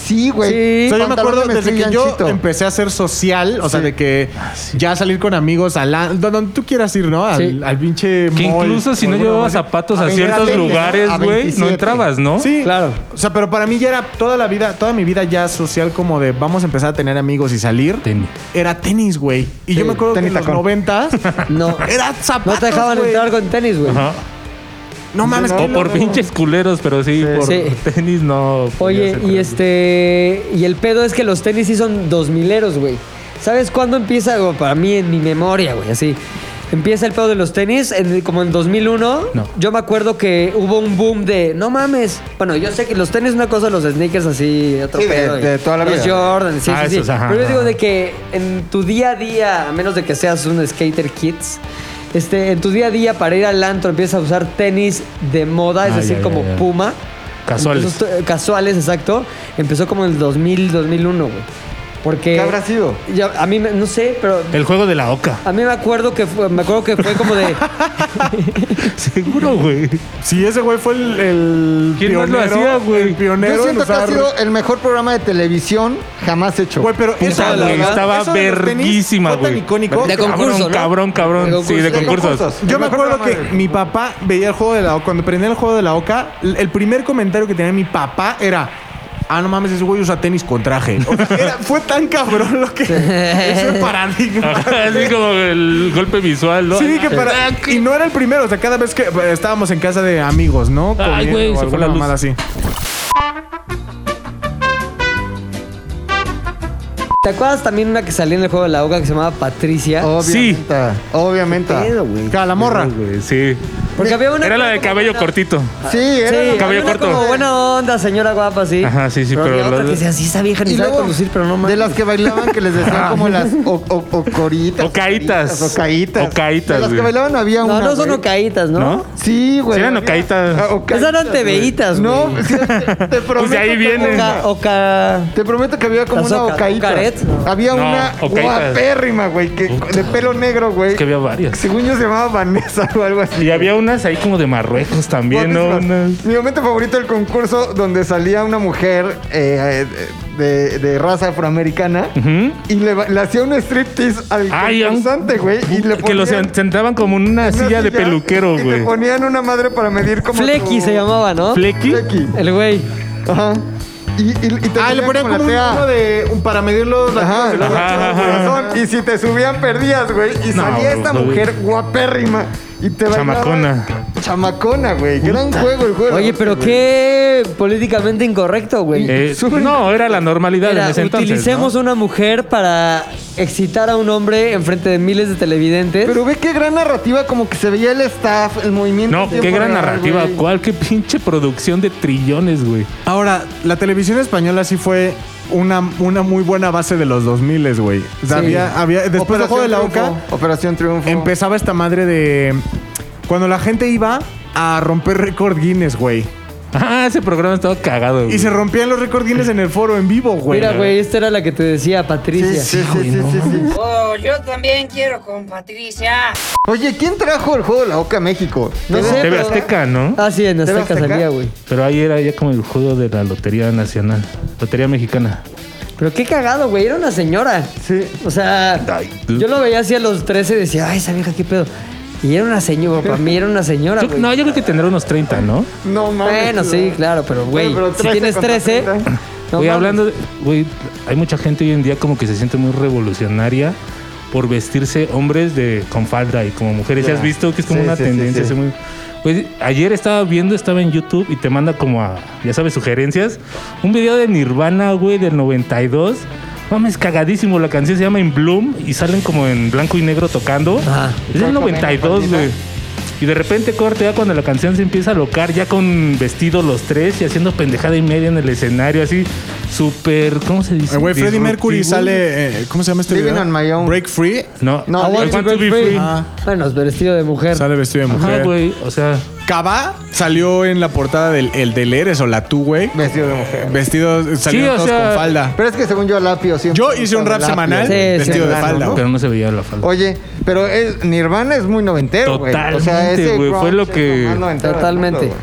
Speaker 3: Sí, güey.
Speaker 5: Sí.
Speaker 8: O sea, yo me
Speaker 3: Pantalón
Speaker 8: acuerdo
Speaker 3: de
Speaker 8: desde que
Speaker 3: mezclilla
Speaker 8: yo
Speaker 3: anchito.
Speaker 8: empecé a ser social, o sea,
Speaker 3: Sí.
Speaker 8: de que
Speaker 6: Ah,
Speaker 8: ya salir con amigos a la, do- donde tú quieras ir, ¿no? Al,
Speaker 5: Sí.
Speaker 8: al pinche
Speaker 6: Que
Speaker 8: mall,
Speaker 6: incluso si
Speaker 8: o
Speaker 6: no
Speaker 8: alguna
Speaker 6: llevabas
Speaker 8: madre.
Speaker 6: zapatos a
Speaker 8: ver,
Speaker 6: ciertos
Speaker 8: espérate,
Speaker 6: lugares,
Speaker 3: a
Speaker 6: güey,
Speaker 3: 27.
Speaker 6: no entrabas, ¿no?
Speaker 8: Sí,
Speaker 5: Claro.
Speaker 8: claro. O sea, pero para mí ya era toda la vida, toda mi vida ya social como de vamos a empezar a tener amigos y salir.
Speaker 6: Tenis.
Speaker 8: Era tenis, güey. Y yo me acuerdo que
Speaker 3: tenis
Speaker 8: en los
Speaker 3: tacón.
Speaker 8: noventas
Speaker 5: No.
Speaker 8: era zapatos,
Speaker 5: No te dejaban
Speaker 8: güey.
Speaker 5: entrar con tenis, güey.
Speaker 6: Ajá.
Speaker 8: No mames.
Speaker 6: O
Speaker 8: qué
Speaker 6: por
Speaker 8: loco.
Speaker 6: pinches culeros, pero sí, por
Speaker 5: Sí.
Speaker 6: tenis no. pues
Speaker 5: Oye, y
Speaker 6: podías entrar.
Speaker 5: este. Y el pedo es que los tenis sí son dos mileros, güey. ¿Sabes cuándo empieza? Bueno, para mí, en mi memoria, güey, así. Empieza el pedo de los tenis en- como en 2001.
Speaker 6: No.
Speaker 5: Yo me acuerdo que hubo un boom de. No mames. Bueno, yo sé que los tenis es una cosa, los sneakers así, otro
Speaker 3: Sí, de-
Speaker 5: pedo. y
Speaker 3: de toda la
Speaker 5: los
Speaker 3: vida.
Speaker 5: Jordan, sí,
Speaker 6: Ah,
Speaker 5: sí, sí.
Speaker 6: esos, ajá,
Speaker 5: Pero yo digo
Speaker 6: ajá.
Speaker 5: de que en tu día a día, a menos de que seas un skater kids. Este, en tu día a día para ir al antro empiezas a usar tenis de moda, es
Speaker 6: Ah,
Speaker 5: decir,
Speaker 6: ya, ya,
Speaker 5: como
Speaker 6: ya.
Speaker 5: Puma.
Speaker 6: Casuales.
Speaker 5: Empezó esto- eh, casuales, exacto. Empezó como en el 2000, 2001, güey. Porque
Speaker 3: ¿Qué habrá sido?
Speaker 5: ya- a mí me- no sé, pero
Speaker 6: El juego de la oca.
Speaker 5: a mí me acuerdo que fue, me acuerdo que fue como de
Speaker 6: Seguro, güey.
Speaker 8: Sí, ese güey fue el, el
Speaker 6: ¿Quién más lo hacía, güey?
Speaker 8: el pionero
Speaker 3: Yo
Speaker 8: en
Speaker 3: siento que ha
Speaker 8: usar-
Speaker 3: sido el mejor programa de televisión jamás hecho.
Speaker 8: Güey, pero
Speaker 6: Puta,
Speaker 8: esa, la
Speaker 6: güey,
Speaker 8: verdad,
Speaker 6: estaba
Speaker 8: eso de los tenis
Speaker 6: verguísima,
Speaker 8: fue tan
Speaker 6: güey.
Speaker 8: icónico.
Speaker 5: De
Speaker 6: Cabrón,
Speaker 5: concurso, ¿no?
Speaker 6: Cabrón,
Speaker 5: De
Speaker 6: cabrón.
Speaker 5: concurso.
Speaker 6: sí, de
Speaker 5: De
Speaker 6: concursos.
Speaker 8: Yo me acuerdo que mi papá veía el juego de la Oca. Cuando prendía el juego de la Oca, l- el primer comentario que tenía mi papá era. Ah, no mames, ese güey usa tenis con traje. O sea, era- fue tan cabrón lo que. Ese paradigma.
Speaker 6: Ajá, Así como el golpe visual, ¿no?
Speaker 8: Sí, que para.
Speaker 6: Ah,
Speaker 8: Y no era el primero, o sea, cada vez que eh, estábamos en casa de amigos, ¿no?
Speaker 6: Ay,
Speaker 8: Comiendo
Speaker 6: güey,
Speaker 8: o
Speaker 6: se fue
Speaker 8: alguna
Speaker 6: la luz.
Speaker 8: mamada así.
Speaker 5: ¿Te acuerdas también una que salía en el juego de la hoga que se llamaba Patricia?
Speaker 3: Oh. Obviamente. Obviamente.
Speaker 8: Calamorra.
Speaker 6: güey, Sí.
Speaker 5: Porque había una
Speaker 6: Era la de
Speaker 5: como
Speaker 6: cabello
Speaker 5: buena-
Speaker 6: cortito.
Speaker 5: Sí,
Speaker 3: Sí, era
Speaker 5: había
Speaker 6: cabello
Speaker 5: una
Speaker 6: corto.
Speaker 5: como buena onda, señora guapa, sí.
Speaker 6: Ajá, sí, sí, pero
Speaker 5: había
Speaker 6: la
Speaker 5: otra
Speaker 6: de-
Speaker 5: que decía, sí, esa vieja ni
Speaker 3: Y
Speaker 5: sabe
Speaker 3: luego,
Speaker 5: conducir, pero no
Speaker 3: De
Speaker 5: mames.
Speaker 3: las que bailaban que les decían como las o- o- ocoritas.
Speaker 6: O caítas.
Speaker 3: O caítas.
Speaker 6: O caítas,
Speaker 3: De las que
Speaker 6: güey.
Speaker 3: bailaban había
Speaker 5: No,
Speaker 3: una.
Speaker 5: no son
Speaker 3: güey.
Speaker 5: ocaitas, ¿no?
Speaker 6: ¿No?
Speaker 3: Sí, güey.
Speaker 6: Sí eran
Speaker 3: había-
Speaker 6: ocaitas.
Speaker 3: Ah, ocaitas,
Speaker 5: Esas eran
Speaker 3: güey.
Speaker 5: teveitas,
Speaker 3: No,
Speaker 5: güey.
Speaker 8: Pues
Speaker 3: sí, te, te prometo.
Speaker 6: de ahí
Speaker 3: que-
Speaker 6: viene.
Speaker 5: Oca, oca...
Speaker 3: Te prometo que había como
Speaker 5: Las
Speaker 3: una
Speaker 5: oca-
Speaker 3: ocaíta.
Speaker 5: ocaret, ¿no?
Speaker 3: Había
Speaker 6: No,
Speaker 3: una
Speaker 6: ocaitas.
Speaker 3: guapérrima, güey, que de pelo negro, güey.
Speaker 6: Es que había varias.
Speaker 3: Según yo se llamaba Vanessa o algo así.
Speaker 6: Y había unas ahí como de Marruecos también, ¿no?
Speaker 3: Guapísimas.
Speaker 6: Unas-
Speaker 3: Mi momento favorito del concurso donde salía una mujer eh, eh, de, de raza afroamericana
Speaker 6: Ujú.
Speaker 3: y le, ba- le hacía un striptease al
Speaker 6: Ay,
Speaker 3: concursante, güey. Y le
Speaker 6: Que los
Speaker 3: ponían
Speaker 6: sentaban como en una
Speaker 3: una
Speaker 6: silla de peluquero,
Speaker 3: Y
Speaker 6: güey.
Speaker 3: le ponían una madre para medir como.
Speaker 5: Flecky
Speaker 3: tu-
Speaker 5: se llamaba, ¿no?
Speaker 6: ¿Flecky?
Speaker 3: Flequi.
Speaker 5: El güey.
Speaker 3: Ajá. Y, y, y te
Speaker 8: Ah, le ponían como un uno de. un- para medir los.
Speaker 3: Ajá,
Speaker 8: latidos del
Speaker 3: ajá,
Speaker 8: corazón,
Speaker 6: ajá,
Speaker 8: güey.
Speaker 6: ajá.
Speaker 3: corazón. Y si te subían, perdías, güey. Y
Speaker 6: No,
Speaker 3: salía esta
Speaker 6: güey.
Speaker 3: mujer guapérrima. Y te bailaba.
Speaker 6: Chamacona.
Speaker 3: chamacona, güey. Gran juego el juego.
Speaker 5: Oye, pero qué políticamente incorrecto, güey.
Speaker 6: Eh, no, era la normalidad
Speaker 5: Era,
Speaker 6: en ese entonces. ¿no?
Speaker 5: utilicemos una mujer para excitar a un hombre enfrente de miles de televidentes.
Speaker 3: Pero ve qué gran narrativa, como que se veía el staff, el movimiento.
Speaker 6: No,
Speaker 3: en
Speaker 6: qué
Speaker 3: tiempo
Speaker 6: gran
Speaker 3: real,
Speaker 6: narrativa.
Speaker 3: güey.
Speaker 6: ¿Cuál? Qué pinche producción de trillones, güey.
Speaker 8: Ahora, la televisión española sí fue una, una muy buena base de los 2000, güey. O sea,
Speaker 5: Sí.
Speaker 8: había, había- después del
Speaker 3: Operación
Speaker 8: Juego de la
Speaker 3: Triunfo,
Speaker 8: Oca,
Speaker 3: Operación Triunfo.
Speaker 8: empezaba esta madre de... Cuando la gente iba a romper récord Guinness, güey.
Speaker 6: Ah, ese programa estaba cagado, güey.
Speaker 8: Y se rompían los récord Guinness en el foro en vivo, güey.
Speaker 5: Mira, güey, esta era la que te decía
Speaker 3: Sí,
Speaker 5: Patricia.
Speaker 3: sí, sí, sí, sí, sí.
Speaker 9: Oh, yo también quiero con Patricia.
Speaker 3: Oye, ¿quién trajo el juego de la Oca a México?
Speaker 5: No sé,
Speaker 6: TV
Speaker 5: pero-
Speaker 6: Azteca, ¿no?
Speaker 5: Ah, sí, en
Speaker 3: ¿Te
Speaker 5: Azteca
Speaker 3: vas a
Speaker 5: salía,
Speaker 3: sacar?
Speaker 5: güey.
Speaker 6: Pero ahí era ya como el juego de la Lotería Nacional, Lotería Mexicana.
Speaker 5: Pero qué cagado, güey. Era una señora.
Speaker 3: Sí.
Speaker 5: O sea,
Speaker 6: Ay, tú.
Speaker 5: yo lo veía así a los 13 y decía, ay, esa vieja, qué pedo. Y era una señora, para mí era una señora,
Speaker 6: Yo-
Speaker 5: güey.
Speaker 6: no, yo creo que tendrá unos 30, ¿no?
Speaker 3: No mames.
Speaker 5: Bueno, sí, claro, pero güey,
Speaker 3: Bueno, pero
Speaker 5: si
Speaker 3: 13
Speaker 5: tienes
Speaker 3: contra
Speaker 5: 13,
Speaker 3: 30.
Speaker 5: no
Speaker 6: Güey,
Speaker 5: mames.
Speaker 6: hablando, de- güey, hay mucha gente hoy en día como que se siente muy revolucionaria por vestirse hombres de con falda y como mujeres. ¿Ya has visto que es como
Speaker 3: Sí,
Speaker 6: una
Speaker 3: sí, sí,
Speaker 6: tendencia?
Speaker 3: sí.
Speaker 6: así muy- Güey, ayer estaba viendo, estaba en YouTube y te manda como a, ya sabes, sugerencias. Un video de Nirvana, güey, del 92. Mames, cagadísimo. La canción se llama In Bloom y salen como en blanco y negro tocando.
Speaker 5: Ajá.
Speaker 6: es del 92, güey. Y de repente corte ya cuando la canción se empieza a locar, ya con vestidos los tres y haciendo pendejada y media en el escenario, así súper, ¿cómo se dice?
Speaker 8: Eh, Güey, Freddie
Speaker 6: Disruptivo.
Speaker 8: Mercury sale... eh, ¿Cómo se llama este
Speaker 3: Living
Speaker 8: video?
Speaker 3: on my own.
Speaker 8: Break Free.
Speaker 6: No,
Speaker 3: No,
Speaker 6: I want to be free.
Speaker 8: Ah.
Speaker 5: Bueno, es vestido de mujer.
Speaker 8: Sale vestido de
Speaker 6: Ajá,
Speaker 8: mujer.
Speaker 6: güey, o sea,
Speaker 8: Cabá salió en la portada del el del Eres o la Tú, güey.
Speaker 3: Vestido de mujer.
Speaker 8: Vestidos,
Speaker 6: o
Speaker 8: salieron todos
Speaker 6: sea-
Speaker 8: con falda.
Speaker 3: Pero es que según yo, Lapio siempre.
Speaker 8: Yo hice un rap
Speaker 3: Lapio.
Speaker 8: semanal
Speaker 5: Sí, sí,
Speaker 8: vestido de
Speaker 3: claro,
Speaker 8: falda.
Speaker 3: ¿no?
Speaker 8: güey.
Speaker 6: pero no se veía la falda.
Speaker 3: Oye, pero es, Nirvana es muy noventero, güey. O sea,
Speaker 6: Totalmente,
Speaker 3: ese
Speaker 6: güey, fue
Speaker 3: grunge
Speaker 6: lo
Speaker 3: es
Speaker 6: que-
Speaker 3: más noventero del
Speaker 5: Totalmente.
Speaker 3: mundo,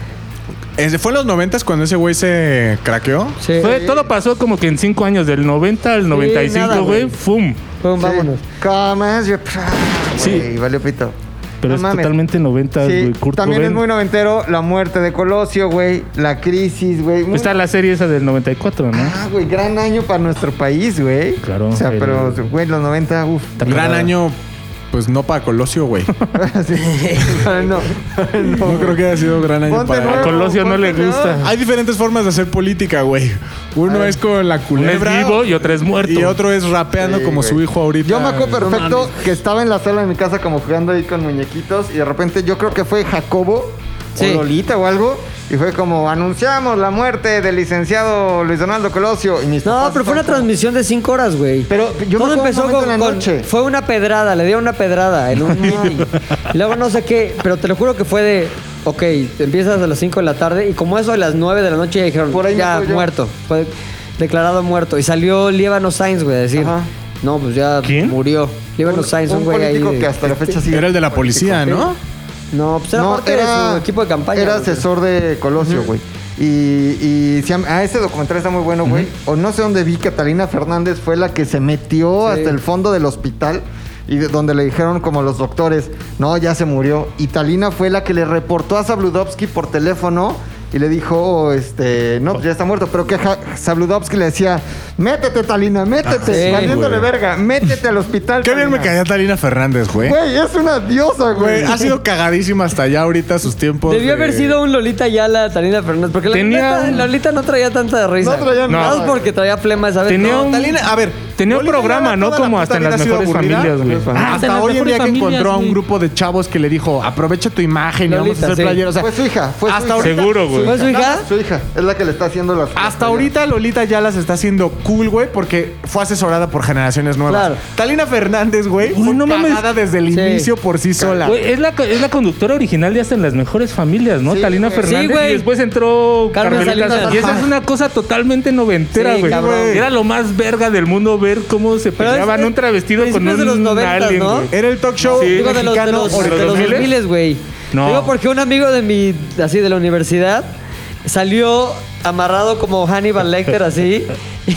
Speaker 3: güey.
Speaker 8: Ese- Fue en los noventas cuando ese güey se craqueó.
Speaker 5: Sí.
Speaker 6: Fue, todo pasó como que en cinco años, del 90 al 95,
Speaker 5: nada,
Speaker 6: güey,
Speaker 5: güey.
Speaker 6: ¡fum!
Speaker 5: Pum, pues, vámonos.
Speaker 3: Sí. Come as you proud,
Speaker 6: Sí.
Speaker 3: güey, valió pito.
Speaker 6: Pero
Speaker 3: No
Speaker 6: es
Speaker 3: mames.
Speaker 6: totalmente 90,
Speaker 3: Sí,
Speaker 6: güey. Kurt
Speaker 3: también es
Speaker 6: Cobain.
Speaker 3: muy noventero la muerte de Colosio, güey. La crisis, güey. Muy-
Speaker 6: Está la serie esa del 94, ¿no?
Speaker 3: Ah, güey, gran año para nuestro país, güey.
Speaker 6: Claro,
Speaker 3: O sea,
Speaker 6: el-
Speaker 3: pero, güey, los 90, uff.
Speaker 6: Está
Speaker 8: Gran
Speaker 6: cagada.
Speaker 8: año, pues no para Colosio, güey.
Speaker 3: no.
Speaker 8: No creo que haya sido gran año
Speaker 3: Ponte
Speaker 8: para.
Speaker 6: A
Speaker 3: nuevo.
Speaker 6: Colosio no le
Speaker 3: Ponte
Speaker 6: gusta.
Speaker 8: Hay diferentes formas de hacer política, güey. Uno es con
Speaker 6: Uno
Speaker 8: la
Speaker 6: es
Speaker 8: culebra.
Speaker 6: vivo y otro es muerto.
Speaker 8: y otro es rapeando
Speaker 3: Sí,
Speaker 8: como
Speaker 3: güey.
Speaker 8: su hijo ahorita.
Speaker 3: Yo me acuerdo perfecto que estaba en la sala de mi casa como jugando ahí con muñequitos y de repente yo creo que fue Jacobo
Speaker 5: Sí.
Speaker 3: o Lolita o algo y fue como anunciamos la muerte del licenciado Luis Donaldo Colosio y mis
Speaker 5: No,
Speaker 3: papás
Speaker 5: pero fue una
Speaker 3: estaban como-
Speaker 5: transmisión de cinco horas, güey.
Speaker 3: Pero yo
Speaker 5: Todo
Speaker 3: me acuerdo un
Speaker 5: empezó
Speaker 3: momento
Speaker 5: con,
Speaker 3: en la
Speaker 5: con-
Speaker 3: noche.
Speaker 5: Fue una pedrada, le dieron una pedrada en un meeting. Y Luego no sé qué, pero te lo juro que fue de... Ok, te empiezas a las 5 de la tarde y como eso a las 9 de la noche ya dijeron,
Speaker 3: Por ahí me
Speaker 5: ya
Speaker 3: acuerdo yo.
Speaker 5: muerto. Fue declarado muerto. Y salió Líbano Sainz, güey, a decir,
Speaker 3: Ajá.
Speaker 5: no, pues ya
Speaker 6: ¿Quién?
Speaker 5: murió. Líbano Sainz, un
Speaker 3: un
Speaker 5: güey ahí.
Speaker 3: político
Speaker 5: de- Este,
Speaker 3: que hasta la fecha sigue
Speaker 8: Era el de la policía, ¿no?
Speaker 5: No, pues era parte de su equipo de campaña.
Speaker 3: Era
Speaker 5: güey.
Speaker 3: asesor de Colosio, güey. Y, y se llama- ah, ese documental está muy bueno, güey. O no sé dónde vi, Catalina Fernández fue la que se metió
Speaker 5: Sí.
Speaker 3: hasta el fondo del hospital y de- donde le dijeron como los doctores, no, ya se murió. Y Talina fue la que le reportó a Zabludovsky por teléfono y le dijo, este, no, pues ya está muerto. Pero que Ja- Zabludovsky le decía, métete, Talina, métete.
Speaker 5: sí,
Speaker 3: valiéndole
Speaker 6: güey.
Speaker 3: verga, métete al hospital.
Speaker 8: Ah, Qué bien me
Speaker 3: Talina".
Speaker 8: caía Talina Fernández, güey.
Speaker 3: Güey, es una diosa,
Speaker 8: Güey,
Speaker 3: güey.
Speaker 8: ha sido cagadísima hasta allá ahorita sus tiempos.
Speaker 5: Debió
Speaker 8: de-
Speaker 5: haber sido un Lolita Yala, Talina Fernández, porque la
Speaker 6: Tenía
Speaker 5: neta,
Speaker 6: un-
Speaker 5: Lolita no traía tanta risa.
Speaker 3: No traía
Speaker 5: Nada más
Speaker 3: nada.
Speaker 5: porque traía flema esa vez.
Speaker 6: Tenía
Speaker 5: No,
Speaker 6: un-
Speaker 8: Talina, a ver,
Speaker 6: Tenía un
Speaker 8: Lolita
Speaker 6: programa,
Speaker 8: Yala
Speaker 6: ¿no?
Speaker 8: toda
Speaker 6: Como
Speaker 8: la
Speaker 6: hasta
Speaker 8: puta
Speaker 6: en
Speaker 8: vida
Speaker 6: las
Speaker 8: ha sido
Speaker 6: mejores
Speaker 8: aburrida.
Speaker 6: familias, güey.
Speaker 8: Ah,
Speaker 6: Hasta en
Speaker 8: hasta
Speaker 6: las
Speaker 8: hoy en
Speaker 6: mejores
Speaker 8: día que
Speaker 6: familias,
Speaker 8: encontró a un
Speaker 6: güey.
Speaker 8: grupo de chavos que le dijo, aprovecha tu imagen y vamos a
Speaker 5: Lolita,
Speaker 8: hacer
Speaker 5: sí.
Speaker 8: playeros. O sea,
Speaker 3: Fue su hija, fue
Speaker 8: hasta
Speaker 3: su hija.
Speaker 8: ahorita-
Speaker 6: Seguro,
Speaker 5: ¿Fue
Speaker 6: güey.
Speaker 5: su hija?
Speaker 3: Su hija es la que le está haciendo las.
Speaker 8: Hasta ahorita Lolita ya las está haciendo cool, güey, porque fue asesorada por generaciones nuevas.
Speaker 5: Claro.
Speaker 8: Talina Fernández, güey,
Speaker 6: Uy,
Speaker 8: fue
Speaker 6: no mames.
Speaker 8: cagada desde el
Speaker 5: Sí.
Speaker 8: inicio por sí sola.
Speaker 6: Güey, es, la, es la conductora original de Hasta en las mejores familias, ¿no?
Speaker 3: Sí,
Speaker 6: Talina
Speaker 3: güey.
Speaker 6: Fernández.
Speaker 5: Sí, güey.
Speaker 6: y después entró
Speaker 5: Carmen
Speaker 6: Carmelita.
Speaker 5: Salinas.
Speaker 6: Y esa es una cosa totalmente noventera,
Speaker 5: Sí,
Speaker 6: güey.
Speaker 5: cabrón.
Speaker 6: Era lo más verga del mundo ver cómo se
Speaker 5: Pero es-
Speaker 6: peleaban
Speaker 5: es-
Speaker 6: un travestido con
Speaker 5: principios
Speaker 6: un
Speaker 5: de los noventas,
Speaker 6: alien,
Speaker 5: ¿no?
Speaker 6: güey.
Speaker 8: Era el talk show
Speaker 6: Sí.
Speaker 5: Digo, de los, de
Speaker 8: mexicano
Speaker 5: los, de los
Speaker 8: original.
Speaker 6: 2000s?
Speaker 5: 2000, güey.
Speaker 6: No.
Speaker 5: Digo, porque un amigo de mi, así de la universidad, salió amarrado como Hannibal Lecter así. Él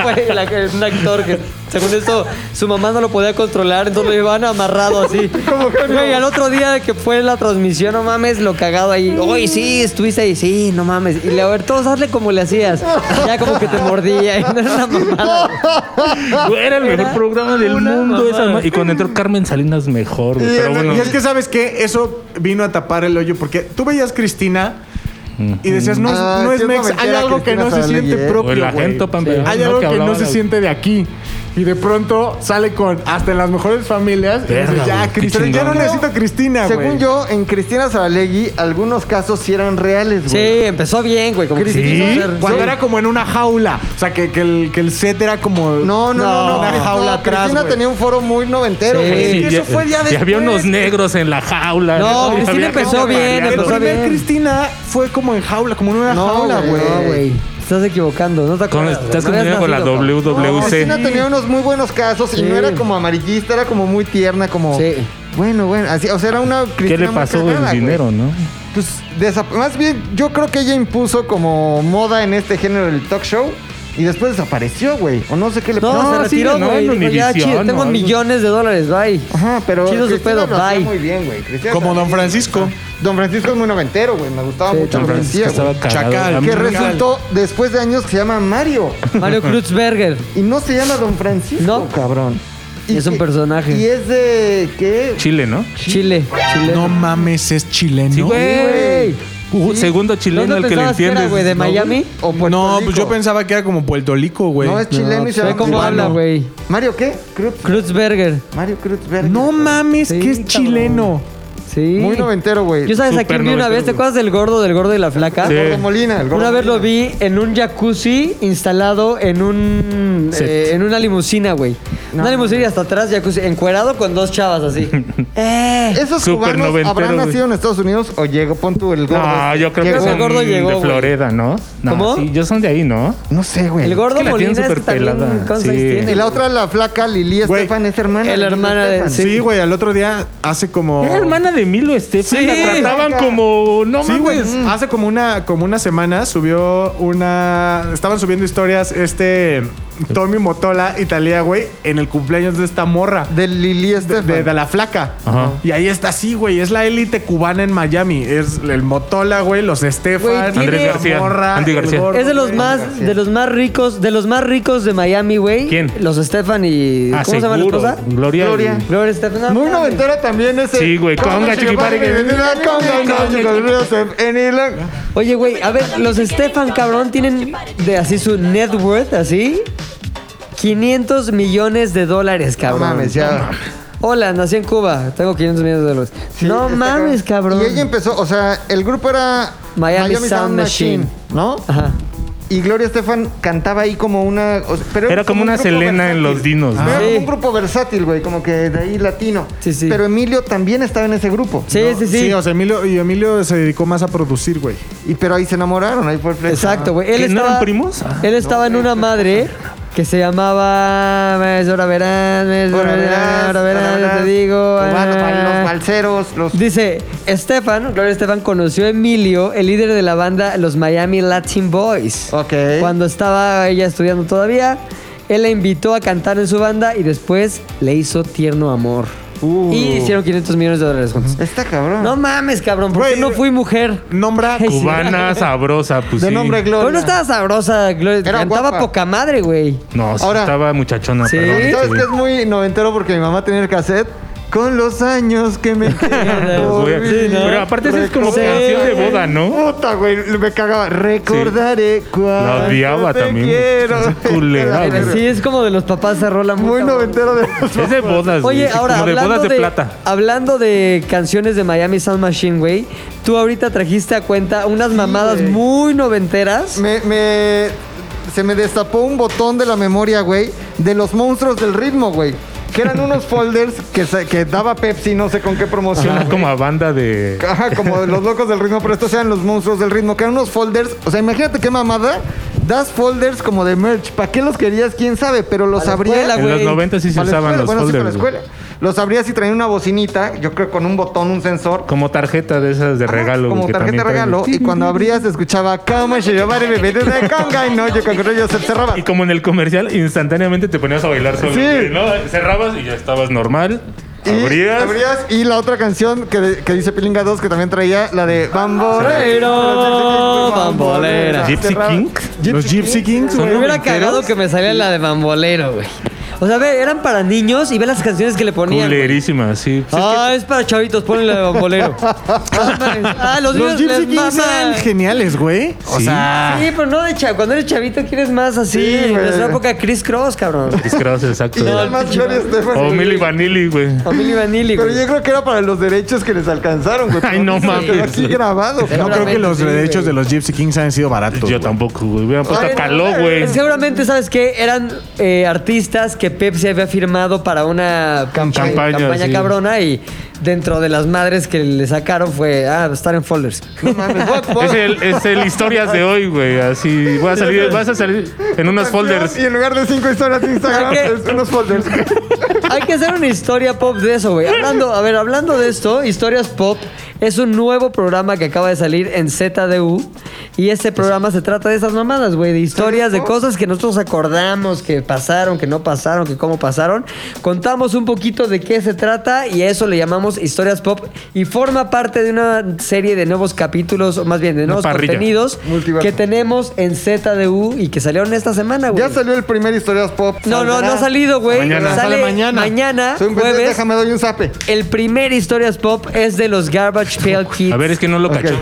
Speaker 5: fue la- un actor que, según esto, su mamá no lo podía controlar, entonces lo llevaban amarrado así. Güey, al otro día que fue la transmisión, no mames, lo cagado ahí. Oye, sí, estuviste ahí, sí, no mames. Y le a ver, todos hazle como le hacías. Ya como que te mordía. Y no era una mamada.
Speaker 6: Güey, Era el mejor programa del
Speaker 5: una
Speaker 6: mundo. esa
Speaker 5: mamada.
Speaker 6: ma- y cuando entró Carmen Salinas, mejor. güey,
Speaker 8: Y,
Speaker 6: pero bueno.
Speaker 8: y es que, ¿sabes qué? Eso vino a tapar el hoyo porque tú veías Cristina y decías, no es,
Speaker 3: Ah,
Speaker 8: no es
Speaker 3: quiero
Speaker 8: mexa, hay
Speaker 3: meter a
Speaker 8: algo que
Speaker 3: Cristina
Speaker 8: no se
Speaker 3: Saralegui,
Speaker 8: siente
Speaker 3: ¿eh?
Speaker 6: O
Speaker 8: propio,
Speaker 6: el
Speaker 8: güey.
Speaker 6: agento pan
Speaker 8: Sí.
Speaker 6: peruano
Speaker 8: Hay
Speaker 6: que
Speaker 8: algo que no
Speaker 6: hablaban
Speaker 8: se
Speaker 6: al-
Speaker 8: siente de aquí. Y de pronto sale con hasta en las mejores familias. y
Speaker 6: Verga,
Speaker 8: dices, ya,
Speaker 6: güey, qué
Speaker 8: Cristina, ya no
Speaker 6: chingón.
Speaker 8: necesito a Cristina, güey.
Speaker 3: Según yo, en Cristina Saralegui, algunos casos sí eran reales,
Speaker 5: Sí,
Speaker 3: güey.
Speaker 5: empezó bien, güey. Como que se
Speaker 8: ¿Sí?
Speaker 5: quiso hacer-
Speaker 8: Cuando
Speaker 5: sí.
Speaker 8: era como en una jaula. O sea, que, que el, que el set era como.
Speaker 3: No, no, no, no.
Speaker 8: Una
Speaker 3: no,
Speaker 8: jaula atrás.
Speaker 3: Cristina
Speaker 8: güey.
Speaker 3: tenía un foro muy noventero,
Speaker 5: Sí.
Speaker 3: güey.
Speaker 6: pues, Sí,
Speaker 8: eso fue ya
Speaker 6: y había
Speaker 8: después.
Speaker 6: unos negros en la jaula.
Speaker 5: No,
Speaker 6: Y
Speaker 5: Cristina
Speaker 6: había
Speaker 5: empezó
Speaker 6: gente
Speaker 5: bien,
Speaker 6: variando.
Speaker 8: El
Speaker 5: empezó
Speaker 8: primer
Speaker 5: bien.
Speaker 8: Cristina fue como en jaula, como en una
Speaker 3: No,
Speaker 8: jaula,
Speaker 3: güey.
Speaker 8: güey.
Speaker 5: No, güey. Estás equivocando, no te
Speaker 6: Con-
Speaker 5: acuerdas.
Speaker 6: estás
Speaker 5: güey, no
Speaker 6: confundiendo
Speaker 5: habías
Speaker 6: con la
Speaker 5: nacido, cabrón.
Speaker 6: WC.
Speaker 3: Cristina tenía unos muy buenos casos y
Speaker 5: Sí.
Speaker 3: no era como amarillista, era como muy tierna, como.
Speaker 5: Sí.
Speaker 3: Bueno, bueno, así, o sea, era una Cristina.
Speaker 6: ¿Qué le
Speaker 3: muy
Speaker 6: pasó
Speaker 3: cagada,
Speaker 6: el
Speaker 3: güey.
Speaker 6: dinero, no?
Speaker 3: Pues desap- más bien, yo creo que ella impuso como moda en este género del talk show y después desapareció, güey. O no sé qué le
Speaker 5: No,
Speaker 3: pasó.
Speaker 5: se
Speaker 6: sí,
Speaker 5: retiró,
Speaker 6: no,
Speaker 5: güey.
Speaker 6: en
Speaker 5: Dijo, ya,
Speaker 6: Univisión,
Speaker 5: chido, tengo
Speaker 6: ¿no?
Speaker 5: millones de dólares, bye.
Speaker 3: Ajá, pero.
Speaker 5: Chido su
Speaker 3: Cristina
Speaker 5: pedo,
Speaker 3: lo hacía
Speaker 5: bye.
Speaker 3: muy bien, güey. Cristina
Speaker 8: Como Don
Speaker 3: también-
Speaker 8: Francisco.
Speaker 3: Don Francisco es muy noventero, güey. Me gustaba
Speaker 5: Sí,
Speaker 3: mucho
Speaker 6: Don
Speaker 3: lo que
Speaker 6: Francisco
Speaker 3: hacía, güey.
Speaker 6: estaba cagado.
Speaker 8: Chacal.
Speaker 6: A mí
Speaker 3: Que
Speaker 6: me-
Speaker 3: resultó después de años que se llama Mario.
Speaker 5: Mario Kreutzberger.
Speaker 3: Y no se llama Don Francisco.
Speaker 5: No.
Speaker 3: Oh, cabrón. Y
Speaker 5: Es un
Speaker 3: que-
Speaker 5: personaje.
Speaker 3: Y es de. ¿Qué?
Speaker 6: Chile, ¿no?
Speaker 5: Chile. Chile.
Speaker 8: No mames, es chileno.
Speaker 6: Sí, güey.
Speaker 5: güey.
Speaker 6: Uh, Segundo chileno
Speaker 5: ¿Dónde
Speaker 6: el que le
Speaker 5: pensabas que era,
Speaker 6: entiendes.
Speaker 5: güey? ¿De Miami?
Speaker 3: O Puerto
Speaker 8: no,
Speaker 3: Rico.
Speaker 8: pues yo pensaba que era como Puerto Rico, güey.
Speaker 3: No, es chileno y se
Speaker 5: Ve
Speaker 3: llama.
Speaker 5: cómo
Speaker 3: Mario.
Speaker 5: habla, güey.
Speaker 3: ¿Mario qué? Cruz-
Speaker 5: Kreutzberger.
Speaker 3: Mario Kreutzberger.
Speaker 8: No
Speaker 3: güey.
Speaker 8: mames,
Speaker 5: Sí,
Speaker 8: que es
Speaker 5: cabrón.
Speaker 8: chileno.
Speaker 5: Sí.
Speaker 3: Muy noventero, güey.
Speaker 5: Yo sabes a
Speaker 6: Súper
Speaker 5: quién vi una
Speaker 6: noventero,
Speaker 5: vez, ¿te
Speaker 6: güey.
Speaker 5: acuerdas del gordo, del gordo y la flaca?
Speaker 6: Sí.
Speaker 3: Gordo Molina, el gordo
Speaker 5: Una vez lo
Speaker 3: Molina.
Speaker 5: vi en un jacuzzi instalado en un
Speaker 6: Set.
Speaker 5: eh, en una limusina, güey. una limusina y hasta atrás jacuzzi, encuerado con dos chavas así. ¡Eh!
Speaker 3: Esos
Speaker 6: Súper
Speaker 3: cubanos
Speaker 6: noventero,
Speaker 3: habrán
Speaker 6: güey.
Speaker 3: nacido en Estados Unidos o llegó, pon tú el gordo. este?
Speaker 6: No, yo creo
Speaker 5: Llegó.
Speaker 6: que
Speaker 5: El gordo
Speaker 6: son
Speaker 5: llegó,
Speaker 6: de
Speaker 5: güey.
Speaker 6: Florida, ¿no? no
Speaker 5: ¿Cómo?
Speaker 6: Sí, yo son de ahí, ¿no?
Speaker 3: No sé, güey.
Speaker 5: El gordo
Speaker 6: Es que la tienen
Speaker 5: Molina es que
Speaker 6: súper
Speaker 5: también
Speaker 6: pelada,
Speaker 5: ¿cuántos
Speaker 6: sí.
Speaker 5: años tiene?
Speaker 3: Y la otra, la flaca Lili
Speaker 8: Güey.
Speaker 3: Estefan, es hermana.
Speaker 5: El
Speaker 3: de Lili
Speaker 5: hermana de-
Speaker 3: Estefan.
Speaker 5: Sí.
Speaker 8: Sí, güey, al otro día hace como.
Speaker 6: Era hermana de Milo Estefan.
Speaker 5: Sí.
Speaker 6: La trataban como... No
Speaker 8: Sí, güey.
Speaker 6: mames.
Speaker 8: Hace como una, como una semana subió una. Estaban subiendo historias este Tommy Motola, Italia, güey, en el cumpleaños de esta morra.
Speaker 3: De Lili
Speaker 8: De,
Speaker 3: Estefan.
Speaker 8: de- de la flaca.
Speaker 6: Ajá.
Speaker 8: Y ahí está, sí, güey. Es la élite cubana en Miami. Es el Motola, güey, los
Speaker 5: Güey,
Speaker 8: Estefan,
Speaker 5: tiene- Andrés
Speaker 6: García, Andy
Speaker 8: el
Speaker 6: García.
Speaker 8: gordo,
Speaker 5: Es de los
Speaker 8: güey.
Speaker 5: más, de los más ricos, de los más ricos de Miami, güey.
Speaker 6: ¿Quién?
Speaker 5: Los Stefan y.
Speaker 6: Ah,
Speaker 5: ¿Cómo se llama la
Speaker 6: seguro.
Speaker 5: esposa?
Speaker 6: Gloria.
Speaker 3: Gloria.
Speaker 5: Gloria Estefan. No,
Speaker 3: Muy
Speaker 5: mames.
Speaker 3: noventera también ese.
Speaker 6: Sí, güey, conga, chiquipare, que-
Speaker 5: Oye, güey, a ver, los Stefan, cabrón, tienen de así su net worth, así. 500 millones de dólares,
Speaker 3: No
Speaker 5: cabrón.
Speaker 3: mames, ya.
Speaker 5: Hola, nací en Cuba. Tengo 500 millones de dólares.
Speaker 3: Sí,
Speaker 5: no
Speaker 3: está
Speaker 5: mames, cabrón.
Speaker 3: Y ella em- empezó, o sea, el grupo era
Speaker 5: Miami Sound Machine.
Speaker 3: ¿no?
Speaker 5: Ajá.
Speaker 3: Y Gloria Estefan cantaba ahí como una. o sea, pero
Speaker 6: Era como
Speaker 3: un
Speaker 6: una
Speaker 3: grupo
Speaker 6: Selena en
Speaker 3: versátil.
Speaker 6: los dinos, ¿no?
Speaker 3: Era como
Speaker 5: Sí.
Speaker 3: un grupo versátil, güey, como que de ahí latino.
Speaker 5: Sí, sí.
Speaker 3: Pero Emilio también estaba en ese grupo.
Speaker 5: Sí, sí, sí.
Speaker 8: Sí, o sea, Emilio, y Emilio se dedicó más a producir, güey.
Speaker 3: Y pero ahí se enamoraron, ahí fue el flecha.
Speaker 5: Exacto, güey. Él
Speaker 6: ¿Que no
Speaker 5: estaba,
Speaker 6: eran primos? Ah.
Speaker 5: Él estaba en una madre que se llamaba. "Ves, Ahora verás, ves, ahora
Speaker 3: Ahora verás,
Speaker 5: verás, ahora verás,
Speaker 3: ahora
Speaker 5: yo te digo.
Speaker 3: verás. Cubano,
Speaker 5: ah".
Speaker 3: para los balseros, los.
Speaker 5: Dice, Estefan, Gloria Estefan conoció a Emilio, el líder de la banda Los Miami Latin Boys.
Speaker 3: Ok.
Speaker 5: Cuando estaba ella estudiando todavía, él la invitó a cantar en su banda y después le hizo tierno amor.
Speaker 3: Uh. Ah.
Speaker 5: Y hicieron 500 millones de dólares juntos.
Speaker 3: Está cabrón.
Speaker 5: No mames, cabrón, ¿por qué
Speaker 8: Güey,
Speaker 5: no fui mujer?
Speaker 8: Nombra
Speaker 5: Ay, sí.
Speaker 6: Cubana, sabrosa, pues
Speaker 3: de
Speaker 6: sí.
Speaker 3: nombre Gloria.
Speaker 5: Pero no estaba sabrosa, Gloria.
Speaker 3: Era
Speaker 5: Cantaba
Speaker 3: guapa.
Speaker 5: poca madre, güey.
Speaker 6: No, sí,
Speaker 3: Ahora-
Speaker 6: estaba muchachona.
Speaker 5: Sí.
Speaker 6: perdón,
Speaker 3: ¿Sabes qué es muy noventero? Porque mi mamá tenía el cassette. Con los años que me quedan
Speaker 6: Los
Speaker 3: por
Speaker 6: voy a-
Speaker 3: vivir.
Speaker 6: Pues, Pero aparte esa es como
Speaker 5: Sí.
Speaker 6: canción de boda, ¿no?
Speaker 3: Puta, güey, me cagaba. Recordaré cuando
Speaker 6: La odiaba
Speaker 3: te
Speaker 6: también.
Speaker 3: quiero.
Speaker 6: Es culera,
Speaker 3: Era
Speaker 6: güey.
Speaker 5: Sí, es como de los papás de Rola
Speaker 3: Muy noventero de los
Speaker 6: Es de bodas, güey,
Speaker 5: Oye,
Speaker 6: sí,
Speaker 5: ahora
Speaker 6: como de
Speaker 5: hablando
Speaker 6: bodas
Speaker 5: de,
Speaker 6: de, plata.
Speaker 5: hablando de canciones de Miami Sound Machine, güey, tú ahorita trajiste a cuenta unas mamadas
Speaker 3: güey.
Speaker 5: muy noventeras.
Speaker 3: me, me- se me destapó un botón de la memoria, güey, de los monstruos del ritmo, güey. Que eran unos folders que, se- que daba Pepsi, no sé con qué promoción.
Speaker 6: Suena como a banda de...
Speaker 3: Ajá, como de los locos del ritmo, pero estos eran los monstruos del ritmo, que eran unos folders. O sea, imagínate qué mamada Das folders como de merch. ¿Para qué los querías? ¿Quién sabe? Pero los
Speaker 5: Para la
Speaker 3: abrías.
Speaker 5: escuela,
Speaker 6: En los 90 sí se
Speaker 3: Para la
Speaker 6: usaban
Speaker 3: escuela,
Speaker 6: los
Speaker 3: bueno, sí, para la
Speaker 6: folders. güey.
Speaker 3: escuela. Los abrías y traían una bocinita, yo creo con un botón, un sensor.
Speaker 6: Como tarjeta de esas de regalo.
Speaker 3: Como
Speaker 6: güey, que
Speaker 3: tarjeta de
Speaker 6: también traen.
Speaker 3: regalo. Y cuando abrías se escuchaba Cama Shirobari Bebé de Conga. Y no, yo creo que yo se cerraba.
Speaker 6: Y como en el comercial, instantáneamente te ponías a bailar solo.
Speaker 3: Sí.
Speaker 6: güey, ¿no? Cerrabas y ya estabas normal.
Speaker 3: Y
Speaker 6: abrías.
Speaker 3: y la otra canción que, de- que dice Pilinga 2 que también traía la de Bambolero, Bambolera.
Speaker 6: Gypsy
Speaker 3: Cerraba-
Speaker 6: King.
Speaker 8: Los Gypsy Kings, güey.
Speaker 5: Me hubiera cagado que me saliera la de bambolero, güey. O sea, ve, eran para niños y ve las canciones que le ponían. güey.
Speaker 6: Culerísima, sí.
Speaker 5: Ah, es para chavitos, ponle la de bambolero. ah, los, niños
Speaker 8: Los Gypsy
Speaker 5: les
Speaker 8: Kings
Speaker 5: mama.
Speaker 8: eran Ah. geniales, güey. O sea,
Speaker 5: Sí, pero no de chavo. Cuando eres chavito quieres más así.
Speaker 3: Sí,
Speaker 5: en
Speaker 3: güey.
Speaker 5: nuestra época Chris Cross, cabrón.
Speaker 6: Discrados, exacto.
Speaker 3: Y nada más Gloria Estefan.
Speaker 6: O Milli Vanilli, güey.
Speaker 5: Familia Vanilli,
Speaker 3: Pero
Speaker 5: güey.
Speaker 3: yo creo que era para los derechos que les alcanzaron, güey.
Speaker 6: Ay, no
Speaker 3: Se
Speaker 6: mames,
Speaker 3: quedó aquí
Speaker 6: güey.
Speaker 3: grabado.
Speaker 8: no creo que los
Speaker 5: sí, güey.
Speaker 8: derechos de los Gypsy Kings hayan sido baratos.
Speaker 6: Yo
Speaker 8: güey.
Speaker 6: tampoco, güey. Hubieran puesto
Speaker 5: Ay, no,
Speaker 6: caló, güey.
Speaker 5: Seguramente, ¿sabes qué? Eran eh, artistas que Pepsi había firmado para una
Speaker 6: Campaña, sí.
Speaker 5: cabrona y dentro de las madres que le sacaron fue, ah, estar en folders.
Speaker 6: Es el, es el historias de hoy, güey. Así voy a salir, vas a salir en unos folders.
Speaker 3: Y en lugar de cinco historias de Instagram,
Speaker 5: ¿Qué?
Speaker 3: es unos folders.
Speaker 5: Hay que hacer una historia pop de eso, güey. Hablando, a ver, hablando de esto, Historias Pop es un nuevo programa que acaba de salir en ZDU. Y este programa se trata de esas mamadas, güey, de historias, de cosas que nosotros acordamos, que pasaron, que no pasaron, que cómo pasaron. Contamos un poquito de qué se trata y a eso le llamamos Historias Pop. Y forma parte de una serie de nuevos capítulos, o más bien de nuevos
Speaker 6: parrilla.
Speaker 5: contenidos
Speaker 3: Multiverso.
Speaker 5: que tenemos en ZDU y que salieron esta semana, güey.
Speaker 3: Ya salió el primer historias pop.
Speaker 5: No, no, no ha salido, güey.
Speaker 6: Mañana.
Speaker 5: Sale
Speaker 8: Sale mañana.
Speaker 5: Mañana,
Speaker 3: Soy un pendejo,
Speaker 5: jueves.
Speaker 3: déjame doy un zape.
Speaker 5: El primer Historias Pop es de los Garbage Pail Kids.
Speaker 6: A ver, es que no lo cacho.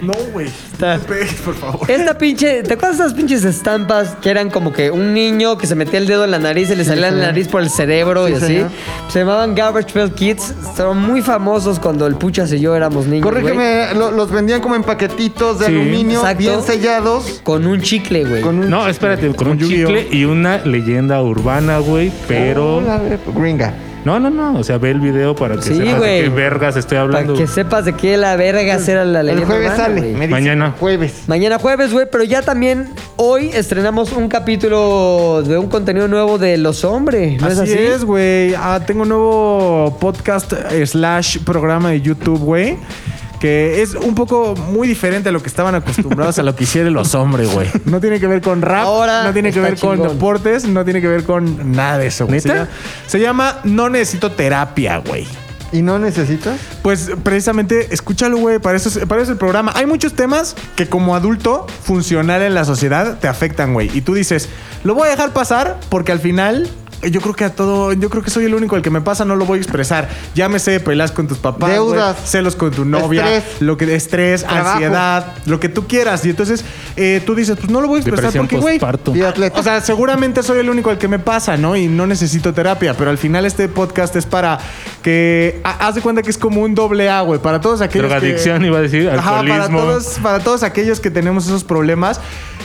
Speaker 8: No, güey.
Speaker 5: Está-
Speaker 8: No pegues, por favor.
Speaker 5: Esta pinche... ¿Te acuerdas de esas pinches estampas que eran como que un niño que se metía el dedo en la nariz y le salía la nariz por el cerebro y así?
Speaker 3: señor.
Speaker 5: Se llamaban Garbage Pail Kids. Son muy famosos cuando el Puchas y yo éramos niños, güey.
Speaker 3: Corrígeme, lo- los vendían como en paquetitos de
Speaker 6: Sí.
Speaker 3: aluminio,
Speaker 5: Exacto.
Speaker 3: bien sellados.
Speaker 5: Con un chicle, güey.
Speaker 3: Con un
Speaker 6: No, espérate, con un chicle y una leyenda urbana, güey. Pero.
Speaker 3: Hola, güey, Gringa.
Speaker 6: No, no, no. O sea, ve el video para que
Speaker 5: Sí,
Speaker 6: sepas
Speaker 5: güey.
Speaker 6: de qué vergas estoy
Speaker 5: Para
Speaker 6: hablando.
Speaker 5: que sepas de qué la verga será la leyenda
Speaker 3: El jueves
Speaker 5: urbana,
Speaker 3: sale.
Speaker 5: güey.
Speaker 3: me dicen.
Speaker 6: Mañana.
Speaker 3: Jueves.
Speaker 5: Mañana jueves, güey, pero ya también hoy estrenamos un capítulo de un contenido nuevo de Los Hombres, ¿no
Speaker 8: así
Speaker 5: es así?
Speaker 8: es, güey. Ah, tengo un nuevo podcast eh, slash programa de YouTube, güey. Que es un poco muy diferente a lo que estaban acostumbrados a lo que hicieron los hombres, güey. No tiene que ver con rap,
Speaker 5: Ahora
Speaker 8: no tiene que
Speaker 5: está
Speaker 8: ver con
Speaker 5: chingón.
Speaker 8: deportes, no tiene que ver con nada de eso, güey. Se llama- se llama No Necesito Terapia, güey.
Speaker 3: ¿Y no necesitas?
Speaker 8: Pues precisamente, escúchalo, güey. Para eso, es, para eso es el programa. Hay muchos temas que como adulto funcional en la sociedad te afectan, güey. Y tú dices, lo voy a dejar pasar porque al final... eh, Yo creo que a todo, yo creo que soy el único al que me pasa, no lo voy a expresar. Llámese peleas con tus papás, güey,
Speaker 3: Deudas.
Speaker 8: celos con tu novia,
Speaker 3: Estrés.
Speaker 8: lo que estrés,
Speaker 3: Trabajo.
Speaker 8: ansiedad, lo que tú quieras. Y entonces eh, tú dices, pues no lo voy a expresar
Speaker 6: Depresión
Speaker 8: porque, güey,
Speaker 6: postparto.
Speaker 3: Y atleta.
Speaker 8: o sea, seguramente soy el único al que me pasa, ¿no? Y no necesito terapia, pero al final este podcast es para que... ha- Haz de cuenta que es como un doble A, güey, para todos aquellos
Speaker 6: Drogadicción,
Speaker 8: que...
Speaker 6: iba a decir.
Speaker 8: Ajá,
Speaker 6: Alcoholismo.
Speaker 8: para todos, para todos aquellos que tenemos esos problemas,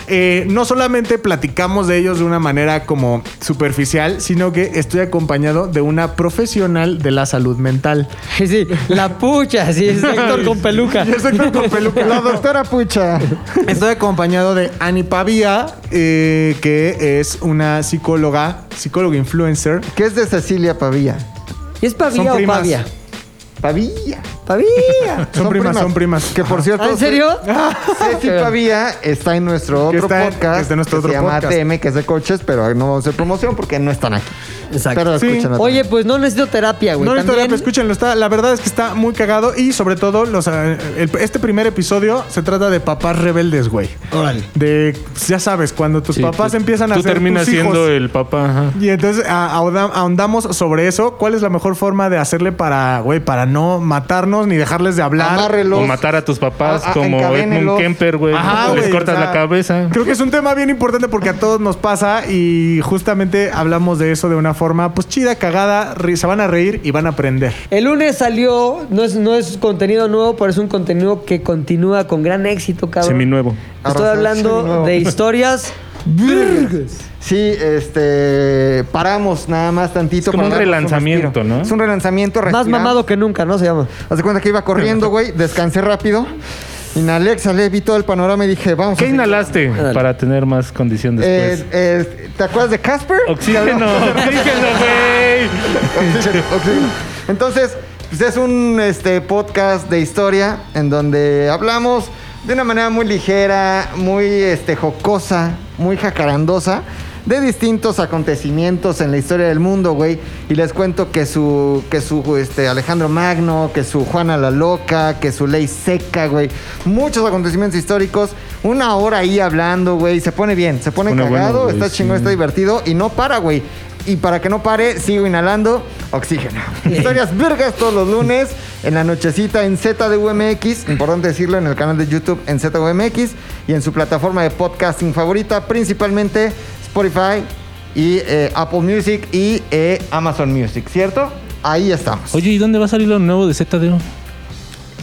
Speaker 8: eh, no solamente platicamos de ellos de una manera como superficial, sino que estoy acompañado de una profesional de la salud mental.
Speaker 5: Sí, sí, la pucha, sí, es Héctor con peluca.
Speaker 8: Yo estoy con peluca.
Speaker 3: La doctora Pucha.
Speaker 8: Estoy acompañado de Ani Pavía, eh, que es una psicóloga, psicóloga influencer.
Speaker 3: Que es de Cecilia Pavía.
Speaker 5: ¿Y es pavía
Speaker 8: Son
Speaker 5: o
Speaker 8: primas.
Speaker 5: pavia?
Speaker 3: Pavía.
Speaker 5: Pavía.
Speaker 8: Son, primas, son primas.
Speaker 3: Que por cierto.
Speaker 5: ¿Ah, ¿En serio?
Speaker 3: Ceci Pavía está en nuestro
Speaker 8: Que
Speaker 3: otro
Speaker 8: está en-
Speaker 3: podcast.
Speaker 8: que está en nuestro
Speaker 3: que se
Speaker 8: otro
Speaker 3: llama
Speaker 8: podcast.
Speaker 3: TM, que es de coches, pero no vamos a hacer promoción porque no están aquí.
Speaker 5: Exacto.
Speaker 3: Pero
Speaker 8: Sí.
Speaker 3: escúchenlo.
Speaker 5: Oye, pues no necesito terapia, güey.
Speaker 8: No, Victoria,
Speaker 5: También-
Speaker 8: pero escúchenlo, está, la verdad es que está muy cagado y sobre todo los, eh, el- este primer episodio se trata de papás rebeldes, güey.
Speaker 5: Órale.
Speaker 8: De, pues, ya sabes, cuando tus
Speaker 6: Sí,
Speaker 8: papás
Speaker 6: tú-
Speaker 8: empiezan a
Speaker 6: Tú
Speaker 8: ser
Speaker 6: terminas
Speaker 8: tus hijos.
Speaker 6: siendo el papá. ajá.
Speaker 8: Y entonces a- ahonda- ahondamos sobre eso. ¿Cuál es la mejor forma de hacerle para, güey, para no matarnos ni dejarles de hablar?
Speaker 3: Amárrelos.
Speaker 6: O matar a tus papás
Speaker 3: Ah, ah,
Speaker 6: como Edmund
Speaker 3: encadénelos.
Speaker 6: Kemper, güey.
Speaker 8: Ajá,
Speaker 6: Les
Speaker 8: güey,
Speaker 6: cortas
Speaker 8: o sea,
Speaker 6: la cabeza.
Speaker 8: Creo que es un tema bien importante porque a todos nos pasa y justamente hablamos de eso de una forma pues chida, cagada, ri- se van a reír y van a aprender.
Speaker 5: El lunes salió, no es, no es contenido nuevo, pero es un contenido que continúa con gran éxito, cabrón.
Speaker 6: Seminuevo.
Speaker 5: Estoy
Speaker 3: Arrasó,
Speaker 5: hablando
Speaker 3: seminuevo.
Speaker 5: de historias.
Speaker 3: Sí, este. Paramos nada más tantito.
Speaker 6: Es como
Speaker 3: para
Speaker 6: un
Speaker 3: darnos
Speaker 6: relanzamiento,
Speaker 3: respiro.
Speaker 6: ¿no?
Speaker 3: Es un relanzamiento.
Speaker 5: Más
Speaker 3: respiramos.
Speaker 5: mamado que nunca, ¿no? Se llama.
Speaker 3: Haz de cuenta que iba corriendo, güey. Descansé rápido. Alexa le vi todo el panorama y dije, vamos.
Speaker 6: ¿Qué
Speaker 3: a seguir.
Speaker 6: inhalaste para tener más condición después?
Speaker 3: Eh, eh, ¿Te acuerdas de Casper?
Speaker 6: Oxígeno,
Speaker 3: Cabrón.
Speaker 6: oxígeno, güey.
Speaker 3: Oxígeno, oxígeno. Entonces, pues es un este, podcast de historia en donde hablamos de una manera muy ligera, muy este, jocosa, muy jacarandosa, de distintos acontecimientos en la historia del mundo, güey. Y les cuento que su, que su este, Alejandro Magno, que su Juana la Loca, que su ley seca, güey. Muchos acontecimientos históricos. Una hora ahí hablando, güey. Se pone bien, se pone
Speaker 6: Pone bueno,
Speaker 3: cagado,
Speaker 6: güey,
Speaker 3: está
Speaker 6: sí.
Speaker 3: chingón, está divertido y no para, güey. Y para que no pare, sigo inhalando oxígeno. Historias vergas todos los lunes en la nochecita en ZDUMX. Importante decirlo en el canal de YouTube en ZDUMX y en su plataforma de podcasting favorita, principalmente Spotify y eh, Apple Music y eh, Amazon Music, ¿cierto? Ahí estamos.
Speaker 6: Oye, ¿y dónde va a salir lo nuevo de ZDO?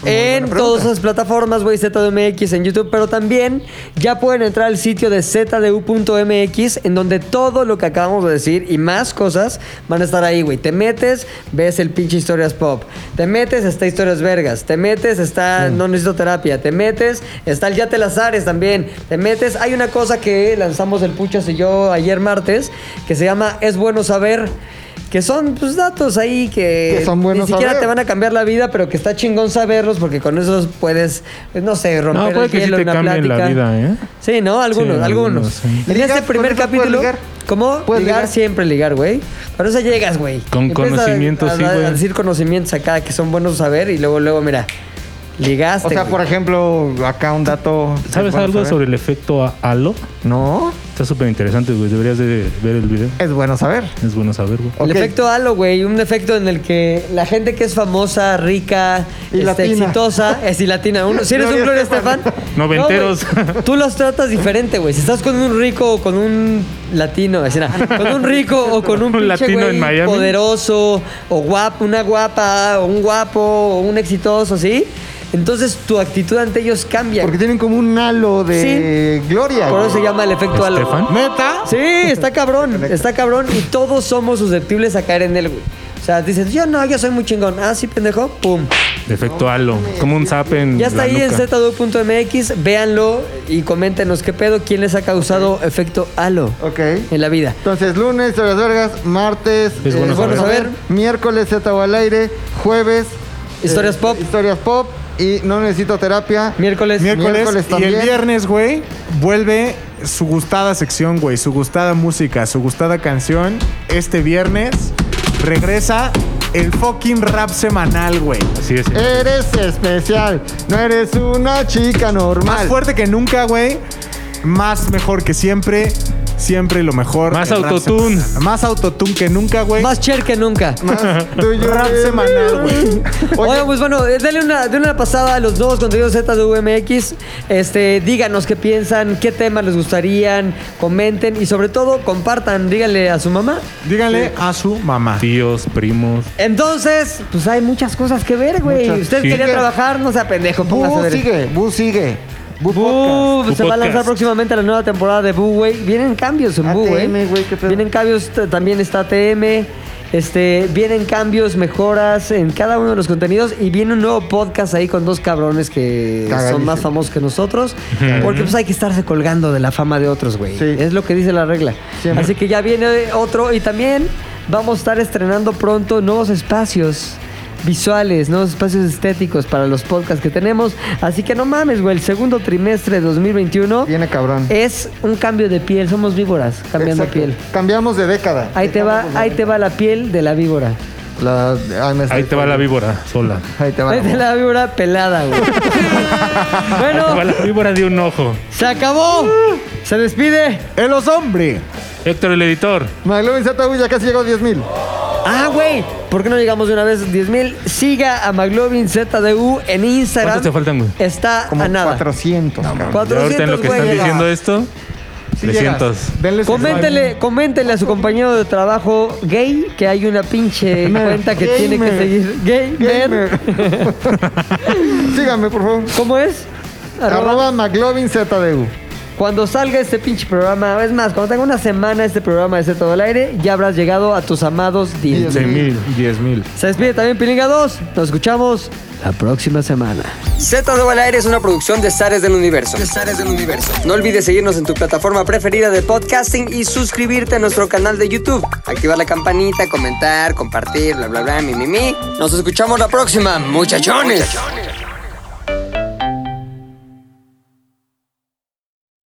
Speaker 5: En todas las plataformas, güey, ZDMX en YouTube, pero también ya pueden entrar al sitio de zdu.mx en donde todo lo que acabamos de decir y más cosas van a estar ahí, güey. Te metes, ves el pinche historias pop. Te metes, está historias vergas. Te metes, está no necesito terapia. Te metes, está el ya te las ares también. Te metes, hay una cosa que lanzamos el Puchas y yo ayer martes que se llama Es bueno saber. Que son pues, datos ahí que,
Speaker 3: Que son buenos
Speaker 5: ni siquiera
Speaker 3: saber.
Speaker 5: te van a cambiar la vida, pero que está chingón saberlos porque con esos puedes, no sé, romper
Speaker 6: No, puede
Speaker 5: el
Speaker 6: que sí
Speaker 5: hielo
Speaker 6: te
Speaker 5: en una
Speaker 6: cambien la
Speaker 5: plática.
Speaker 6: vida, ¿eh?
Speaker 5: Sí, ¿no? Algunos, algunos.
Speaker 6: Sí, algunos, sí.
Speaker 5: En
Speaker 3: ¿Ligas?
Speaker 5: este primer
Speaker 3: ¿Con eso puedes
Speaker 5: capítulo...
Speaker 3: ligar?
Speaker 5: ¿Cómo?
Speaker 3: ¿Puedes
Speaker 5: ligar,
Speaker 3: ligar?
Speaker 5: siempre ligar, güey. Pero eso llegas, güey.
Speaker 6: Con
Speaker 5: Empiezas a-
Speaker 6: conocimientos,
Speaker 5: a-
Speaker 6: sí,
Speaker 5: a
Speaker 6: güey.
Speaker 5: decir conocimientos acá que son buenos saber y luego, luego, mira, ligaste,
Speaker 3: O sea,
Speaker 5: güey.
Speaker 3: por ejemplo, acá un dato.
Speaker 6: ¿Sabes
Speaker 3: bueno
Speaker 6: algo
Speaker 3: saber.
Speaker 6: sobre el efecto a- halo?
Speaker 3: No,
Speaker 6: Está súper interesante, güey. Deberías de ver el video.
Speaker 3: es bueno saber.
Speaker 6: Es bueno saber, güey.
Speaker 5: El
Speaker 3: Ok.
Speaker 5: efecto halo, güey, un efecto en el que la gente que es famosa, rica,
Speaker 3: Y
Speaker 5: este,
Speaker 3: latina.
Speaker 5: exitosa, es y latina. Uno, si eres un Gloria
Speaker 3: Gloria
Speaker 5: Estefan,
Speaker 6: Noventeros.
Speaker 5: no, güey, tú los tratas diferente, güey. Si estás con un rico o con un latino, es decir, ah, con un rico o con un,
Speaker 6: Un
Speaker 5: pinche,
Speaker 6: latino
Speaker 5: güey,
Speaker 6: en Miami.
Speaker 5: poderoso o guapo, una guapa o un guapo o un exitoso, ¿sí? Entonces tu actitud ante ellos cambia.
Speaker 3: Porque tienen como un halo de gloria.
Speaker 5: Por
Speaker 3: güey.
Speaker 5: eso se llama el efecto halo.
Speaker 6: ¿Estefan?
Speaker 8: Meta.
Speaker 5: Sí, está cabrón, está cabrón y todos somos susceptibles a caer en él, güey. O sea, dices, yo no, yo soy muy chingón. Ah, sí, pendejo, pum.
Speaker 6: Efecto halo. Como un zap en
Speaker 5: Ya está
Speaker 6: la
Speaker 5: ahí en
Speaker 6: nuca.
Speaker 5: z2.mx, véanlo y coméntenos qué pedo, quién les ha causado efecto halo
Speaker 3: Ok.
Speaker 5: en la vida.
Speaker 3: Entonces, lunes, de las vergas, martes, eh,
Speaker 6: Es bueno
Speaker 5: saber.
Speaker 3: miércoles, Z o al aire, jueves, eh,
Speaker 5: Historias pop.
Speaker 3: historias pop y no necesito terapia.
Speaker 5: Miércoles,
Speaker 8: Miércoles,
Speaker 3: Miércoles
Speaker 8: y el
Speaker 3: también.
Speaker 8: viernes, güey, vuelve su gustada sección, güey, su gustada música, su gustada canción. Este viernes regresa el fucking rap semanal, güey.
Speaker 6: Así es. señor.
Speaker 3: Eres especial, no eres una chica
Speaker 8: Más
Speaker 3: normal.
Speaker 8: fuerte que nunca, güey. Más mejor que siempre. Siempre lo mejor.
Speaker 6: Más
Speaker 8: El rap
Speaker 6: autotune.
Speaker 8: semanal. Más autotune que nunca, güey.
Speaker 5: más cher que nunca.
Speaker 3: Más do you
Speaker 8: rap
Speaker 3: really-
Speaker 8: semanal, güey.
Speaker 5: Oye, pues bueno, eh, denle una, denle una pasada a los dos contenidos ZDUMX. Este, díganos qué piensan, qué temas les gustarían, comenten y sobre todo compartan, díganle a su mamá.
Speaker 8: Díganle a su mamá.
Speaker 6: Tíos, primos.
Speaker 5: Entonces, pues hay muchas cosas que ver, güey.
Speaker 3: Muchas.
Speaker 5: Usted
Speaker 6: Sí.
Speaker 5: quería
Speaker 3: Sigue.
Speaker 5: trabajar, no sea pendejo, póngase a
Speaker 3: Bu
Speaker 5: ver.
Speaker 3: sigue, Bu sigue. Bu podcast.
Speaker 5: Bu,
Speaker 6: Tu
Speaker 5: se va a lanzar
Speaker 6: podcast.
Speaker 5: próximamente la nueva temporada de Bu, güey. Vienen cambios en Bu, güey.
Speaker 3: ATM, güey, qué pedo.
Speaker 5: Vienen cambios, t- también está TM. Este, vienen cambios, mejoras en cada uno de los contenidos y viene un nuevo podcast ahí con dos cabrones que son
Speaker 3: Cagadísimo.
Speaker 5: más famosos que nosotros, porque pues hay que estarse colgando de la fama de otros, güey.
Speaker 3: Sí.
Speaker 5: Es lo que dice la regla.
Speaker 3: Siempre.
Speaker 5: Así que ya viene otro y también vamos a estar estrenando pronto nuevos espacios visuales, nuevos espacios estéticos para los podcasts que tenemos. Así que no mames, güey, el segundo trimestre de 2021
Speaker 3: Viene cabrón.
Speaker 5: es un cambio de piel, somos víboras cambiando
Speaker 3: Exacto.
Speaker 5: piel.
Speaker 3: Cambiamos de década.
Speaker 5: Ahí te va, ahí te va la piel de la víbora.
Speaker 3: La- ay, me
Speaker 6: Ahí
Speaker 3: estoy-
Speaker 6: te va la víbora sola.
Speaker 3: Ahí te va.
Speaker 5: ah, Ahí te la víbora pelada, güey.
Speaker 6: Ahí te va
Speaker 5: bueno,
Speaker 6: la víbora de un ojo.
Speaker 5: se acabó. Se despide.
Speaker 8: ¡En los hombres!
Speaker 6: Héctor, el editor.
Speaker 3: McLovin ZW ya casi llegó a 10 mil.
Speaker 5: Ah, güey, ¿por qué no llegamos de una vez a 10 mil? Siga a McLovin ZDU en Instagram.
Speaker 6: ¿Cuántos te faltan, güey?
Speaker 5: Está
Speaker 3: Como
Speaker 5: a nada.
Speaker 3: 400, cabrón.
Speaker 6: Y ahorita en
Speaker 5: 400,
Speaker 6: lo que
Speaker 5: güey.
Speaker 6: están
Speaker 5: llega.
Speaker 6: diciendo esto,
Speaker 3: Sí
Speaker 6: 300.
Speaker 3: llegas. Denle su-
Speaker 5: Coméntele, coméntele a su compañero de trabajo gay que hay una pinche cuenta que tiene que
Speaker 3: Gamer.
Speaker 5: seguir. Gay,
Speaker 3: Gamer. Síganme, por favor.
Speaker 5: ¿Cómo es?
Speaker 3: Arroba, McLovin ZDU.
Speaker 10: Cuando salga este pinche programa, es más, cuando tenga una semana este programa de todo al aire, ya habrás llegado a tus amados 10.
Speaker 8: 10 mil. 10 mil.
Speaker 10: Se despide también Pilinga 2. Nos escuchamos la próxima semana.
Speaker 5: Z2 al aire es una producción de Zares del Universo. del Universo. No olvides seguirnos en tu plataforma preferida de podcasting y suscribirte a nuestro canal de YouTube. Activar la campanita, comentar, compartir, bla, bla, bla, mi, mi, mi. Nos escuchamos la próxima, muchachones.